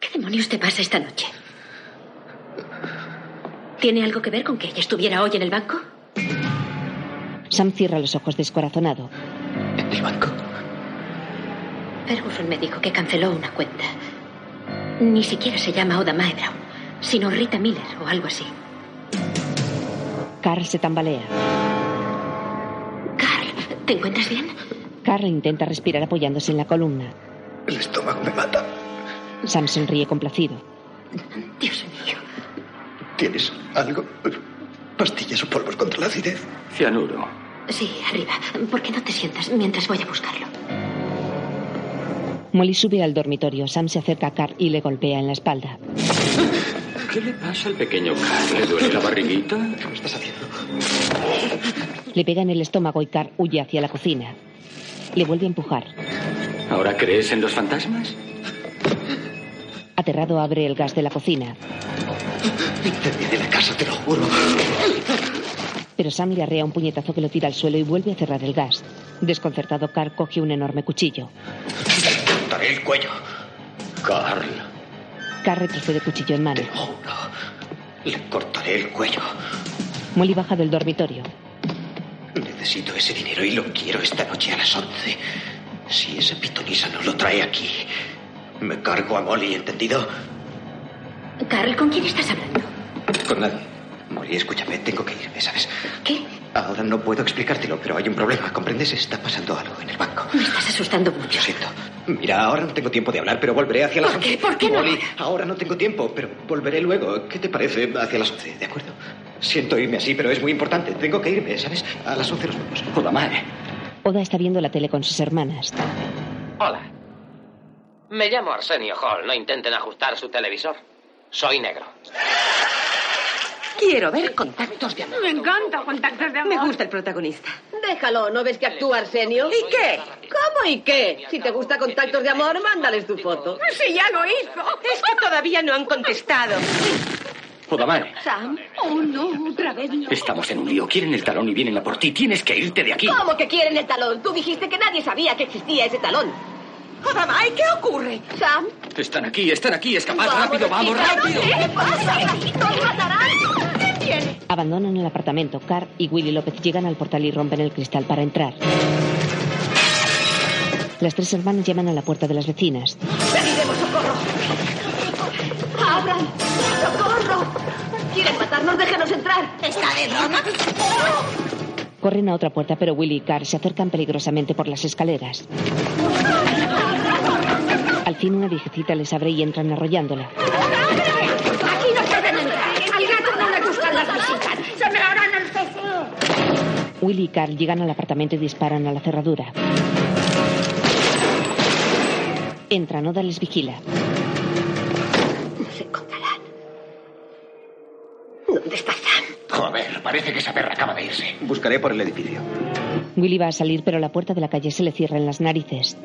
Speaker 3: ¿Qué demonios te pasa esta noche? ¿Tiene algo que ver con que ella estuviera hoy en el banco?
Speaker 2: Sam cierra los ojos descorazonado.
Speaker 3: Ferguson me dijo que canceló una cuenta. Ni siquiera se llama Oda Mae Brown, sino Rita Miller o algo así.
Speaker 2: Carl se tambalea.
Speaker 3: ¿Te encuentras bien?
Speaker 2: Carl intenta respirar apoyándose en la columna.
Speaker 11: El estómago me mata.
Speaker 2: Sam sonríe complacido.
Speaker 3: Dios mío.
Speaker 11: ¿Tienes algo? ¿Pastillas o polvos contra la acidez?
Speaker 4: Cianuro.
Speaker 3: Sí, arriba. ¿Por qué no te sientas mientras voy a buscarlo?
Speaker 2: Molly sube al dormitorio. Sam se acerca a Carl y le golpea en la espalda.
Speaker 4: ¿Qué le pasa al pequeño Carl? ¿Le duele la barriguita?
Speaker 11: ¿Qué me estás haciendo?
Speaker 2: Le pega en el estómago y Carl huye hacia la cocina. Le vuelve a empujar.
Speaker 4: ¿Ahora crees en los fantasmas?
Speaker 2: Aterrado abre el gas de la cocina.
Speaker 11: de la casa, te lo juro.
Speaker 2: Pero Sam le arrea un puñetazo que lo tira al suelo y vuelve a cerrar el gas. Desconcertado, Carl coge un enorme cuchillo.
Speaker 11: Daré el cuello. Carl,
Speaker 2: Carl retrocede cuchillo en mano.
Speaker 20: Oh,
Speaker 11: le cortaré el cuello.
Speaker 2: Molly baja del dormitorio.
Speaker 11: Necesito ese dinero y lo quiero esta noche a las 11. Si esa pitonisa no lo trae aquí, me cargo a Molly, ¿entendido?
Speaker 3: Carl, ¿con quién estás hablando?
Speaker 11: Con nadie. Molly, Molly, escúchame, tengo que irme, ¿sabes? ¿Qué? Ahora no puedo explicártelo, pero hay un problema, ¿comprendes? Está pasando algo en el banco.
Speaker 3: Me estás asustando mucho.
Speaker 11: Lo siento. Mira, ahora no tengo tiempo de hablar, pero volveré hacia las
Speaker 3: ¿Por
Speaker 11: once.
Speaker 3: qué? ¿Por qué no?
Speaker 11: Molly, ahora no tengo tiempo, pero volveré luego. ¿Qué te parece hacia las 11? ¿De acuerdo? Siento irme así, pero es muy importante. Tengo que irme, ¿sabes? A las 11 nos vemos. Joder, madre.
Speaker 2: Oda está viendo la tele con sus hermanas.
Speaker 17: Hola. Me llamo Arsenio Hall. No intenten ajustar su televisor. Soy negro.
Speaker 24: Quiero ver contactos de amor.
Speaker 17: Me
Speaker 24: encanta contactos de amor. Me gusta el protagonista.
Speaker 8: Déjalo, ¿no ves que actúa Arsenio?
Speaker 24: ¿Y qué?
Speaker 8: ¿Cómo y qué? Si te gusta contactos de amor, mándales tu foto.
Speaker 24: Si ya lo hizo. Es que todavía no han contestado.
Speaker 4: Joder, madre.
Speaker 24: Sam. Oh, no, otra vez no.
Speaker 4: Estamos en un lío. Quieren el talón y vienen a por ti. Tienes que irte de aquí.
Speaker 8: ¿Cómo que quieren el talón? Tú dijiste que nadie sabía que existía ese talón.
Speaker 24: Odamai, ¿qué ocurre?
Speaker 8: Sam,
Speaker 4: Están aquí, están aquí. Escapad
Speaker 8: Vamos, pues.
Speaker 4: rápido, vamos,
Speaker 8: chica, no
Speaker 4: rápido.
Speaker 8: sé.
Speaker 24: ¡Pasa! ¡Nos matarán! ¿Qué tiene?
Speaker 2: Abandonan el apartamento. Carr y Willy López llegan al portal y rompen el cristal para entrar. Las tres hermanas llaman a la puerta de las vecinas.
Speaker 8: pediremos socorro. ¡Abran! ¡Socorro! ¿Quieren matarnos? Déjenos entrar. ¿Está de broma?
Speaker 2: Corren a otra puerta, pero Willy y Carr se acercan peligrosamente por las escaleras. Al fin una viejecita les abre y entran arrollándola.
Speaker 24: Aquí no pueden entrar. Al gato no le gustan las visitas. Se me harán el sofá.
Speaker 2: Willy y Carl llegan al apartamento y disparan a la cerradura. Entran, Oda les vigila.
Speaker 8: ¿Dónde está Sam?
Speaker 11: Joder, parece que esa perra acaba de irse. Buscaré por el edificio.
Speaker 2: Willy va a salir, pero la puerta de la calle se le cierra en las narices.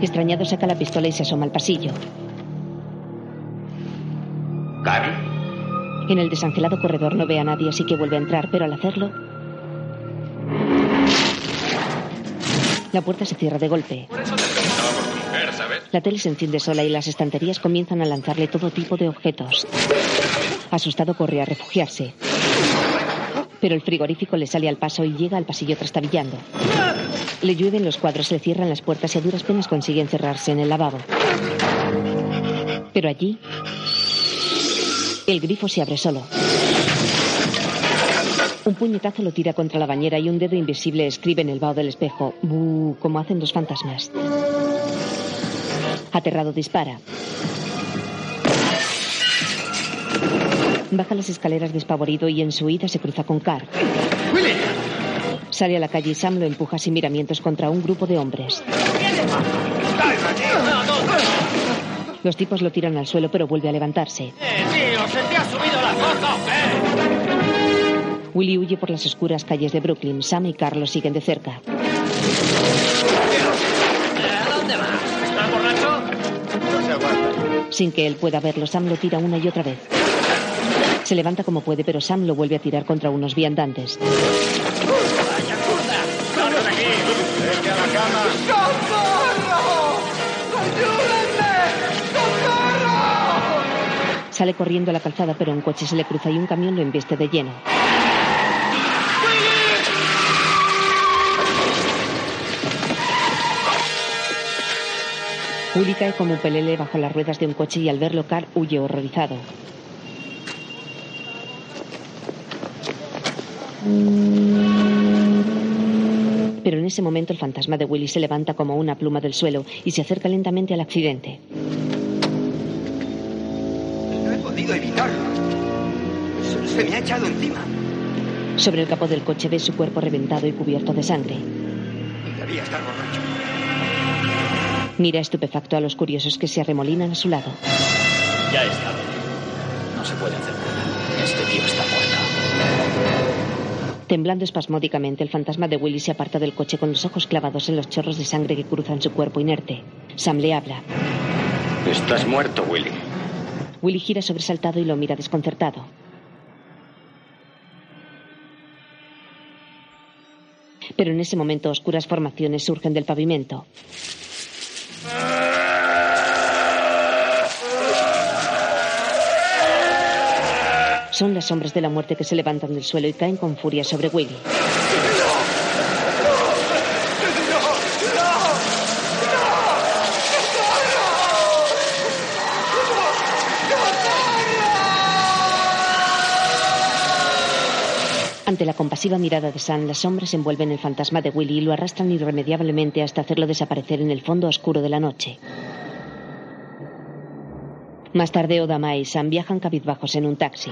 Speaker 2: Extrañado saca la pistola y se asoma al pasillo.
Speaker 11: ¿Carl?
Speaker 2: En el desangelado corredor no ve a nadie, así que vuelve a entrar, pero al hacerlo... La puerta se cierra de golpe. La tele se enciende sola y las estanterías comienzan a lanzarle todo tipo de objetos. Asustado corre a refugiarse. Pero el frigorífico le sale al paso y llega al pasillo trastabillando. Le llueven los cuadros, le cierran las puertas y a duras penas consigue encerrarse en el lavabo. Pero allí... El grifo se abre solo. Un puñetazo lo tira contra la bañera y un dedo invisible escribe en el vaho del espejo, "Bu", como hacen los fantasmas. Aterrado dispara. Baja las escaleras despavorido y en su huida se cruza con Carr. Sale a la calle y Sam lo empuja sin miramientos contra un grupo de hombres. Los tipos lo tiran al suelo pero vuelve a levantarse.
Speaker 5: ¡Eh, tío! ¡Se te ha subido la foto!
Speaker 2: Willy huye por las oscuras calles de Brooklyn. Sam y Carl lo siguen de cerca.
Speaker 5: ¿A dónde vas? ¿Estás borracho? No se aguanta.
Speaker 2: Sin que él pueda verlo, Sam lo tira una y otra vez. Se levanta como puede, pero Sam lo vuelve a tirar contra unos viandantes.
Speaker 5: ¡Corre de aquí! ¡Vete a la cama! ¡Socorro! ¡Ayúdenme!
Speaker 2: Sale corriendo a la calzada, pero un coche se le cruza y un camión lo embiste de lleno. Willy cae como un pelele bajo las ruedas de un coche y al verlo, Carl huye horrorizado. Pero en ese momento el fantasma de Willy se levanta como una pluma del suelo y se acerca lentamente al accidente.
Speaker 26: No he podido evitarlo. Se, se me ha echado encima.
Speaker 2: Sobre el capó del coche ve su cuerpo reventado y cubierto de sangre.
Speaker 26: Debía estar borracho.
Speaker 2: Mira estupefacto a los curiosos que se arremolinan a su lado.
Speaker 4: Ya está. No se puede hacer nada. Este tío está
Speaker 2: Temblando espasmódicamente, el fantasma de Willy se aparta del coche con los ojos clavados en los chorros de sangre que cruzan su cuerpo inerte. Sam le habla.
Speaker 4: muerto. Estás muerto, Willy.
Speaker 2: Willy gira sobresaltado y lo mira desconcertado. Pero en ese momento oscuras formaciones surgen del pavimento. Son las sombras de la muerte que se levantan del suelo y caen con furia sobre Willy. Ante la compasiva mirada de Sam, las sombras envuelven el fantasma de Willy y lo arrastran irremediablemente hasta hacerlo desaparecer en el fondo oscuro de la noche. Más tarde, Odama y Sam viajan cabizbajos en un taxi.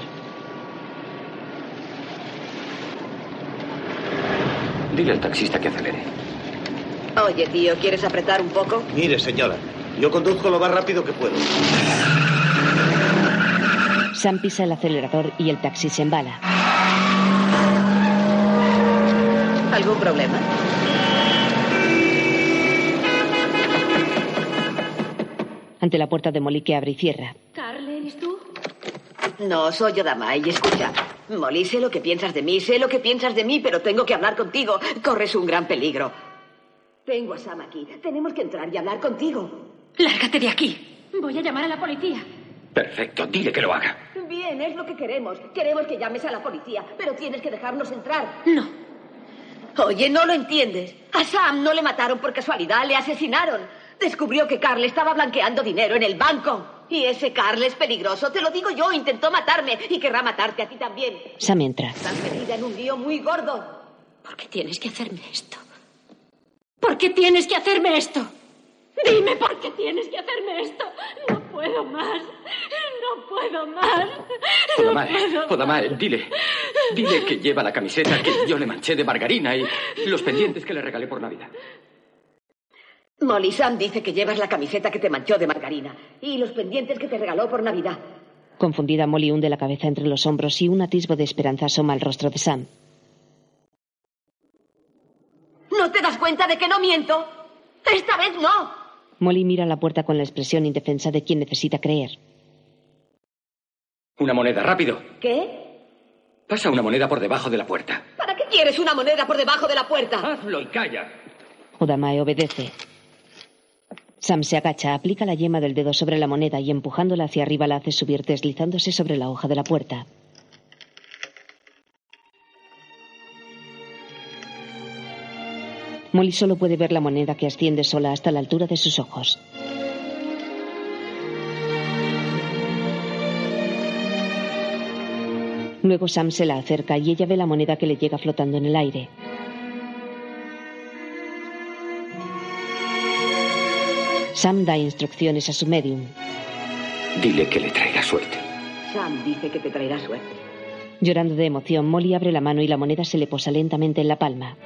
Speaker 4: Dile al taxista que acelere.
Speaker 8: Oye, tío, ¿quieres apretar un poco?
Speaker 13: Mire, señora, yo conduzco lo más rápido que puedo.
Speaker 2: Sam pisa el acelerador y el taxi se embala.
Speaker 8: ¿Algún problema?
Speaker 2: Ante la puerta de Molly que abre y cierra.
Speaker 8: Carlen, ¿y tú? No, soy Odama y escucha. Molly, sé lo que piensas de mí, sé lo que piensas de mí, pero tengo que hablar contigo. Corres un gran peligro. Tengo a Sam aquí. Tenemos que entrar y hablar contigo.
Speaker 3: Lárgate de aquí.
Speaker 25: Voy a llamar a la policía.
Speaker 4: Perfecto, dile que lo haga.
Speaker 8: Bien, es lo que queremos. Queremos que llames a la policía, pero tienes que dejarnos entrar.
Speaker 3: No.
Speaker 8: Oye, no lo entiendes. A Sam no le mataron por casualidad, le asesinaron. Descubrió que Carl estaba blanqueando dinero en el banco. Y ese Carl es peligroso, te lo digo yo, intentó matarme y querrá matarte a ti también.
Speaker 2: Sam entra.
Speaker 8: Estás metida en un lío muy gordo.
Speaker 3: ¿Por qué tienes que hacerme esto? ¿Por qué tienes que hacerme esto? Dime por qué tienes que hacerme esto. No puedo más. No puedo más. No
Speaker 4: Podamar, Podamar, dile. Dile que lleva la camiseta que yo le manché de margarina y los pendientes que le regalé por Navidad.
Speaker 8: Molly, Sam dice que llevas la camiseta que te manchó de margarina y los pendientes que te regaló por Navidad.
Speaker 2: Confundida, Molly hunde la cabeza entre los hombros y un atisbo de esperanza asoma al rostro de Sam.
Speaker 8: ¿No te das cuenta de que no miento? Esta vez no.
Speaker 2: Molly mira a la puerta con la expresión indefensa de quien necesita creer.
Speaker 4: Una moneda, rápido.
Speaker 8: ¿Qué?
Speaker 4: Pasa una moneda por debajo de la puerta.
Speaker 8: ¿Para qué quieres una moneda por debajo de la puerta?
Speaker 4: Hazlo y calla.
Speaker 2: Odamae obedece. Sam se agacha, aplica la yema del dedo sobre la moneda y empujándola hacia arriba la hace subir deslizándose sobre la hoja de la puerta. Molly solo puede ver la moneda que asciende sola hasta la altura de sus ojos. Luego Sam se la acerca y ella ve la moneda que le llega flotando en el aire. Sam da instrucciones a su medium.
Speaker 4: Dile que le traerá suerte.
Speaker 8: Sam dice que te traerá suerte.
Speaker 2: Llorando de emoción, Molly abre la mano y la moneda se le posa lentamente en la palma.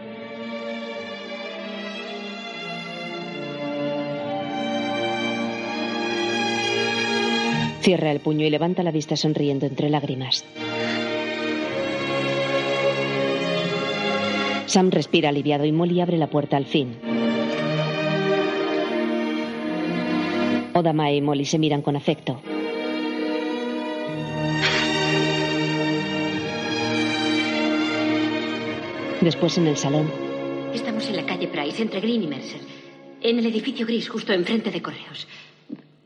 Speaker 2: Cierra el puño y levanta la vista sonriendo entre lágrimas. Sam respira aliviado y Molly abre la puerta al fin. Odamae y Molly se miran con afecto. Después en el salón,
Speaker 3: Estamos en la calle Price, entre Green y Mercer. En el edificio gris, justo enfrente de Correos.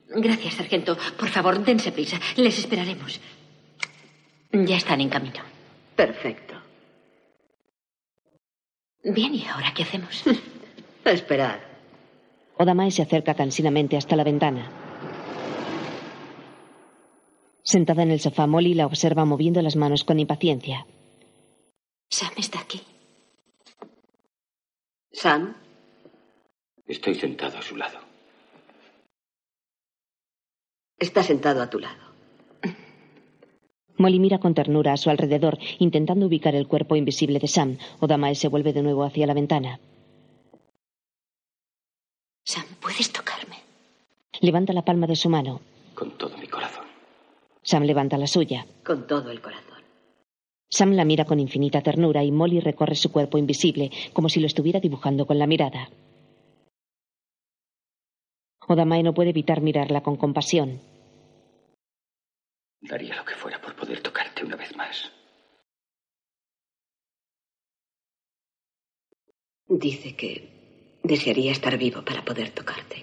Speaker 3: Gracias, sargento. Por favor, dense prisa. Les esperaremos. Ya están en camino.
Speaker 8: Perfecto.
Speaker 3: Bien, ¿y ahora qué hacemos?
Speaker 8: Esperad.
Speaker 2: Odamae se acerca cansinamente hasta la ventana. Sentada en el sofá, Molly la observa moviendo las manos con impaciencia.
Speaker 3: Sam está aquí.
Speaker 8: Sam,
Speaker 4: Estoy sentado a su lado.
Speaker 8: está sentado a tu lado.
Speaker 2: Molly mira con ternura a su alrededor, intentando ubicar el cuerpo invisible de Sam. Odamae se vuelve de nuevo hacia la ventana.
Speaker 3: Sam, ¿puedes tocarme?
Speaker 2: Levanta la palma de su mano.
Speaker 4: Con todo mi corazón.
Speaker 2: Sam levanta la suya.
Speaker 8: Con todo el corazón.
Speaker 2: Sam la mira con infinita ternura y Molly recorre su cuerpo invisible, como si lo estuviera dibujando con la mirada. Odamae no puede evitar mirarla con compasión.
Speaker 4: Daría lo que fuera por poder tocarte una vez más.
Speaker 8: Dice que desearía estar vivo para poder tocarte.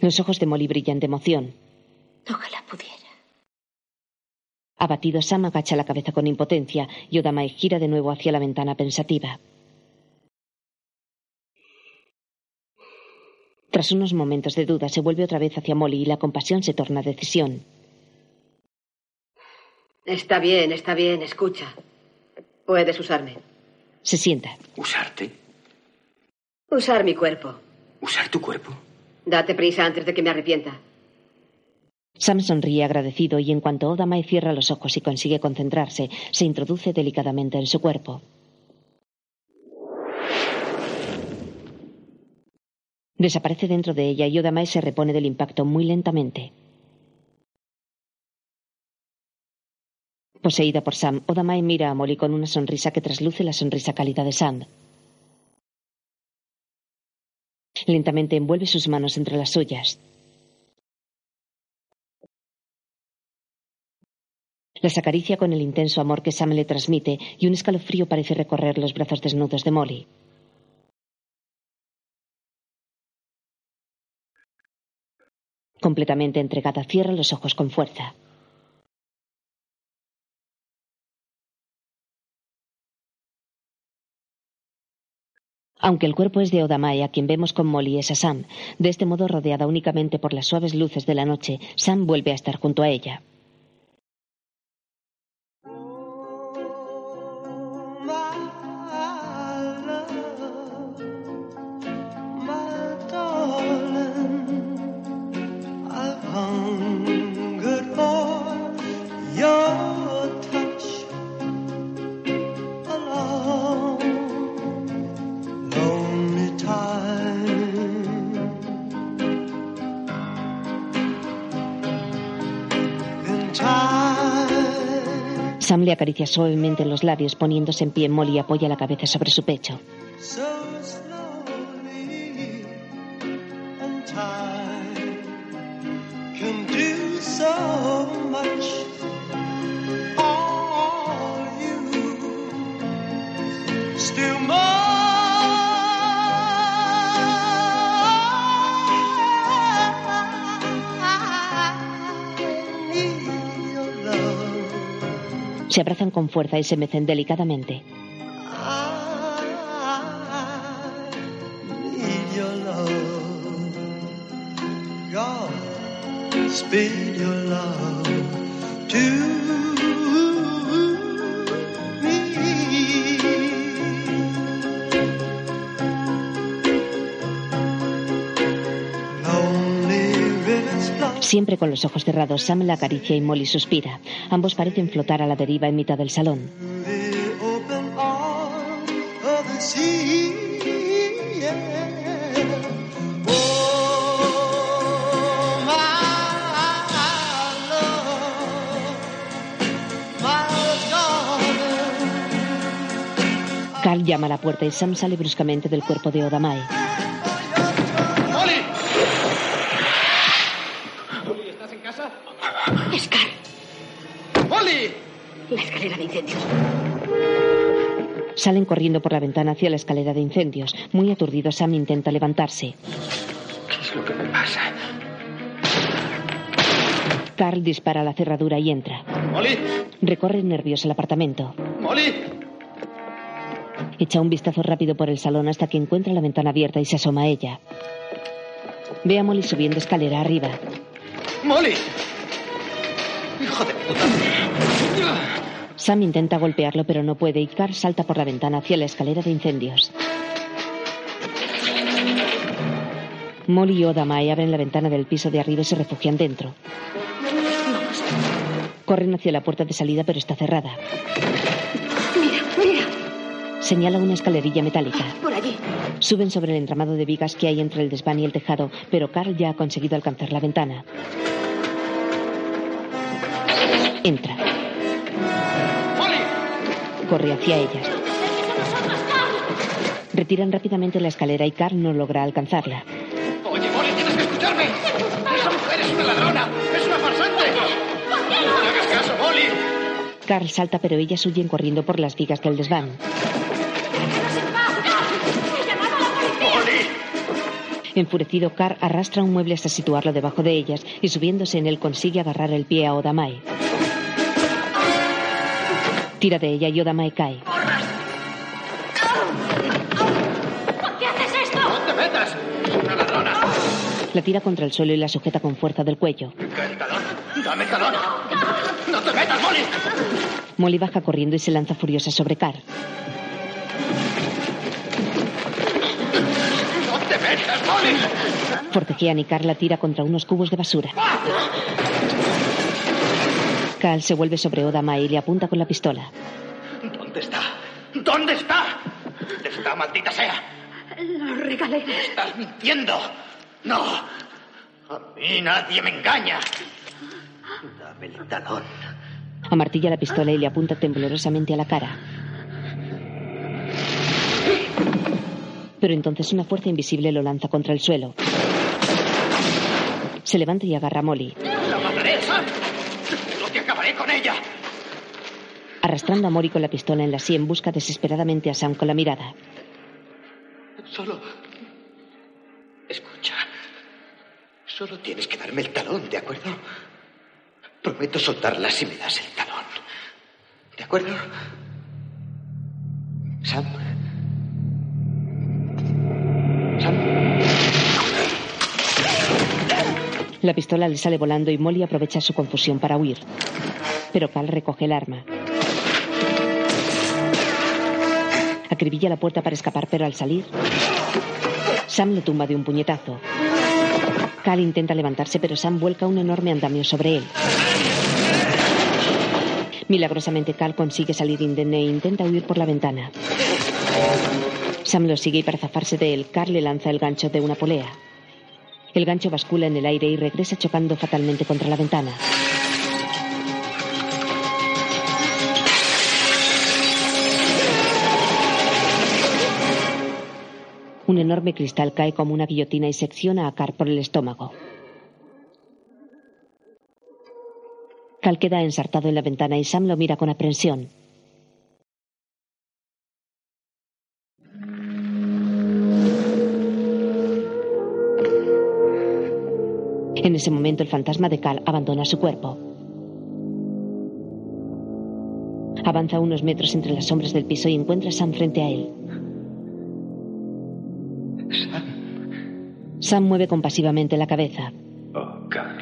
Speaker 2: Los ojos de Molly brillan de emoción.
Speaker 3: Ojalá pudiera.
Speaker 2: Abatido, Sam agacha la cabeza con impotencia y Odamae gira de nuevo hacia la ventana pensativa. Tras unos momentos de duda, se vuelve otra vez hacia Molly y la compasión se torna decisión.
Speaker 8: Está bien, está bien, escucha. Puedes usarme.
Speaker 2: Se sienta.
Speaker 4: ¿Usarte?
Speaker 8: Usar mi cuerpo.
Speaker 4: ¿Usar tu cuerpo?
Speaker 8: Date prisa antes de que me arrepienta.
Speaker 2: Sam sonríe agradecido y en cuanto Odamae cierra los ojos y consigue concentrarse, se introduce delicadamente en su cuerpo. Desaparece dentro de ella y Odamae se repone del impacto muy lentamente. Poseída por Sam, Odamae mira a Molly con una sonrisa que trasluce la sonrisa cálida de Sam. Lentamente envuelve sus manos entre las suyas. Las acaricia con el intenso amor que Sam le transmite y un escalofrío parece recorrer los brazos desnudos de Molly. Completamente entregada, cierra los ojos con fuerza. Aunque el cuerpo es de Odamae, a quien vemos con Molly es a Sam. De este modo, rodeada únicamente por las suaves luces de la noche, Sam vuelve a estar junto a ella. Sam le acaricia suavemente los labios, poniéndose en pie. Molly apoya la cabeza sobre su pecho. Se abrazan con fuerza y se mecen delicadamente. Siempre con los ojos cerrados, Sam la acaricia y Molly suspira. Ambos parecen flotar a la deriva en mitad del salón. Carl llama a la puerta y Sam sale bruscamente del cuerpo de Odamae.
Speaker 31: La escalera de incendios.
Speaker 2: Salen corriendo por la ventana hacia la escalera de incendios. Muy aturdido, Sam intenta levantarse.
Speaker 4: ¿Qué es lo que me pasa?
Speaker 2: Carl dispara a la cerradura y entra.
Speaker 4: ¡Molly!
Speaker 2: Recorre nervioso el apartamento.
Speaker 4: ¡Molly!
Speaker 2: Echa un vistazo rápido por el salón hasta que encuentra la ventana abierta y se asoma a ella. Ve a Molly subiendo escalera arriba.
Speaker 4: ¡Molly! ¡Hijo de
Speaker 2: Sam intenta golpearlo, pero no puede, y Carl salta por la ventana hacia la escalera de incendios. Molly y Odamae abren la ventana del piso de arriba y se refugian dentro. Corren hacia la puerta de salida, pero está cerrada.
Speaker 31: Mira, mira,
Speaker 2: Señala una escalerilla metálica.
Speaker 31: por allí.
Speaker 2: Suben sobre el entramado de vigas que hay entre el desván y el tejado, pero Carl ya ha conseguido alcanzar la ventana. Entra. Corre hacia ellas. Retiran rápidamente la escalera y Carl no logra alcanzarla.
Speaker 5: Oye, Molly, tienes que escucharme. Esa mujer es una ladrona, es una farsante. No le hagas caso, Molly.
Speaker 2: Carl salta, pero ellas huyen corriendo por las vigas del desván. Enfurecido, Carl arrastra un mueble hasta situarlo debajo de ellas y subiéndose en él consigue agarrar el pie a Odamae. Tira de ella y Odamae cae.
Speaker 5: ¿Por qué haces esto? ¡No te metas! Es una ladrona.
Speaker 2: La tira contra el suelo y la sujeta con fuerza del cuello.
Speaker 5: ¡Dame calor! ¡No te
Speaker 20: te metas, Molly!
Speaker 2: Molly baja corriendo y se lanza furiosa sobre Carl.
Speaker 20: ¡No te metas, Molly!
Speaker 2: Forcejean y Carl la tira contra unos cubos de basura. Carl se vuelve sobre Odama y le apunta con la pistola.
Speaker 20: ¿Dónde está? ¿Dónde está? ¿Dónde está, maldita sea?
Speaker 24: Lo regalé.
Speaker 20: ¡Estás mintiendo! ¡No! A mí nadie me engaña. Dame el talón.
Speaker 2: Amartilla la pistola y le apunta temblorosamente a la cara. Pero entonces una fuerza invisible lo lanza contra el suelo. Se levanta y agarra a Molly.
Speaker 20: ¡La mataré, Sam! ¡Lo que acabaré con ella!
Speaker 2: Arrastrando a Molly con la pistola en la sien, busca desesperadamente a Sam con la mirada.
Speaker 20: Solo. Escucha. Solo tienes que darme el talón, ¿de acuerdo? Prometo soltarla si me das el talón. ¿De acuerdo? Sam.
Speaker 2: La pistola le sale volando y Molly aprovecha su confusión para huir. Pero Cal recoge el arma. Acribilla la puerta para escapar, pero al salir, Sam le tumba de un puñetazo. Cal intenta levantarse, pero Sam vuelca un enorme andamio sobre él. Milagrosamente, Cal consigue salir indemne e intenta huir por la ventana. Sam lo sigue y para zafarse de él, Carl le lanza el gancho de una polea. El gancho bascula en el aire y regresa chocando fatalmente contra la ventana. Un enorme cristal cae como una guillotina y secciona a Carl por el estómago. Carl queda ensartado en la ventana y Sam lo mira con aprensión. En ese momento el fantasma de Cal abandona su cuerpo. Avanza unos metros entre las sombras del piso y encuentra a Sam frente a él. Sam mueve compasivamente la cabeza.
Speaker 30: Oh, Carl.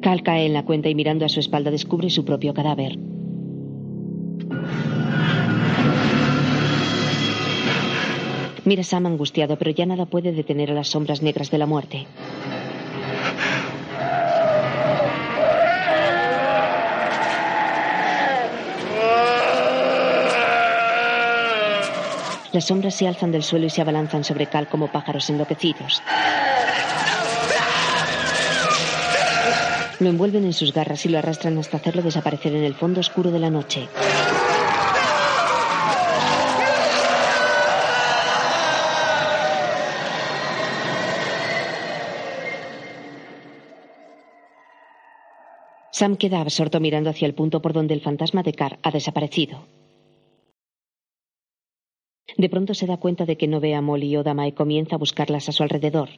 Speaker 2: Cal cae en la cuenta y mirando a su espalda descubre su propio cadáver. Mira a Sam angustiado, pero ya nada puede detener a las sombras negras de la muerte. Las sombras se alzan del suelo y se abalanzan sobre Cal como pájaros enloquecidos. Lo envuelven en sus garras y lo arrastran hasta hacerlo desaparecer en el fondo oscuro de la noche. Sam queda absorto mirando hacia el punto por donde el fantasma de Carr ha desaparecido. De pronto se da cuenta de que no ve a Molly y Odama y comienza a buscarlas a su alrededor.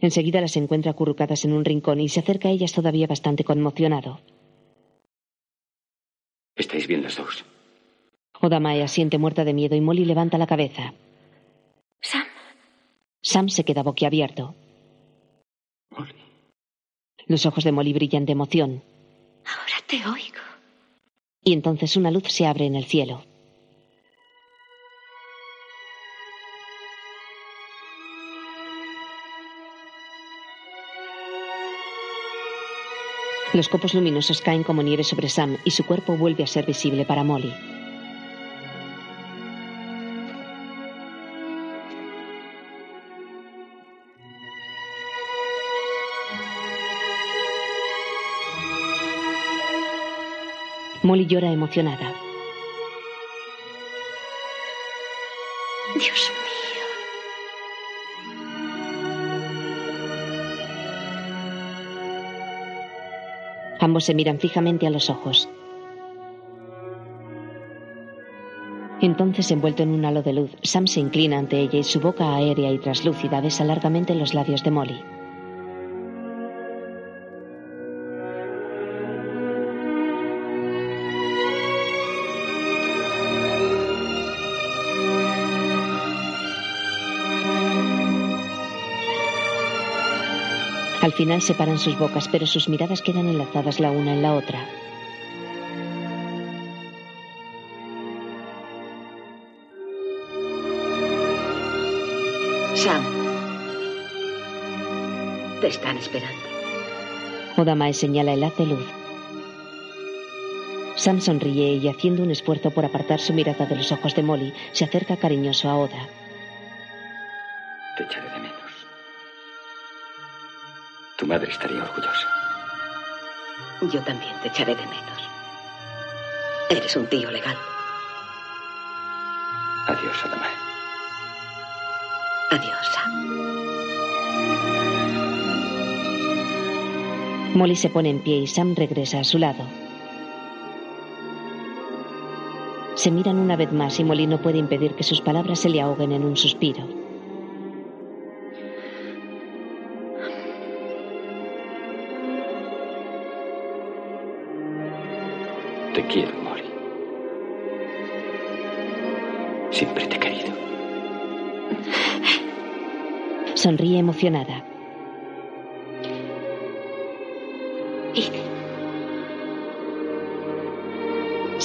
Speaker 2: Enseguida las encuentra acurrucadas en un rincón y se acerca a ellas todavía bastante conmocionado.
Speaker 4: ¿Estáis bien las dos?
Speaker 2: Odamae asiente muerta de miedo y Molly levanta la cabeza.
Speaker 25: Sam.
Speaker 2: Sam se queda boquiabierto. Los ojos de Molly brillan de emoción
Speaker 25: Ahora te oigo.
Speaker 2: y entonces una luz se abre en el cielo. Los copos luminosos caen como nieve sobre Sam y su cuerpo vuelve a ser visible para Molly. Molly llora emocionada.
Speaker 25: Dios mío.
Speaker 2: Ambos se miran fijamente a los ojos. Entonces, envuelto en un halo de luz, Sam se inclina ante ella y su boca aérea y traslúcida besa largamente los labios de Molly. Al final separan sus bocas, pero sus miradas quedan enlazadas la una en la otra.
Speaker 8: Sam. Te están esperando.
Speaker 2: Odamae señala el haz de luz. Sam sonríe y, haciendo un esfuerzo por apartar su mirada de los ojos de Molly, se acerca cariñoso a Oda.
Speaker 4: Te echaré de menos. Tu madre estaría orgullosa.
Speaker 8: Yo también te echaré de menos. Eres un tío legal.
Speaker 4: Adiós, Adamae.
Speaker 8: Adiós, Sam.
Speaker 2: Molly se pone en pie y Sam regresa a su lado. Se miran una vez más y Molly no puede impedir que sus palabras se le ahoguen en un suspiro.
Speaker 4: Te quiero, Molly. Siempre te he querido.
Speaker 2: Sonríe emocionada.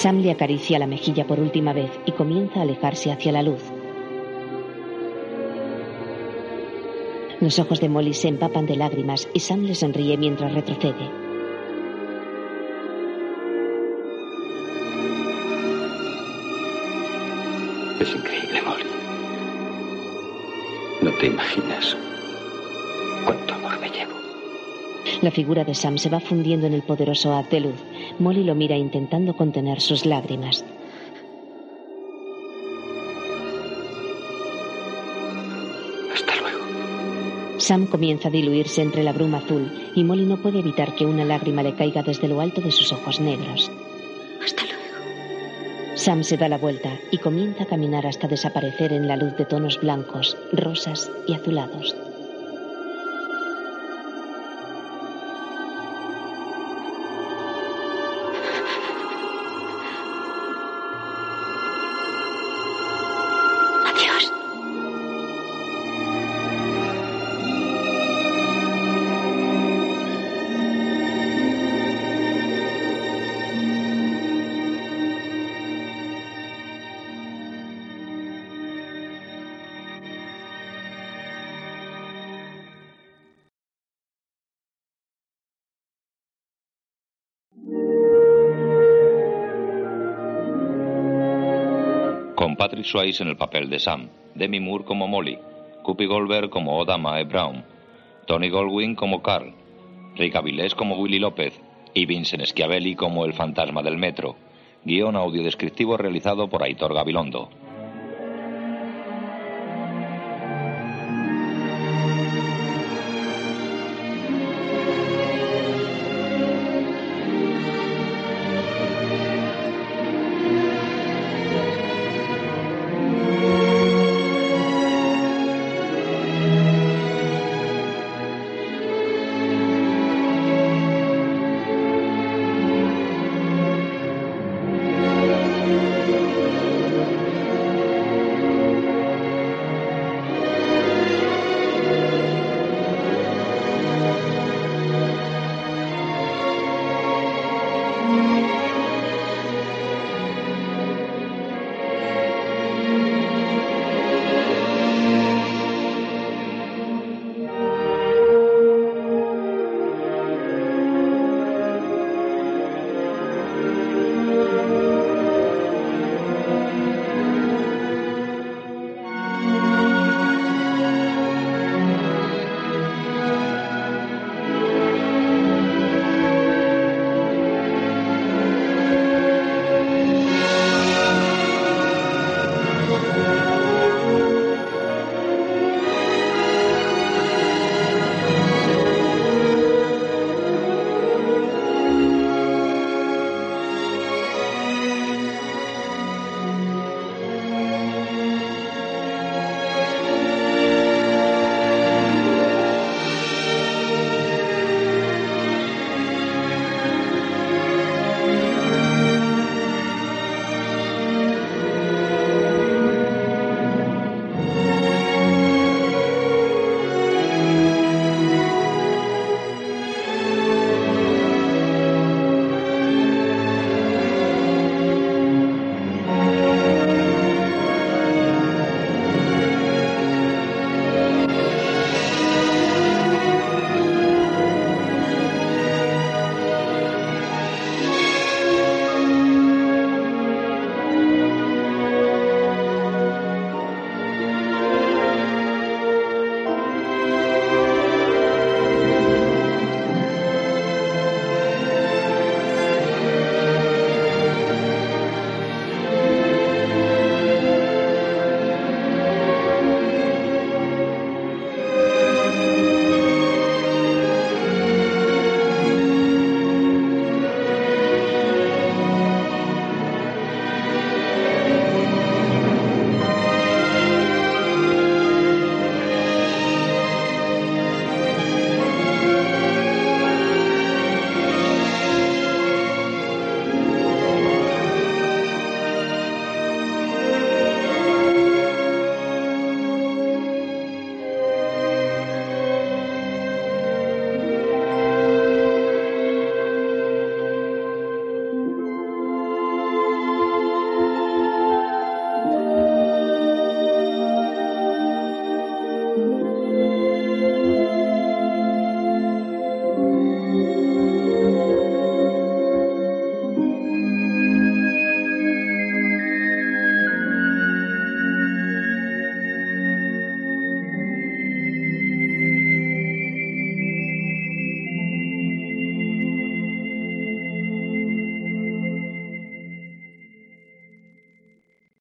Speaker 2: Sam le acaricia la mejilla por última vez y comienza a alejarse hacia la luz. Los ojos de Molly se empapan de lágrimas y Sam le sonríe mientras retrocede.
Speaker 4: Es increíble, Molly. No te imaginas cuánto amor me llevo.
Speaker 2: La figura de Sam se va fundiendo en el poderoso haz de luz. Molly lo mira intentando contener sus lágrimas.
Speaker 4: Hasta luego.
Speaker 2: Sam comienza a diluirse entre la bruma azul y Molly no puede evitar que una lágrima le caiga desde lo alto de sus ojos negros.
Speaker 32: Hasta luego.
Speaker 2: Sam se da la vuelta y comienza a caminar hasta desaparecer en la luz de tonos blancos, rosas y azulados.
Speaker 32: Adiós.
Speaker 1: Con Patrick Swayze en el papel de Sam, Demi Moore como Molly, Guppy Goldberg como Oda Mae Brown, Tony Goldwyn como Carl, Rick Avilés como Willy López y Vincent Schiavelli como el fantasma del metro. Guión audiodescriptivo realizado por Aitor Gabilondo.